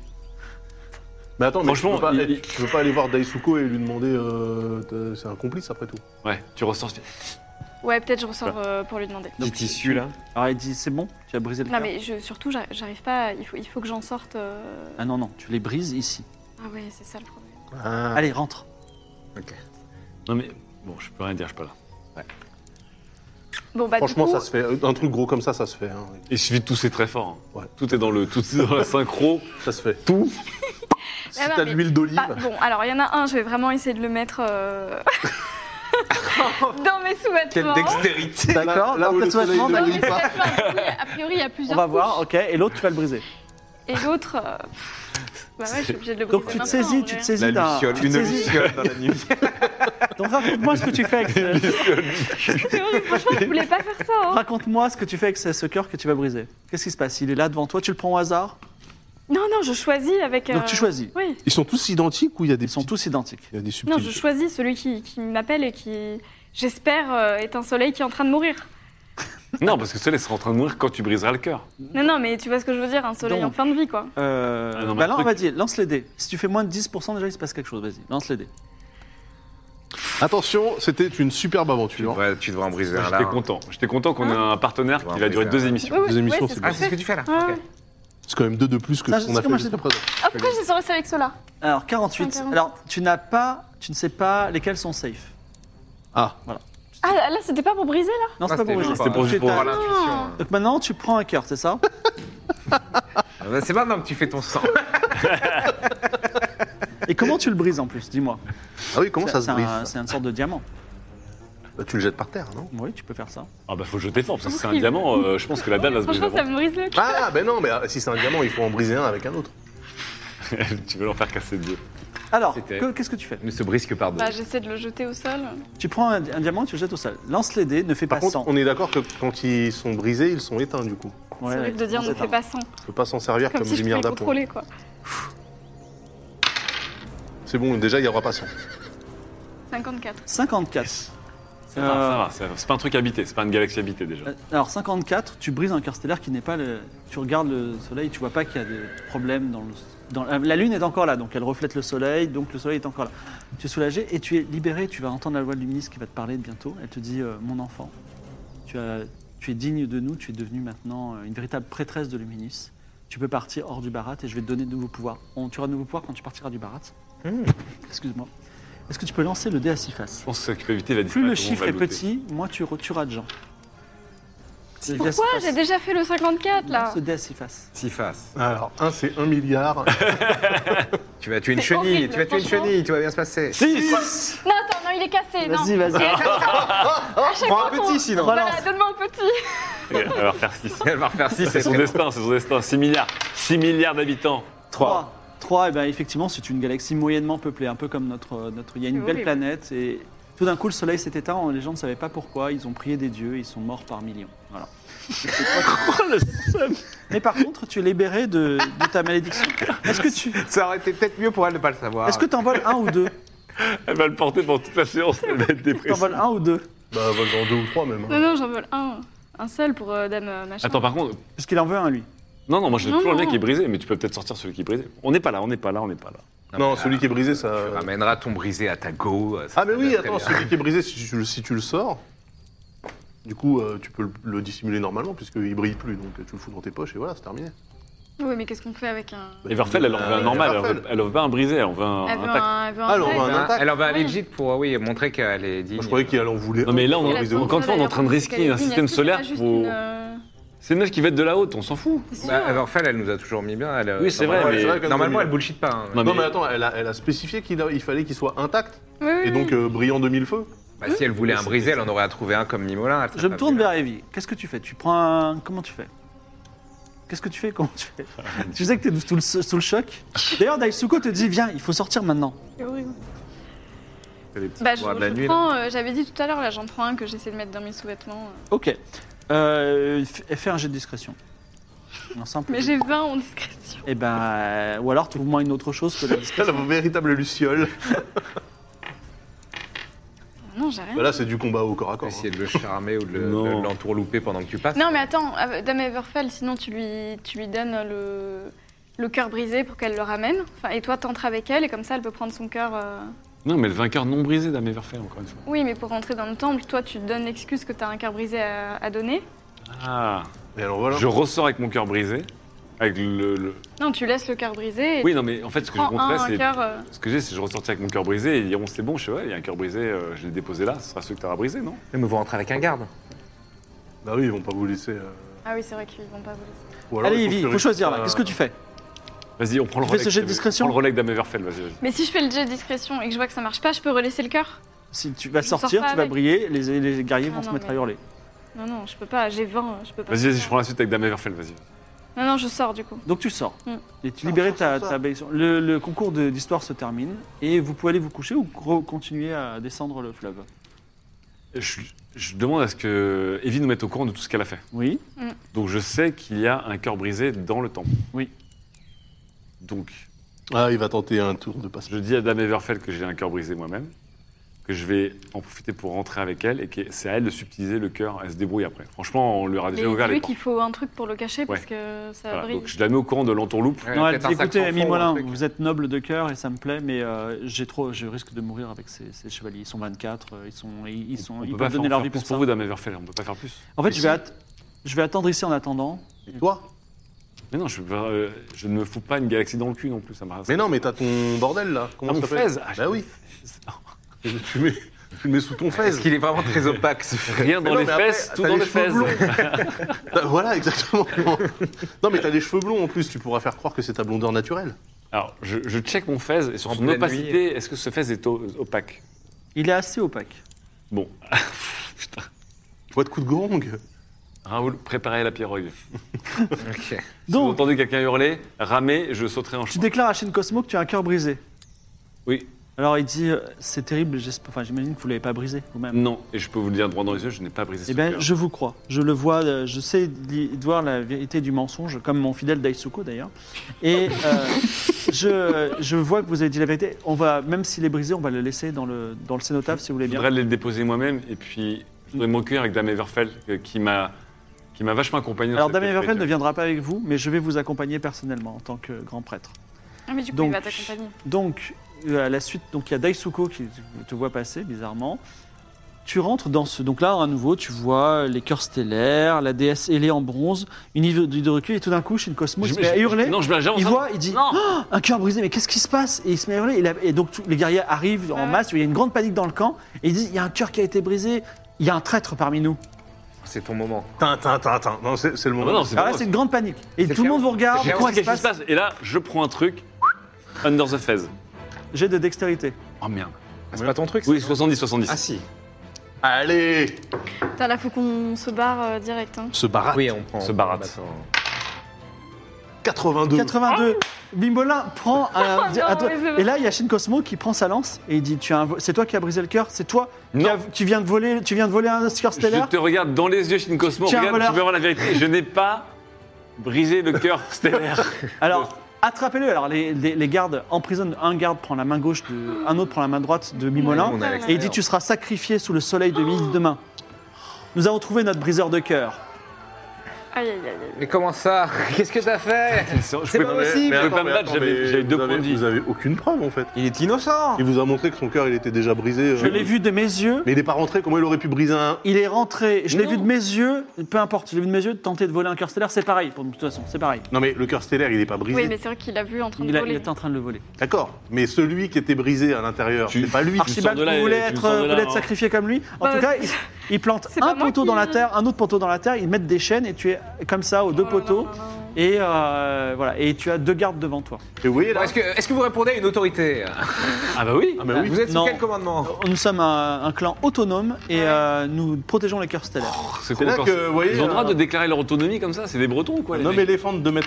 [SPEAKER 2] Mais attends, mais
[SPEAKER 5] Franchement,
[SPEAKER 2] tu, peux pas,
[SPEAKER 5] il-
[SPEAKER 2] eh, tu- tu veux pas aller voir Daisuko et lui demander. euh, t'as- c'est un complice après tout.
[SPEAKER 5] Ouais, tu ressors. tu fais,
[SPEAKER 3] Ouais, peut-être je ressors euh, pour lui demander.
[SPEAKER 4] Petit tissu là.
[SPEAKER 1] Alors elle Ah, dit c'est bon, tu as brisé le
[SPEAKER 3] Non
[SPEAKER 1] cœur.
[SPEAKER 3] mais je- surtout j'ar- j'arrive pas, il faut, il faut que j'en sorte. euh,
[SPEAKER 1] Ah non, non, tu les brises ici.
[SPEAKER 3] Ah ouais, c'est ça le problème.
[SPEAKER 2] Ah,
[SPEAKER 1] Allez, rentre.
[SPEAKER 5] Non, mais bon, je peux rien dire, je suis pas là.
[SPEAKER 3] Bon bah
[SPEAKER 2] Franchement,
[SPEAKER 3] du coup,
[SPEAKER 2] ça se fait. Un truc gros comme ça, ça se fait. hein.
[SPEAKER 5] Il suffit de tousser très fort. hein.
[SPEAKER 2] Ouais.
[SPEAKER 5] Tout est dans le tout est dans la synchro.
[SPEAKER 2] Ça se fait.
[SPEAKER 5] Tout.
[SPEAKER 2] Si
[SPEAKER 3] Ah bah,
[SPEAKER 2] t'as de
[SPEAKER 3] mais-
[SPEAKER 2] l'huile d'olive.
[SPEAKER 3] bah, bon alors il y en a un, je vais vraiment essayer de le mettre euh, dans mes
[SPEAKER 4] Quelle
[SPEAKER 3] sous-vêtements.
[SPEAKER 4] dextérité
[SPEAKER 2] là-
[SPEAKER 1] D'accord,
[SPEAKER 2] là
[SPEAKER 1] dans
[SPEAKER 2] où
[SPEAKER 1] tes
[SPEAKER 2] le soleil
[SPEAKER 1] sous-vêtements,
[SPEAKER 2] ne
[SPEAKER 3] Dans mes
[SPEAKER 1] d'accord.
[SPEAKER 2] brille pas.
[SPEAKER 3] sous-vêtements, du coup, il y a- a priori il y a plusieurs.
[SPEAKER 1] On va
[SPEAKER 3] couches.
[SPEAKER 1] voir, ok, et l'autre tu vas le briser.
[SPEAKER 3] Et l'autre, euh, pff, bah ouais, je suis obligée de le briser.
[SPEAKER 1] Donc tu te
[SPEAKER 3] maintenant,
[SPEAKER 1] saisis, tu
[SPEAKER 3] en
[SPEAKER 1] te
[SPEAKER 3] vrai.
[SPEAKER 4] La
[SPEAKER 1] saisis d'un.
[SPEAKER 4] luciole,
[SPEAKER 1] tu te
[SPEAKER 4] une
[SPEAKER 1] saisis-
[SPEAKER 4] luciole dans la nuit.
[SPEAKER 1] Donc raconte-moi ce que tu fais avec ce...
[SPEAKER 3] C'est horrible, franchement je voulais pas faire ça. hein.
[SPEAKER 1] raconte-moi ce que tu fais avec ce, ce cœur que tu vas briser. Qu'est-ce qui se passe Il est là devant toi, tu le prends au hasard.
[SPEAKER 3] Non non, je choisis avec.
[SPEAKER 1] Donc
[SPEAKER 3] euh,
[SPEAKER 1] tu choisis.
[SPEAKER 3] Oui.
[SPEAKER 2] Ils sont tous identiques ou il y a des
[SPEAKER 1] Ils sont
[SPEAKER 2] petits-
[SPEAKER 1] tous identiques.
[SPEAKER 2] Il y a des
[SPEAKER 3] Non, je
[SPEAKER 2] subtilités.
[SPEAKER 3] choisis celui qui, qui m'appelle et qui, j'espère, euh, est un soleil qui est en train de mourir.
[SPEAKER 5] Non, parce que le soleil sera en train de mourir quand tu briseras le cœur.
[SPEAKER 3] Non, non, mais tu vois ce que je veux dire, un soleil
[SPEAKER 1] Donc.
[SPEAKER 3] en fin de vie, quoi.
[SPEAKER 1] Euh,
[SPEAKER 5] Ah non, mais
[SPEAKER 1] bah
[SPEAKER 5] un
[SPEAKER 1] non,
[SPEAKER 5] truc-
[SPEAKER 1] vas-y, lance les dés. Si tu fais moins de 10%, déjà il se passe quelque chose, vas-y, lance les dés.
[SPEAKER 2] Attention, c'était une superbe
[SPEAKER 4] Tu
[SPEAKER 2] aventure.
[SPEAKER 4] devrais, tu devrais en briser un là. hein.
[SPEAKER 5] J'étais content. J'étais content qu'on ait un partenaire
[SPEAKER 4] Ouais,
[SPEAKER 5] qui va durer
[SPEAKER 4] c'est
[SPEAKER 5] deux
[SPEAKER 4] ça.
[SPEAKER 5] émissions.
[SPEAKER 3] Oui, oui,
[SPEAKER 2] Des émissions,
[SPEAKER 3] ouais,
[SPEAKER 2] c'est
[SPEAKER 3] c'est ce
[SPEAKER 2] pas-
[SPEAKER 4] Ah,
[SPEAKER 3] que je
[SPEAKER 4] c'est ce que
[SPEAKER 3] fais.
[SPEAKER 4] tu fais là
[SPEAKER 3] Ah, ouais.
[SPEAKER 4] Ok.
[SPEAKER 2] C'est quand même deux de plus que
[SPEAKER 1] Ça,
[SPEAKER 2] ce
[SPEAKER 1] je-
[SPEAKER 2] qu'on
[SPEAKER 1] c'est
[SPEAKER 2] a fait
[SPEAKER 1] comme je
[SPEAKER 2] jusqu'à
[SPEAKER 1] l'ai-
[SPEAKER 2] présent.
[SPEAKER 3] Ah, pourquoi j'ai sorti avec cela
[SPEAKER 1] Alors 48.
[SPEAKER 3] 48.
[SPEAKER 1] Alors tu n'as pas, tu ne sais pas lesquels sont safe.
[SPEAKER 2] Ah,
[SPEAKER 3] Ah, là, là, c'était pas pour briser, là
[SPEAKER 1] Non, c'est
[SPEAKER 4] Ah,
[SPEAKER 1] pas pour
[SPEAKER 4] juste
[SPEAKER 1] briser.
[SPEAKER 5] C'était pour-
[SPEAKER 1] Tu
[SPEAKER 5] pour
[SPEAKER 1] t'as-
[SPEAKER 4] avoir l'intuition.
[SPEAKER 1] Donc maintenant tu prends un cœur, c'est ça
[SPEAKER 4] Ah bah, C'est maintenant que tu fais ton sang.
[SPEAKER 1] Et comment tu le brises en plus Dis-moi.
[SPEAKER 2] ah oui, comment ça,
[SPEAKER 1] C'est
[SPEAKER 2] se
[SPEAKER 1] un-
[SPEAKER 2] brise ça
[SPEAKER 1] C'est une sorte de diamant.
[SPEAKER 2] Bah, Tu le jettes par terre, non
[SPEAKER 1] Oui, tu peux faire ça.
[SPEAKER 5] Ah bah faut jeter fort, parce que si c'est un
[SPEAKER 3] Oui.
[SPEAKER 5] diamant, euh, je pense que la dalle va se briser
[SPEAKER 3] Franchement, ça
[SPEAKER 5] avant.
[SPEAKER 3] me brise le cul.
[SPEAKER 2] Ah, ben non, mais ah, si c'est un diamant, il faut en briser un avec un autre.
[SPEAKER 5] tu veux leur faire casser deux.
[SPEAKER 1] Alors,
[SPEAKER 4] C'était-
[SPEAKER 1] que- qu'est-ce que tu fais
[SPEAKER 4] Ne se brise que par deux.
[SPEAKER 3] Bah, j'essaie de le jeter au sol.
[SPEAKER 1] Tu prends un, un diamant, tu le jettes au sol. Lance les dés, ne fais
[SPEAKER 2] Par
[SPEAKER 1] pas
[SPEAKER 2] contre,
[SPEAKER 1] 100.
[SPEAKER 2] on est d'accord que quand ils sont brisés, ils sont éteints du coup.
[SPEAKER 3] c'est horrible de dire, on ne fait pas 100.
[SPEAKER 2] On peut pas s'en servir
[SPEAKER 3] Comme
[SPEAKER 2] comme,
[SPEAKER 3] si je
[SPEAKER 2] lumière
[SPEAKER 3] pouvais
[SPEAKER 2] d'appoint.
[SPEAKER 3] contrôler, quoi.
[SPEAKER 2] C'est bon, déjà, il y aura pas ça.
[SPEAKER 3] 54.
[SPEAKER 1] 54.
[SPEAKER 5] Ça va, ça va, ça va. c'est pas un truc habité, c'est pas une galaxie habitée déjà.
[SPEAKER 1] Euh, Alors 54, tu brises un cœur stellaire qui n'est pas le. Tu regardes le soleil, tu vois pas qu'il y a des problèmes dans le. dans- euh, la- La lune est encore là, donc elle reflète le soleil, donc le soleil est encore là. Tu es soulagé et tu es libéré. Tu vas entendre la loi lumineuse qui va te parler bientôt. Elle te dit, euh, mon enfant, tu, as- tu es digne de nous. Tu es devenu maintenant euh, une véritable prêtresse de Luminus. Tu peux partir hors du Barat et je vais te donner de nouveaux pouvoirs. On, tu auras de nouveaux pouvoirs quand tu partiras du Barat. Excuse-moi. Est-ce que tu peux lancer le dé à six faces
[SPEAKER 5] Je pense que ça qui peut éviter la
[SPEAKER 1] plus le
[SPEAKER 5] disparition, on
[SPEAKER 1] chiffre
[SPEAKER 5] va
[SPEAKER 1] est
[SPEAKER 5] looter.
[SPEAKER 1] petit, moins tu, re- tu rates Jean.
[SPEAKER 4] Si
[SPEAKER 3] Pourquoi J'ai déjà fait le 54 là
[SPEAKER 1] Ce death, il fasse.
[SPEAKER 4] si face.
[SPEAKER 2] Alors, un, c'est un milliard.
[SPEAKER 4] Tu vas tuer une
[SPEAKER 3] C'est
[SPEAKER 4] chenille,
[SPEAKER 3] horrible,
[SPEAKER 4] tu vas tuer une
[SPEAKER 3] franchement.
[SPEAKER 4] chenille, tout va bien se passer.
[SPEAKER 1] Six
[SPEAKER 3] Non, attends, non, il est cassé. non.
[SPEAKER 1] Vas-y, vas-y.
[SPEAKER 3] Et à chaque fois- à chaque
[SPEAKER 4] Prends un
[SPEAKER 3] fois qu'on-
[SPEAKER 4] petit sinon.
[SPEAKER 3] Voilà,
[SPEAKER 1] Balance.
[SPEAKER 3] donne-moi un petit.
[SPEAKER 5] Elle va refaire 6.
[SPEAKER 4] Elle va refaire 6
[SPEAKER 5] C'est son destin, c'est son destin. 6 milliards. 6 milliards d'habitants.
[SPEAKER 1] 3. 3, et ben effectivement, c'est une galaxie moyennement peuplée, un peu comme notre. euh, notre... Il y a une
[SPEAKER 3] C'est
[SPEAKER 1] belle
[SPEAKER 3] horrible.
[SPEAKER 1] planète et tout d'un coup, le soleil s'est éteint, on- les gens ne savaient pas pourquoi, ils ont prié des dieux, et ils sont morts par millions. Voilà. Mais par contre, tu es libéré de, de ta malédiction. Est-ce que tu
[SPEAKER 4] Ça aurait été peut-être mieux pour elle de pas le savoir.
[SPEAKER 1] est-ce que en voles un ou deux
[SPEAKER 5] Elle va le porter pendant toute la séance. Elle va être
[SPEAKER 1] T'en
[SPEAKER 5] dépressive.
[SPEAKER 1] voles un ou deux
[SPEAKER 2] bah, vol dans deux ou trois même.
[SPEAKER 3] Non, non, j'en veux un. Un seul pour euh, Dame euh, Machin.
[SPEAKER 5] Attends, par contre,
[SPEAKER 1] Parce qu'il en veut un, lui.
[SPEAKER 5] non, non, moi j'ai
[SPEAKER 3] Non,
[SPEAKER 5] toujours le mien
[SPEAKER 3] non.
[SPEAKER 5] qui est brisé, mais tu peux peut-être sortir celui qui est brisé. On n'est pas là, on n'est pas là, on n'est pas là.
[SPEAKER 2] Non, celui qui est brisé, ça.
[SPEAKER 4] Tu ramèneras ton brisé à ta go. euh, ça
[SPEAKER 2] Ah, mais
[SPEAKER 4] va
[SPEAKER 2] oui,
[SPEAKER 4] très
[SPEAKER 2] attends,
[SPEAKER 4] bien.
[SPEAKER 2] celui qui est brisé, si tu, le- si tu le sors, du coup, euh, tu peux le, le dissimuler normalement, puisqu'il brille plus, donc tu le fous dans tes poches et voilà, c'est terminé.
[SPEAKER 3] Oui, mais qu'est-ce qu'on fait avec un.
[SPEAKER 5] Et Everfell, elle en veut un
[SPEAKER 2] Euh,
[SPEAKER 5] normal, elle en
[SPEAKER 2] Everfell.
[SPEAKER 5] veut- elle en veut pas un brisé, elle en veut un,
[SPEAKER 3] Elle
[SPEAKER 5] un
[SPEAKER 3] veut
[SPEAKER 5] tact.
[SPEAKER 3] un. Elle veut un.
[SPEAKER 2] Ah, non,
[SPEAKER 3] vrai.
[SPEAKER 2] on va-
[SPEAKER 4] Ah, Elle en va à
[SPEAKER 3] Oui.
[SPEAKER 4] legit pour oui, montrer qu'elle est digne.
[SPEAKER 2] Moi, je croyais qu'il allait en vouler.
[SPEAKER 5] Non,
[SPEAKER 2] un.
[SPEAKER 5] mais là,
[SPEAKER 3] Parce
[SPEAKER 5] on,
[SPEAKER 3] qu'elle a besoin
[SPEAKER 5] encore une fois, on est en train de
[SPEAKER 3] d'aller
[SPEAKER 5] risquer un
[SPEAKER 3] Est-ce
[SPEAKER 5] système
[SPEAKER 3] que c'est
[SPEAKER 5] solaire.
[SPEAKER 3] pas juste
[SPEAKER 5] pour- Bah,
[SPEAKER 3] une, euh,
[SPEAKER 5] C'est une meuf qui va être de la haute, on s'en fout.
[SPEAKER 3] c'est sûr.
[SPEAKER 4] Bah, Everfell, elle nous a toujours mis bien. elle- euh,
[SPEAKER 5] Oui, c'est
[SPEAKER 4] normalement,
[SPEAKER 5] vrai,
[SPEAKER 4] elle-
[SPEAKER 5] mais-
[SPEAKER 4] c'est vrai que Normalement, elle bullshit pas. hein.
[SPEAKER 5] Non,
[SPEAKER 2] Non,
[SPEAKER 5] mais-
[SPEAKER 2] mais attends, elle a, elle a spécifié qu'il a- il fallait qu'il soit intact
[SPEAKER 3] Oui, oui,
[SPEAKER 2] et
[SPEAKER 3] oui.
[SPEAKER 2] donc euh, brillant de mille feux.
[SPEAKER 4] Bah, si elle voulait un brisé, elle en aurait à trouver un comme Nimolin. elle serait
[SPEAKER 1] Je me
[SPEAKER 4] pas
[SPEAKER 1] tourne
[SPEAKER 4] venue.
[SPEAKER 1] vers Evie. Qu'est-ce que tu fais Tu prends un. Comment tu fais Qu'est-ce que tu fais Comment tu fais Je sais que t'es sous le, sous le choc. D'ailleurs, Daisuko te dit Viens, il faut sortir maintenant.
[SPEAKER 3] C'est horrible.
[SPEAKER 4] Les petits
[SPEAKER 3] Bah, je,
[SPEAKER 4] courants de
[SPEAKER 3] je
[SPEAKER 4] la nuit, là.
[SPEAKER 3] prends. euh, J'avais dit tout à l'heure, là, j'en prends un que j'essaie de mettre dans mes sous-vêtements. euh.
[SPEAKER 1] Ok. Euh, f- fais un jet de discrétion. Un simple.
[SPEAKER 3] Mais j'ai 20 en discrétion.
[SPEAKER 1] Eh ben, euh, ou alors trouve-moi une autre chose que la discrétion.
[SPEAKER 2] Elle a une véritable luciole.
[SPEAKER 3] Non, j'ai rien.
[SPEAKER 2] Bah, là, c'est du combat au corps hein. à corps.
[SPEAKER 4] Essayer de le charmer ou de le-
[SPEAKER 5] Non.
[SPEAKER 4] de l'entourlouper pendant que tu passes.
[SPEAKER 3] Non, mais attends, euh, Dame Everfell, sinon tu lui, tu lui donnes le, le cœur brisé pour qu'elle le ramène. Enfin, et toi, t'entres avec elle, et comme ça, elle peut prendre son cœur. euh,
[SPEAKER 5] Non, mais le vainqueur non brisé d'Ame Everfell, encore une fois.
[SPEAKER 3] Oui, mais pour rentrer dans le temple, toi, tu te donnes l'excuse que t'as un cœur brisé à, à donner.
[SPEAKER 5] Ah.
[SPEAKER 2] Et alors voilà.
[SPEAKER 5] Je ressors avec mon cœur brisé. Avec le, le-
[SPEAKER 3] Non, tu laisses le cœur brisé. Et
[SPEAKER 5] Oui, non, mais en fait, ce que je
[SPEAKER 3] prends un,
[SPEAKER 5] compterais,
[SPEAKER 3] un
[SPEAKER 5] c'est.
[SPEAKER 3] cœur. euh,
[SPEAKER 5] Ce que j'ai, c'est que je ressortis avec mon cœur brisé et ils diront c'est bon, je sais, ouais, il y a un cœur brisé, euh, je l'ai déposé là, ce sera celui que t'auras brisé, non
[SPEAKER 4] Mais vous rentrez avec un garde.
[SPEAKER 2] Bah oui, ils vont pas vous laisser. euh,
[SPEAKER 3] Ah oui, c'est vrai qu'ils vont pas vous laisser.
[SPEAKER 2] ou alors
[SPEAKER 1] Allez,
[SPEAKER 2] que
[SPEAKER 1] Evie, il
[SPEAKER 2] tu
[SPEAKER 1] faut choisir là. Qu'est-ce
[SPEAKER 2] récupères,
[SPEAKER 1] que tu fais
[SPEAKER 5] Vas-y, on prend le
[SPEAKER 1] Tu fais
[SPEAKER 5] relais.
[SPEAKER 1] ce jet de
[SPEAKER 5] Dame-
[SPEAKER 1] discrétion
[SPEAKER 5] On prend le relais d'Ame Everfell, vas-y, vas-y.
[SPEAKER 3] Mais si je fais le jet de discrétion et que je vois que ça marche pas, je peux relaisser le cœur
[SPEAKER 1] Si tu vas
[SPEAKER 3] Je sors
[SPEAKER 1] sortir, tu
[SPEAKER 3] pas
[SPEAKER 1] vas
[SPEAKER 3] avec.
[SPEAKER 1] briller, les, les guerriers
[SPEAKER 3] Ah
[SPEAKER 1] vont se
[SPEAKER 3] non,
[SPEAKER 1] mettre à
[SPEAKER 3] mais-
[SPEAKER 1] hurler.
[SPEAKER 3] Non, non, je peux pas, j'ai 20, je peux pas.
[SPEAKER 5] Vas-y, vas-y, je prends la suite avec Dame Everfell, vas-y.
[SPEAKER 3] Non, non, je sors du coup.
[SPEAKER 1] Donc tu sors.
[SPEAKER 3] Hmm.
[SPEAKER 1] Et tu
[SPEAKER 2] Sors,
[SPEAKER 1] libères
[SPEAKER 2] sors,
[SPEAKER 1] ta,
[SPEAKER 2] sors,
[SPEAKER 1] ta bénédiction. Le, le concours de- d'histoire se termine et vous pouvez aller vous coucher ou gro- continuer à descendre le fleuve.
[SPEAKER 5] Je, je demande à ce que Evie nous mette au courant de tout ce qu'elle a fait.
[SPEAKER 1] Oui.
[SPEAKER 5] Donc je sais qu'il y a un cœur brisé dans le temple.
[SPEAKER 1] Oui.
[SPEAKER 5] Donc
[SPEAKER 2] Ah, il va tenter un tour de passage.
[SPEAKER 5] je dis à Dame Everfell que j'ai un cœur brisé moi-même, que je vais en profiter pour rentrer avec elle et que c'est à elle de subtiliser le cœur, elle se débrouille après. Franchement, on lui aura
[SPEAKER 3] Mais
[SPEAKER 5] déjà Ah, ouvert les
[SPEAKER 3] vu
[SPEAKER 5] portes.
[SPEAKER 3] qu'il faut un truc pour le cacher parce
[SPEAKER 5] Ouais.
[SPEAKER 3] que ça
[SPEAKER 5] Voilà,
[SPEAKER 3] brille.
[SPEAKER 5] donc je la mets au courant de l'entourloupe.
[SPEAKER 4] Ouais,
[SPEAKER 1] Non, elle
[SPEAKER 4] peut-être
[SPEAKER 1] dit,
[SPEAKER 4] un sac
[SPEAKER 1] écoutez,
[SPEAKER 4] sans
[SPEAKER 1] Amy
[SPEAKER 4] fond ou un
[SPEAKER 1] Molin,
[SPEAKER 4] truc.
[SPEAKER 1] vous êtes noble de cœur et ça me plaît, mais euh, j'ai trop, je risque de mourir avec ces, ces chevaliers. Ils sont 24, euh, ils sont, ils, ils sont,
[SPEAKER 5] On
[SPEAKER 1] ils
[SPEAKER 5] peut pas
[SPEAKER 1] peuvent
[SPEAKER 5] faire
[SPEAKER 1] donner leur
[SPEAKER 5] faire
[SPEAKER 1] vie
[SPEAKER 5] plus
[SPEAKER 1] pour ça.
[SPEAKER 5] pour vous, Dame Everfell, on peut pas faire plus.
[SPEAKER 1] En fait, je vais, att- je vais attendre ici en attendant.
[SPEAKER 2] Et toi
[SPEAKER 5] Mais non, je, veux pas, euh, je ne me fous pas une galaxie dans le cul non plus, ça m'arrête.
[SPEAKER 2] Mais non, mais t'as ton bordel là. Comment
[SPEAKER 5] Ah,
[SPEAKER 2] ça
[SPEAKER 5] mon
[SPEAKER 2] s'appelle
[SPEAKER 5] fez Ah, j'ai
[SPEAKER 2] Bah oui. Tu le mets, tu le mets sous ton
[SPEAKER 1] Ah,
[SPEAKER 2] fez.
[SPEAKER 4] Est-ce qu'il est vraiment très opaque ce fait
[SPEAKER 5] Rien dans
[SPEAKER 2] non,
[SPEAKER 5] les
[SPEAKER 2] mais après,
[SPEAKER 5] fesses, tout
[SPEAKER 2] t'as
[SPEAKER 5] dans
[SPEAKER 2] les
[SPEAKER 5] les
[SPEAKER 2] cheveux
[SPEAKER 5] fesses.
[SPEAKER 2] blonds. T'as- Bah, Voilà, exactement. non, mais t'as les cheveux blonds en plus, tu pourras faire croire que c'est ta blondeur naturelle.
[SPEAKER 5] Alors, je, je check mon fez et sur
[SPEAKER 4] En
[SPEAKER 5] son
[SPEAKER 4] pleine nuit.
[SPEAKER 5] opacité, est-ce que ce fez est o- opaque
[SPEAKER 1] Il est assez opaque.
[SPEAKER 5] Bon,
[SPEAKER 2] Voix de coup de gong.
[SPEAKER 5] Raoul, préparez la pirogue.
[SPEAKER 4] Ok.
[SPEAKER 5] Si vous
[SPEAKER 1] Donc,
[SPEAKER 5] entendez quelqu'un hurler, ramez, je sauterai en
[SPEAKER 1] tu
[SPEAKER 5] chemin.
[SPEAKER 1] déclares à Shin Cosmo que tu as un cœur brisé.
[SPEAKER 5] Oui,
[SPEAKER 1] Alors il dit, euh, c'est terrible, j'esp- enfin, j'imagine que vous ne l'avez pas brisé vous-même.
[SPEAKER 5] non, et je peux vous le dire droit dans les yeux, je n'ai pas brisé
[SPEAKER 1] Eh
[SPEAKER 5] ce
[SPEAKER 1] bien,
[SPEAKER 5] cœur.
[SPEAKER 1] je vous crois. Je le vois, euh, je sais li- voir la vérité du mensonge, comme mon fidèle Daisuko d'ailleurs. Et euh, je, je vois que vous avez dit la vérité. On va, même s'il est brisé, on va le laisser dans le, dans le cénotaphe si vous voulez
[SPEAKER 5] Je
[SPEAKER 1] bien.
[SPEAKER 5] voudrais le déposer moi-même et puis je voudrais m'occuper avec Dame Everfell euh, qui m'a qui m'a vachement accompagné. dans
[SPEAKER 1] Alors,
[SPEAKER 5] cette
[SPEAKER 1] Damien
[SPEAKER 5] quête
[SPEAKER 1] Everfell ne
[SPEAKER 5] spirituelle.
[SPEAKER 1] viendra pas avec vous, mais je vais vous accompagner personnellement en tant que grand prêtre.
[SPEAKER 3] Ah, mais du coup,
[SPEAKER 1] Donc-
[SPEAKER 3] il va t'accompagner.
[SPEAKER 1] Donc, euh, à la suite, donc il y a Daisuko qui te voit passer, bizarrement. Tu rentres dans ce. Donc là, à nouveau, tu vois les cœurs stellaires, la déesse ailée en bronze, une île de de recul, et tout d'un coup, Shin Cosmo il se
[SPEAKER 5] Je-
[SPEAKER 1] met à
[SPEAKER 5] je-
[SPEAKER 1] hurler.
[SPEAKER 5] Non, je me la jette en
[SPEAKER 1] Il
[SPEAKER 5] train-
[SPEAKER 1] voit, il dit Ah, un cœur brisé, mais qu'est-ce qui se passe Et il se met à hurler. Et, la- et donc tous les guerriers arrivent en
[SPEAKER 3] Ouais.
[SPEAKER 1] masse, il y a une grande panique dans le camp. Et il dit il y a un cœur qui a été brisé, il y a un traître parmi nous.
[SPEAKER 4] C'est ton moment.
[SPEAKER 2] Tintin, tintin. Non, c'est c'est le
[SPEAKER 5] Non,
[SPEAKER 2] moment.
[SPEAKER 5] Ah, non, non, c'est
[SPEAKER 1] Alors
[SPEAKER 5] pas
[SPEAKER 1] là, c'est
[SPEAKER 5] moi.
[SPEAKER 1] une grande panique. Et
[SPEAKER 4] C'est
[SPEAKER 1] tout le
[SPEAKER 4] chaos.
[SPEAKER 1] monde vous regarde.
[SPEAKER 4] C'est
[SPEAKER 1] mais
[SPEAKER 4] chaos.
[SPEAKER 5] Quoi,
[SPEAKER 1] Quoi qui
[SPEAKER 5] qu'est-ce
[SPEAKER 1] se
[SPEAKER 5] qui se
[SPEAKER 1] passe
[SPEAKER 5] passe Et là, je prends un truc under the fez.
[SPEAKER 1] J'ai de dextérité.
[SPEAKER 5] Oh merde.
[SPEAKER 4] Ah, c'est pas ton truc ça,
[SPEAKER 5] Oui,
[SPEAKER 4] non
[SPEAKER 5] 70, 70.
[SPEAKER 4] Ah si.
[SPEAKER 2] Allez
[SPEAKER 3] Putain, là, faut qu'on se barre euh, direct. hein.
[SPEAKER 2] Ce barat.
[SPEAKER 4] Oui, on prend.
[SPEAKER 5] Se
[SPEAKER 4] on prend
[SPEAKER 5] barate.
[SPEAKER 4] le bâton.
[SPEAKER 2] 82.
[SPEAKER 1] 82. Bimbolin prend un.
[SPEAKER 3] Non,
[SPEAKER 1] attends.
[SPEAKER 3] mais c'est bon.
[SPEAKER 1] et là, il y a Shin Cosmo qui prend sa lance et il dit Tu as un vo- C'est toi qui as brisé le cœur C'est toi qui,
[SPEAKER 5] Non.
[SPEAKER 1] as- qui viens de voler, tu viens de voler un cœur
[SPEAKER 5] Je
[SPEAKER 1] stellaire
[SPEAKER 5] te regarde dans les yeux, Shin Cosmo.
[SPEAKER 1] Tiens,
[SPEAKER 5] regarde,
[SPEAKER 1] voilà.
[SPEAKER 5] tu veux voir la vérité. Je n'ai pas brisé le cœur stellaire.
[SPEAKER 1] Alors, attrapez-le. Alors, les, les- les gardes emprisonnent. Un garde prend la main gauche, de, un autre prend la main droite de Bimolin.
[SPEAKER 4] On est à
[SPEAKER 1] Et il
[SPEAKER 4] l'extérieur.
[SPEAKER 1] dit Tu seras sacrifié sous le soleil de midi demain. Nous avons trouvé notre briseur de cœur.
[SPEAKER 3] Aïe, aïe, aïe, aïe.
[SPEAKER 4] Mais comment ça Qu'est-ce que t'as fait
[SPEAKER 5] C'est
[SPEAKER 4] C'est pas possible.
[SPEAKER 5] Je
[SPEAKER 2] attends,
[SPEAKER 5] peux pas me
[SPEAKER 2] mais
[SPEAKER 5] battre,
[SPEAKER 2] attends, mais
[SPEAKER 5] Ah, j'avais j'avais deux
[SPEAKER 2] vous
[SPEAKER 5] points
[SPEAKER 2] avez-
[SPEAKER 5] de vie.
[SPEAKER 2] Vous avez aucune preuve en fait.
[SPEAKER 4] Il est innocent
[SPEAKER 2] Il vous a montré que son cœur il était déjà brisé.
[SPEAKER 1] Je
[SPEAKER 2] euh,
[SPEAKER 1] l'ai vu de mes yeux.
[SPEAKER 2] Mais il n'est pas rentré, comment il aurait pu briser un.
[SPEAKER 1] Il est rentré. Je l'ai
[SPEAKER 4] Non.
[SPEAKER 1] vu de mes yeux. Peu importe. Je l'ai vu de mes yeux. Tenter de voler un cœur stellaire, c'est pareil. Pour nous, de toute façon, c'est pareil.
[SPEAKER 2] Non mais le cœur stellaire il n'est pas brisé.
[SPEAKER 3] Oui, mais c'est vrai qu'il a vu en train
[SPEAKER 1] Il,
[SPEAKER 3] de
[SPEAKER 1] a- il
[SPEAKER 3] voler.
[SPEAKER 1] était en train de le voler.
[SPEAKER 2] D'accord. Mais celui qui était brisé à l'intérieur,
[SPEAKER 5] Tu-
[SPEAKER 2] c'est pas lui.
[SPEAKER 5] sors
[SPEAKER 1] Archibald,
[SPEAKER 5] de là
[SPEAKER 1] vous
[SPEAKER 5] et
[SPEAKER 1] voulez
[SPEAKER 5] tu me
[SPEAKER 1] être,
[SPEAKER 5] sors de
[SPEAKER 1] vous
[SPEAKER 5] là,
[SPEAKER 1] voulez être
[SPEAKER 5] hein.
[SPEAKER 1] sacrifié comme lui En
[SPEAKER 3] Bah,
[SPEAKER 1] tout cas, il, il plante
[SPEAKER 3] c'est
[SPEAKER 1] un
[SPEAKER 3] pas moi
[SPEAKER 1] poteau
[SPEAKER 3] qui-
[SPEAKER 1] dans la terre, un autre poteau dans la terre, ils mettent des chaînes et tu es comme ça aux deux
[SPEAKER 3] Oh là là
[SPEAKER 1] poteaux.
[SPEAKER 3] là là.
[SPEAKER 1] Et euh, voilà, et tu as deux gardes devant toi.
[SPEAKER 2] Et vous voyez
[SPEAKER 4] Bon,
[SPEAKER 2] là
[SPEAKER 4] Est-ce que, est-ce que vous répondez à une autorité
[SPEAKER 5] Ah bah oui.
[SPEAKER 2] Ah bah oui.
[SPEAKER 4] Vous êtes sous
[SPEAKER 1] Non.
[SPEAKER 4] quel commandement
[SPEAKER 1] Nous sommes un, un clan autonome et euh, nous protégeons les cœurs stellaires.
[SPEAKER 5] C'est
[SPEAKER 2] là
[SPEAKER 5] encore-
[SPEAKER 2] que, vous voyez,
[SPEAKER 5] Ils ont le droit
[SPEAKER 2] euh,
[SPEAKER 5] de déclarer leur autonomie comme ça. C'est des Bretons ou quoi les
[SPEAKER 2] Un homme
[SPEAKER 5] mecs
[SPEAKER 2] éléphant de 2m30,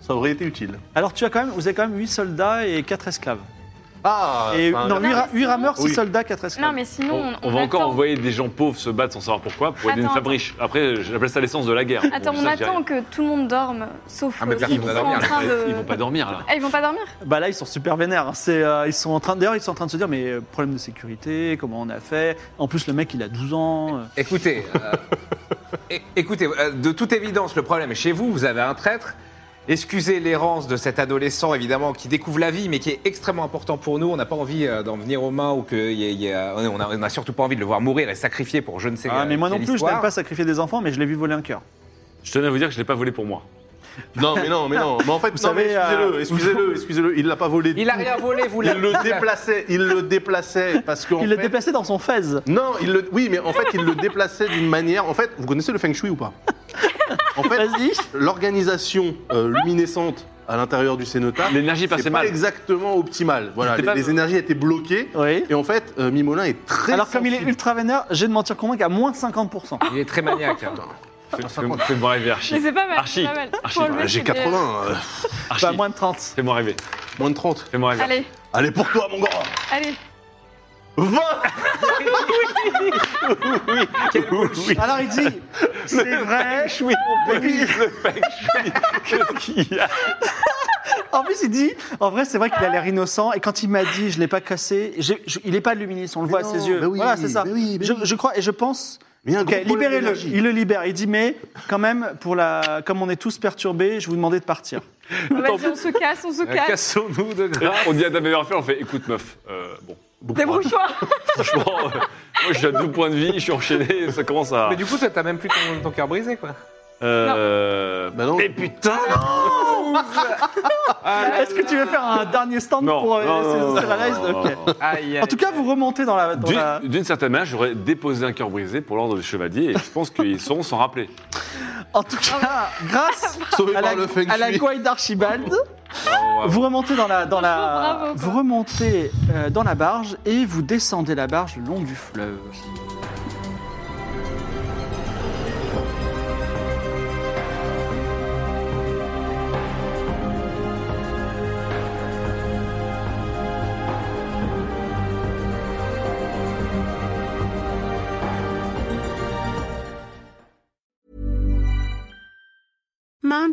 [SPEAKER 2] ça aurait été utile.
[SPEAKER 1] Alors tu as quand même, vous avez quand même 8 soldats et 4 esclaves.
[SPEAKER 2] Ah
[SPEAKER 1] Et,
[SPEAKER 2] enfin,
[SPEAKER 1] non, 8,
[SPEAKER 3] mais c'est-
[SPEAKER 1] rameurs, 6
[SPEAKER 2] Oui.
[SPEAKER 1] soldats, 4 esclaves.
[SPEAKER 3] Non, mais sinon,
[SPEAKER 5] On,
[SPEAKER 3] on,
[SPEAKER 5] on va encore
[SPEAKER 3] attend.
[SPEAKER 5] envoyer des gens pauvres se battre sans savoir pourquoi pour aider une
[SPEAKER 3] Attends,
[SPEAKER 5] femme riche. Après, j'appelle ça l'essence de la guerre.
[SPEAKER 3] Attends,
[SPEAKER 5] Bon,
[SPEAKER 3] on
[SPEAKER 5] ça, j'y
[SPEAKER 3] attend
[SPEAKER 5] arrive.
[SPEAKER 3] que tout le monde dorme, sauf
[SPEAKER 4] Ah, mais
[SPEAKER 3] euh,
[SPEAKER 4] personne
[SPEAKER 3] ceux qui
[SPEAKER 4] va
[SPEAKER 3] sont
[SPEAKER 4] dormir,
[SPEAKER 3] en train
[SPEAKER 4] ils
[SPEAKER 3] de.
[SPEAKER 5] Ils vont pas dormir là.
[SPEAKER 3] Ah, ils vont pas dormir
[SPEAKER 1] Bah là, ils sont super vénères. hein. C'est, euh, ils sont en train, d'ailleurs, ils sont en train de se dire, mais euh, problème de sécurité, comment on a fait En plus, le mec, il a 12 ans. euh.
[SPEAKER 4] Écoutez, euh, é- écoutez, euh, de toute évidence, le problème est chez vous, vous avez un traître. Excusez l'errance de cet adolescent, évidemment, qui découvre la vie, mais qui est extrêmement important pour nous. On n'a pas envie euh, d'en venir aux mains ou que y ait- y ait, euh, on a- on n'a surtout pas envie de le voir mourir et sacrifier pour je ne sais
[SPEAKER 1] Ah,
[SPEAKER 4] euh,
[SPEAKER 1] mais moi non
[SPEAKER 4] quelle
[SPEAKER 1] plus, je
[SPEAKER 4] histoire.
[SPEAKER 1] n'aime pas sacrifier des enfants, mais je l'ai vu voler un cœur.
[SPEAKER 5] Je tenais à vous dire que je l'ai pas volé pour moi.
[SPEAKER 2] Non, mais non, mais non. Mais en fait, non,
[SPEAKER 1] savez,
[SPEAKER 2] mais excusez-le,
[SPEAKER 1] euh,
[SPEAKER 2] excusez-le, excusez-le. Il l'a pas volé.
[SPEAKER 4] Il a rien volé, vous
[SPEAKER 2] Il
[SPEAKER 4] l'avez.
[SPEAKER 2] le déplaçait, il le déplaçait parce qu'en
[SPEAKER 1] Il le
[SPEAKER 2] fait-
[SPEAKER 1] déplaçait dans son fez.
[SPEAKER 2] Non, il le, oui, mais en fait, il le déplaçait d'une manière. En fait, vous connaissez le feng shui ou pas En fait,
[SPEAKER 1] Vas-y.
[SPEAKER 2] l'organisation euh, luminescente à l'intérieur du cénotaphe,
[SPEAKER 5] L'énergie
[SPEAKER 2] c'est
[SPEAKER 5] passait
[SPEAKER 2] pas
[SPEAKER 5] mal.
[SPEAKER 2] exactement optimale. Voilà,
[SPEAKER 5] C'était
[SPEAKER 2] les,
[SPEAKER 5] pas-
[SPEAKER 2] les énergies étaient bloquées.
[SPEAKER 1] Oui.
[SPEAKER 2] Et en fait, euh, Mimolin est très.
[SPEAKER 1] Alors, comme il est
[SPEAKER 2] sensible.
[SPEAKER 1] ultra vénère, j'ai de mentir convaincre à moins 50%.
[SPEAKER 4] Il est très maniaque. hein.
[SPEAKER 5] Fais- Fais-moi rêver, Archie.
[SPEAKER 3] Mais c'est pas mal.
[SPEAKER 5] Archie,
[SPEAKER 3] c'est pas mal. Faut
[SPEAKER 5] Archie,
[SPEAKER 3] enlever
[SPEAKER 2] Ah, J'ai
[SPEAKER 3] ces-
[SPEAKER 2] 80, euh,
[SPEAKER 5] Archie,
[SPEAKER 1] Bah, moins de 30.
[SPEAKER 5] fais-moi rêver.
[SPEAKER 2] moins de 30.
[SPEAKER 5] Fais-moi rêver.
[SPEAKER 3] Allez,
[SPEAKER 2] Allez, pour toi, mon grand
[SPEAKER 3] allez.
[SPEAKER 2] 20
[SPEAKER 1] Alors, il dit C'est vrai. Et puis,
[SPEAKER 5] Qu'est-ce qu'il y a
[SPEAKER 1] en plus, il dit En vrai, c'est vrai qu'il a l'air innocent. Et quand il m'a dit Je l'ai pas cassé, j'ai- je- il est pas luminisme, on le voit à ses yeux.
[SPEAKER 2] mais Bah oui,
[SPEAKER 1] voilà, c'est ça.
[SPEAKER 2] mais oui, mais
[SPEAKER 1] je,
[SPEAKER 2] oui.
[SPEAKER 1] je crois et je pense.
[SPEAKER 2] Mais il y a un
[SPEAKER 1] Ok,
[SPEAKER 2] gros problème
[SPEAKER 1] libérez-le.
[SPEAKER 2] d'énergie.
[SPEAKER 1] Il le libère. Il dit Mais quand même, pour la... comme on est tous perturbés, je vous demandais de partir.
[SPEAKER 3] Vas-y, on se casse, on se
[SPEAKER 4] Euh,
[SPEAKER 3] casse.
[SPEAKER 4] Cassons-nous de
[SPEAKER 5] Et là,
[SPEAKER 4] grâce.
[SPEAKER 5] on dit à ta meilleure on fait écoute meuf, euh, bon,
[SPEAKER 3] Débrouille-toi.
[SPEAKER 5] franchement, euh, moi je suis à deux points de vie, je suis enchaîné, ça commence à.
[SPEAKER 4] Mais du coup, toi, t'as même plus ton, ton cœur brisé, quoi.
[SPEAKER 5] Euh,
[SPEAKER 2] Bah non.
[SPEAKER 5] Mais putain
[SPEAKER 4] Ah, là,
[SPEAKER 1] Est-ce que tu veux faire un dernier stand
[SPEAKER 5] Non,
[SPEAKER 1] pour. euh,
[SPEAKER 5] non,
[SPEAKER 1] c'est-
[SPEAKER 5] non,
[SPEAKER 1] c'est
[SPEAKER 5] non,
[SPEAKER 1] la liste
[SPEAKER 5] non,
[SPEAKER 1] Ok.
[SPEAKER 5] non, non.
[SPEAKER 4] aïe, aïe.
[SPEAKER 1] En tout cas, vous remontez dans la. dans
[SPEAKER 5] D'une
[SPEAKER 1] la-
[SPEAKER 5] d'une certaine manière, j'aurais déposé un cœur brisé pour l'ordre des chevaliers et je pense qu'ils sauront s'en rappeler.
[SPEAKER 1] En tout
[SPEAKER 3] Ah,
[SPEAKER 1] cas, grâce
[SPEAKER 2] Sauvé
[SPEAKER 1] à
[SPEAKER 2] par
[SPEAKER 1] la,
[SPEAKER 2] le feng
[SPEAKER 1] à la
[SPEAKER 2] shui.
[SPEAKER 1] gouaille d'Archibald,
[SPEAKER 4] Oh,
[SPEAKER 1] vous remontez dans la dans
[SPEAKER 3] Bravo,
[SPEAKER 1] la
[SPEAKER 3] bravo,
[SPEAKER 1] vous
[SPEAKER 3] quoi.
[SPEAKER 1] remontez euh, dans la barge et vous descendez la barge le long du fleuve.
[SPEAKER 7] Mom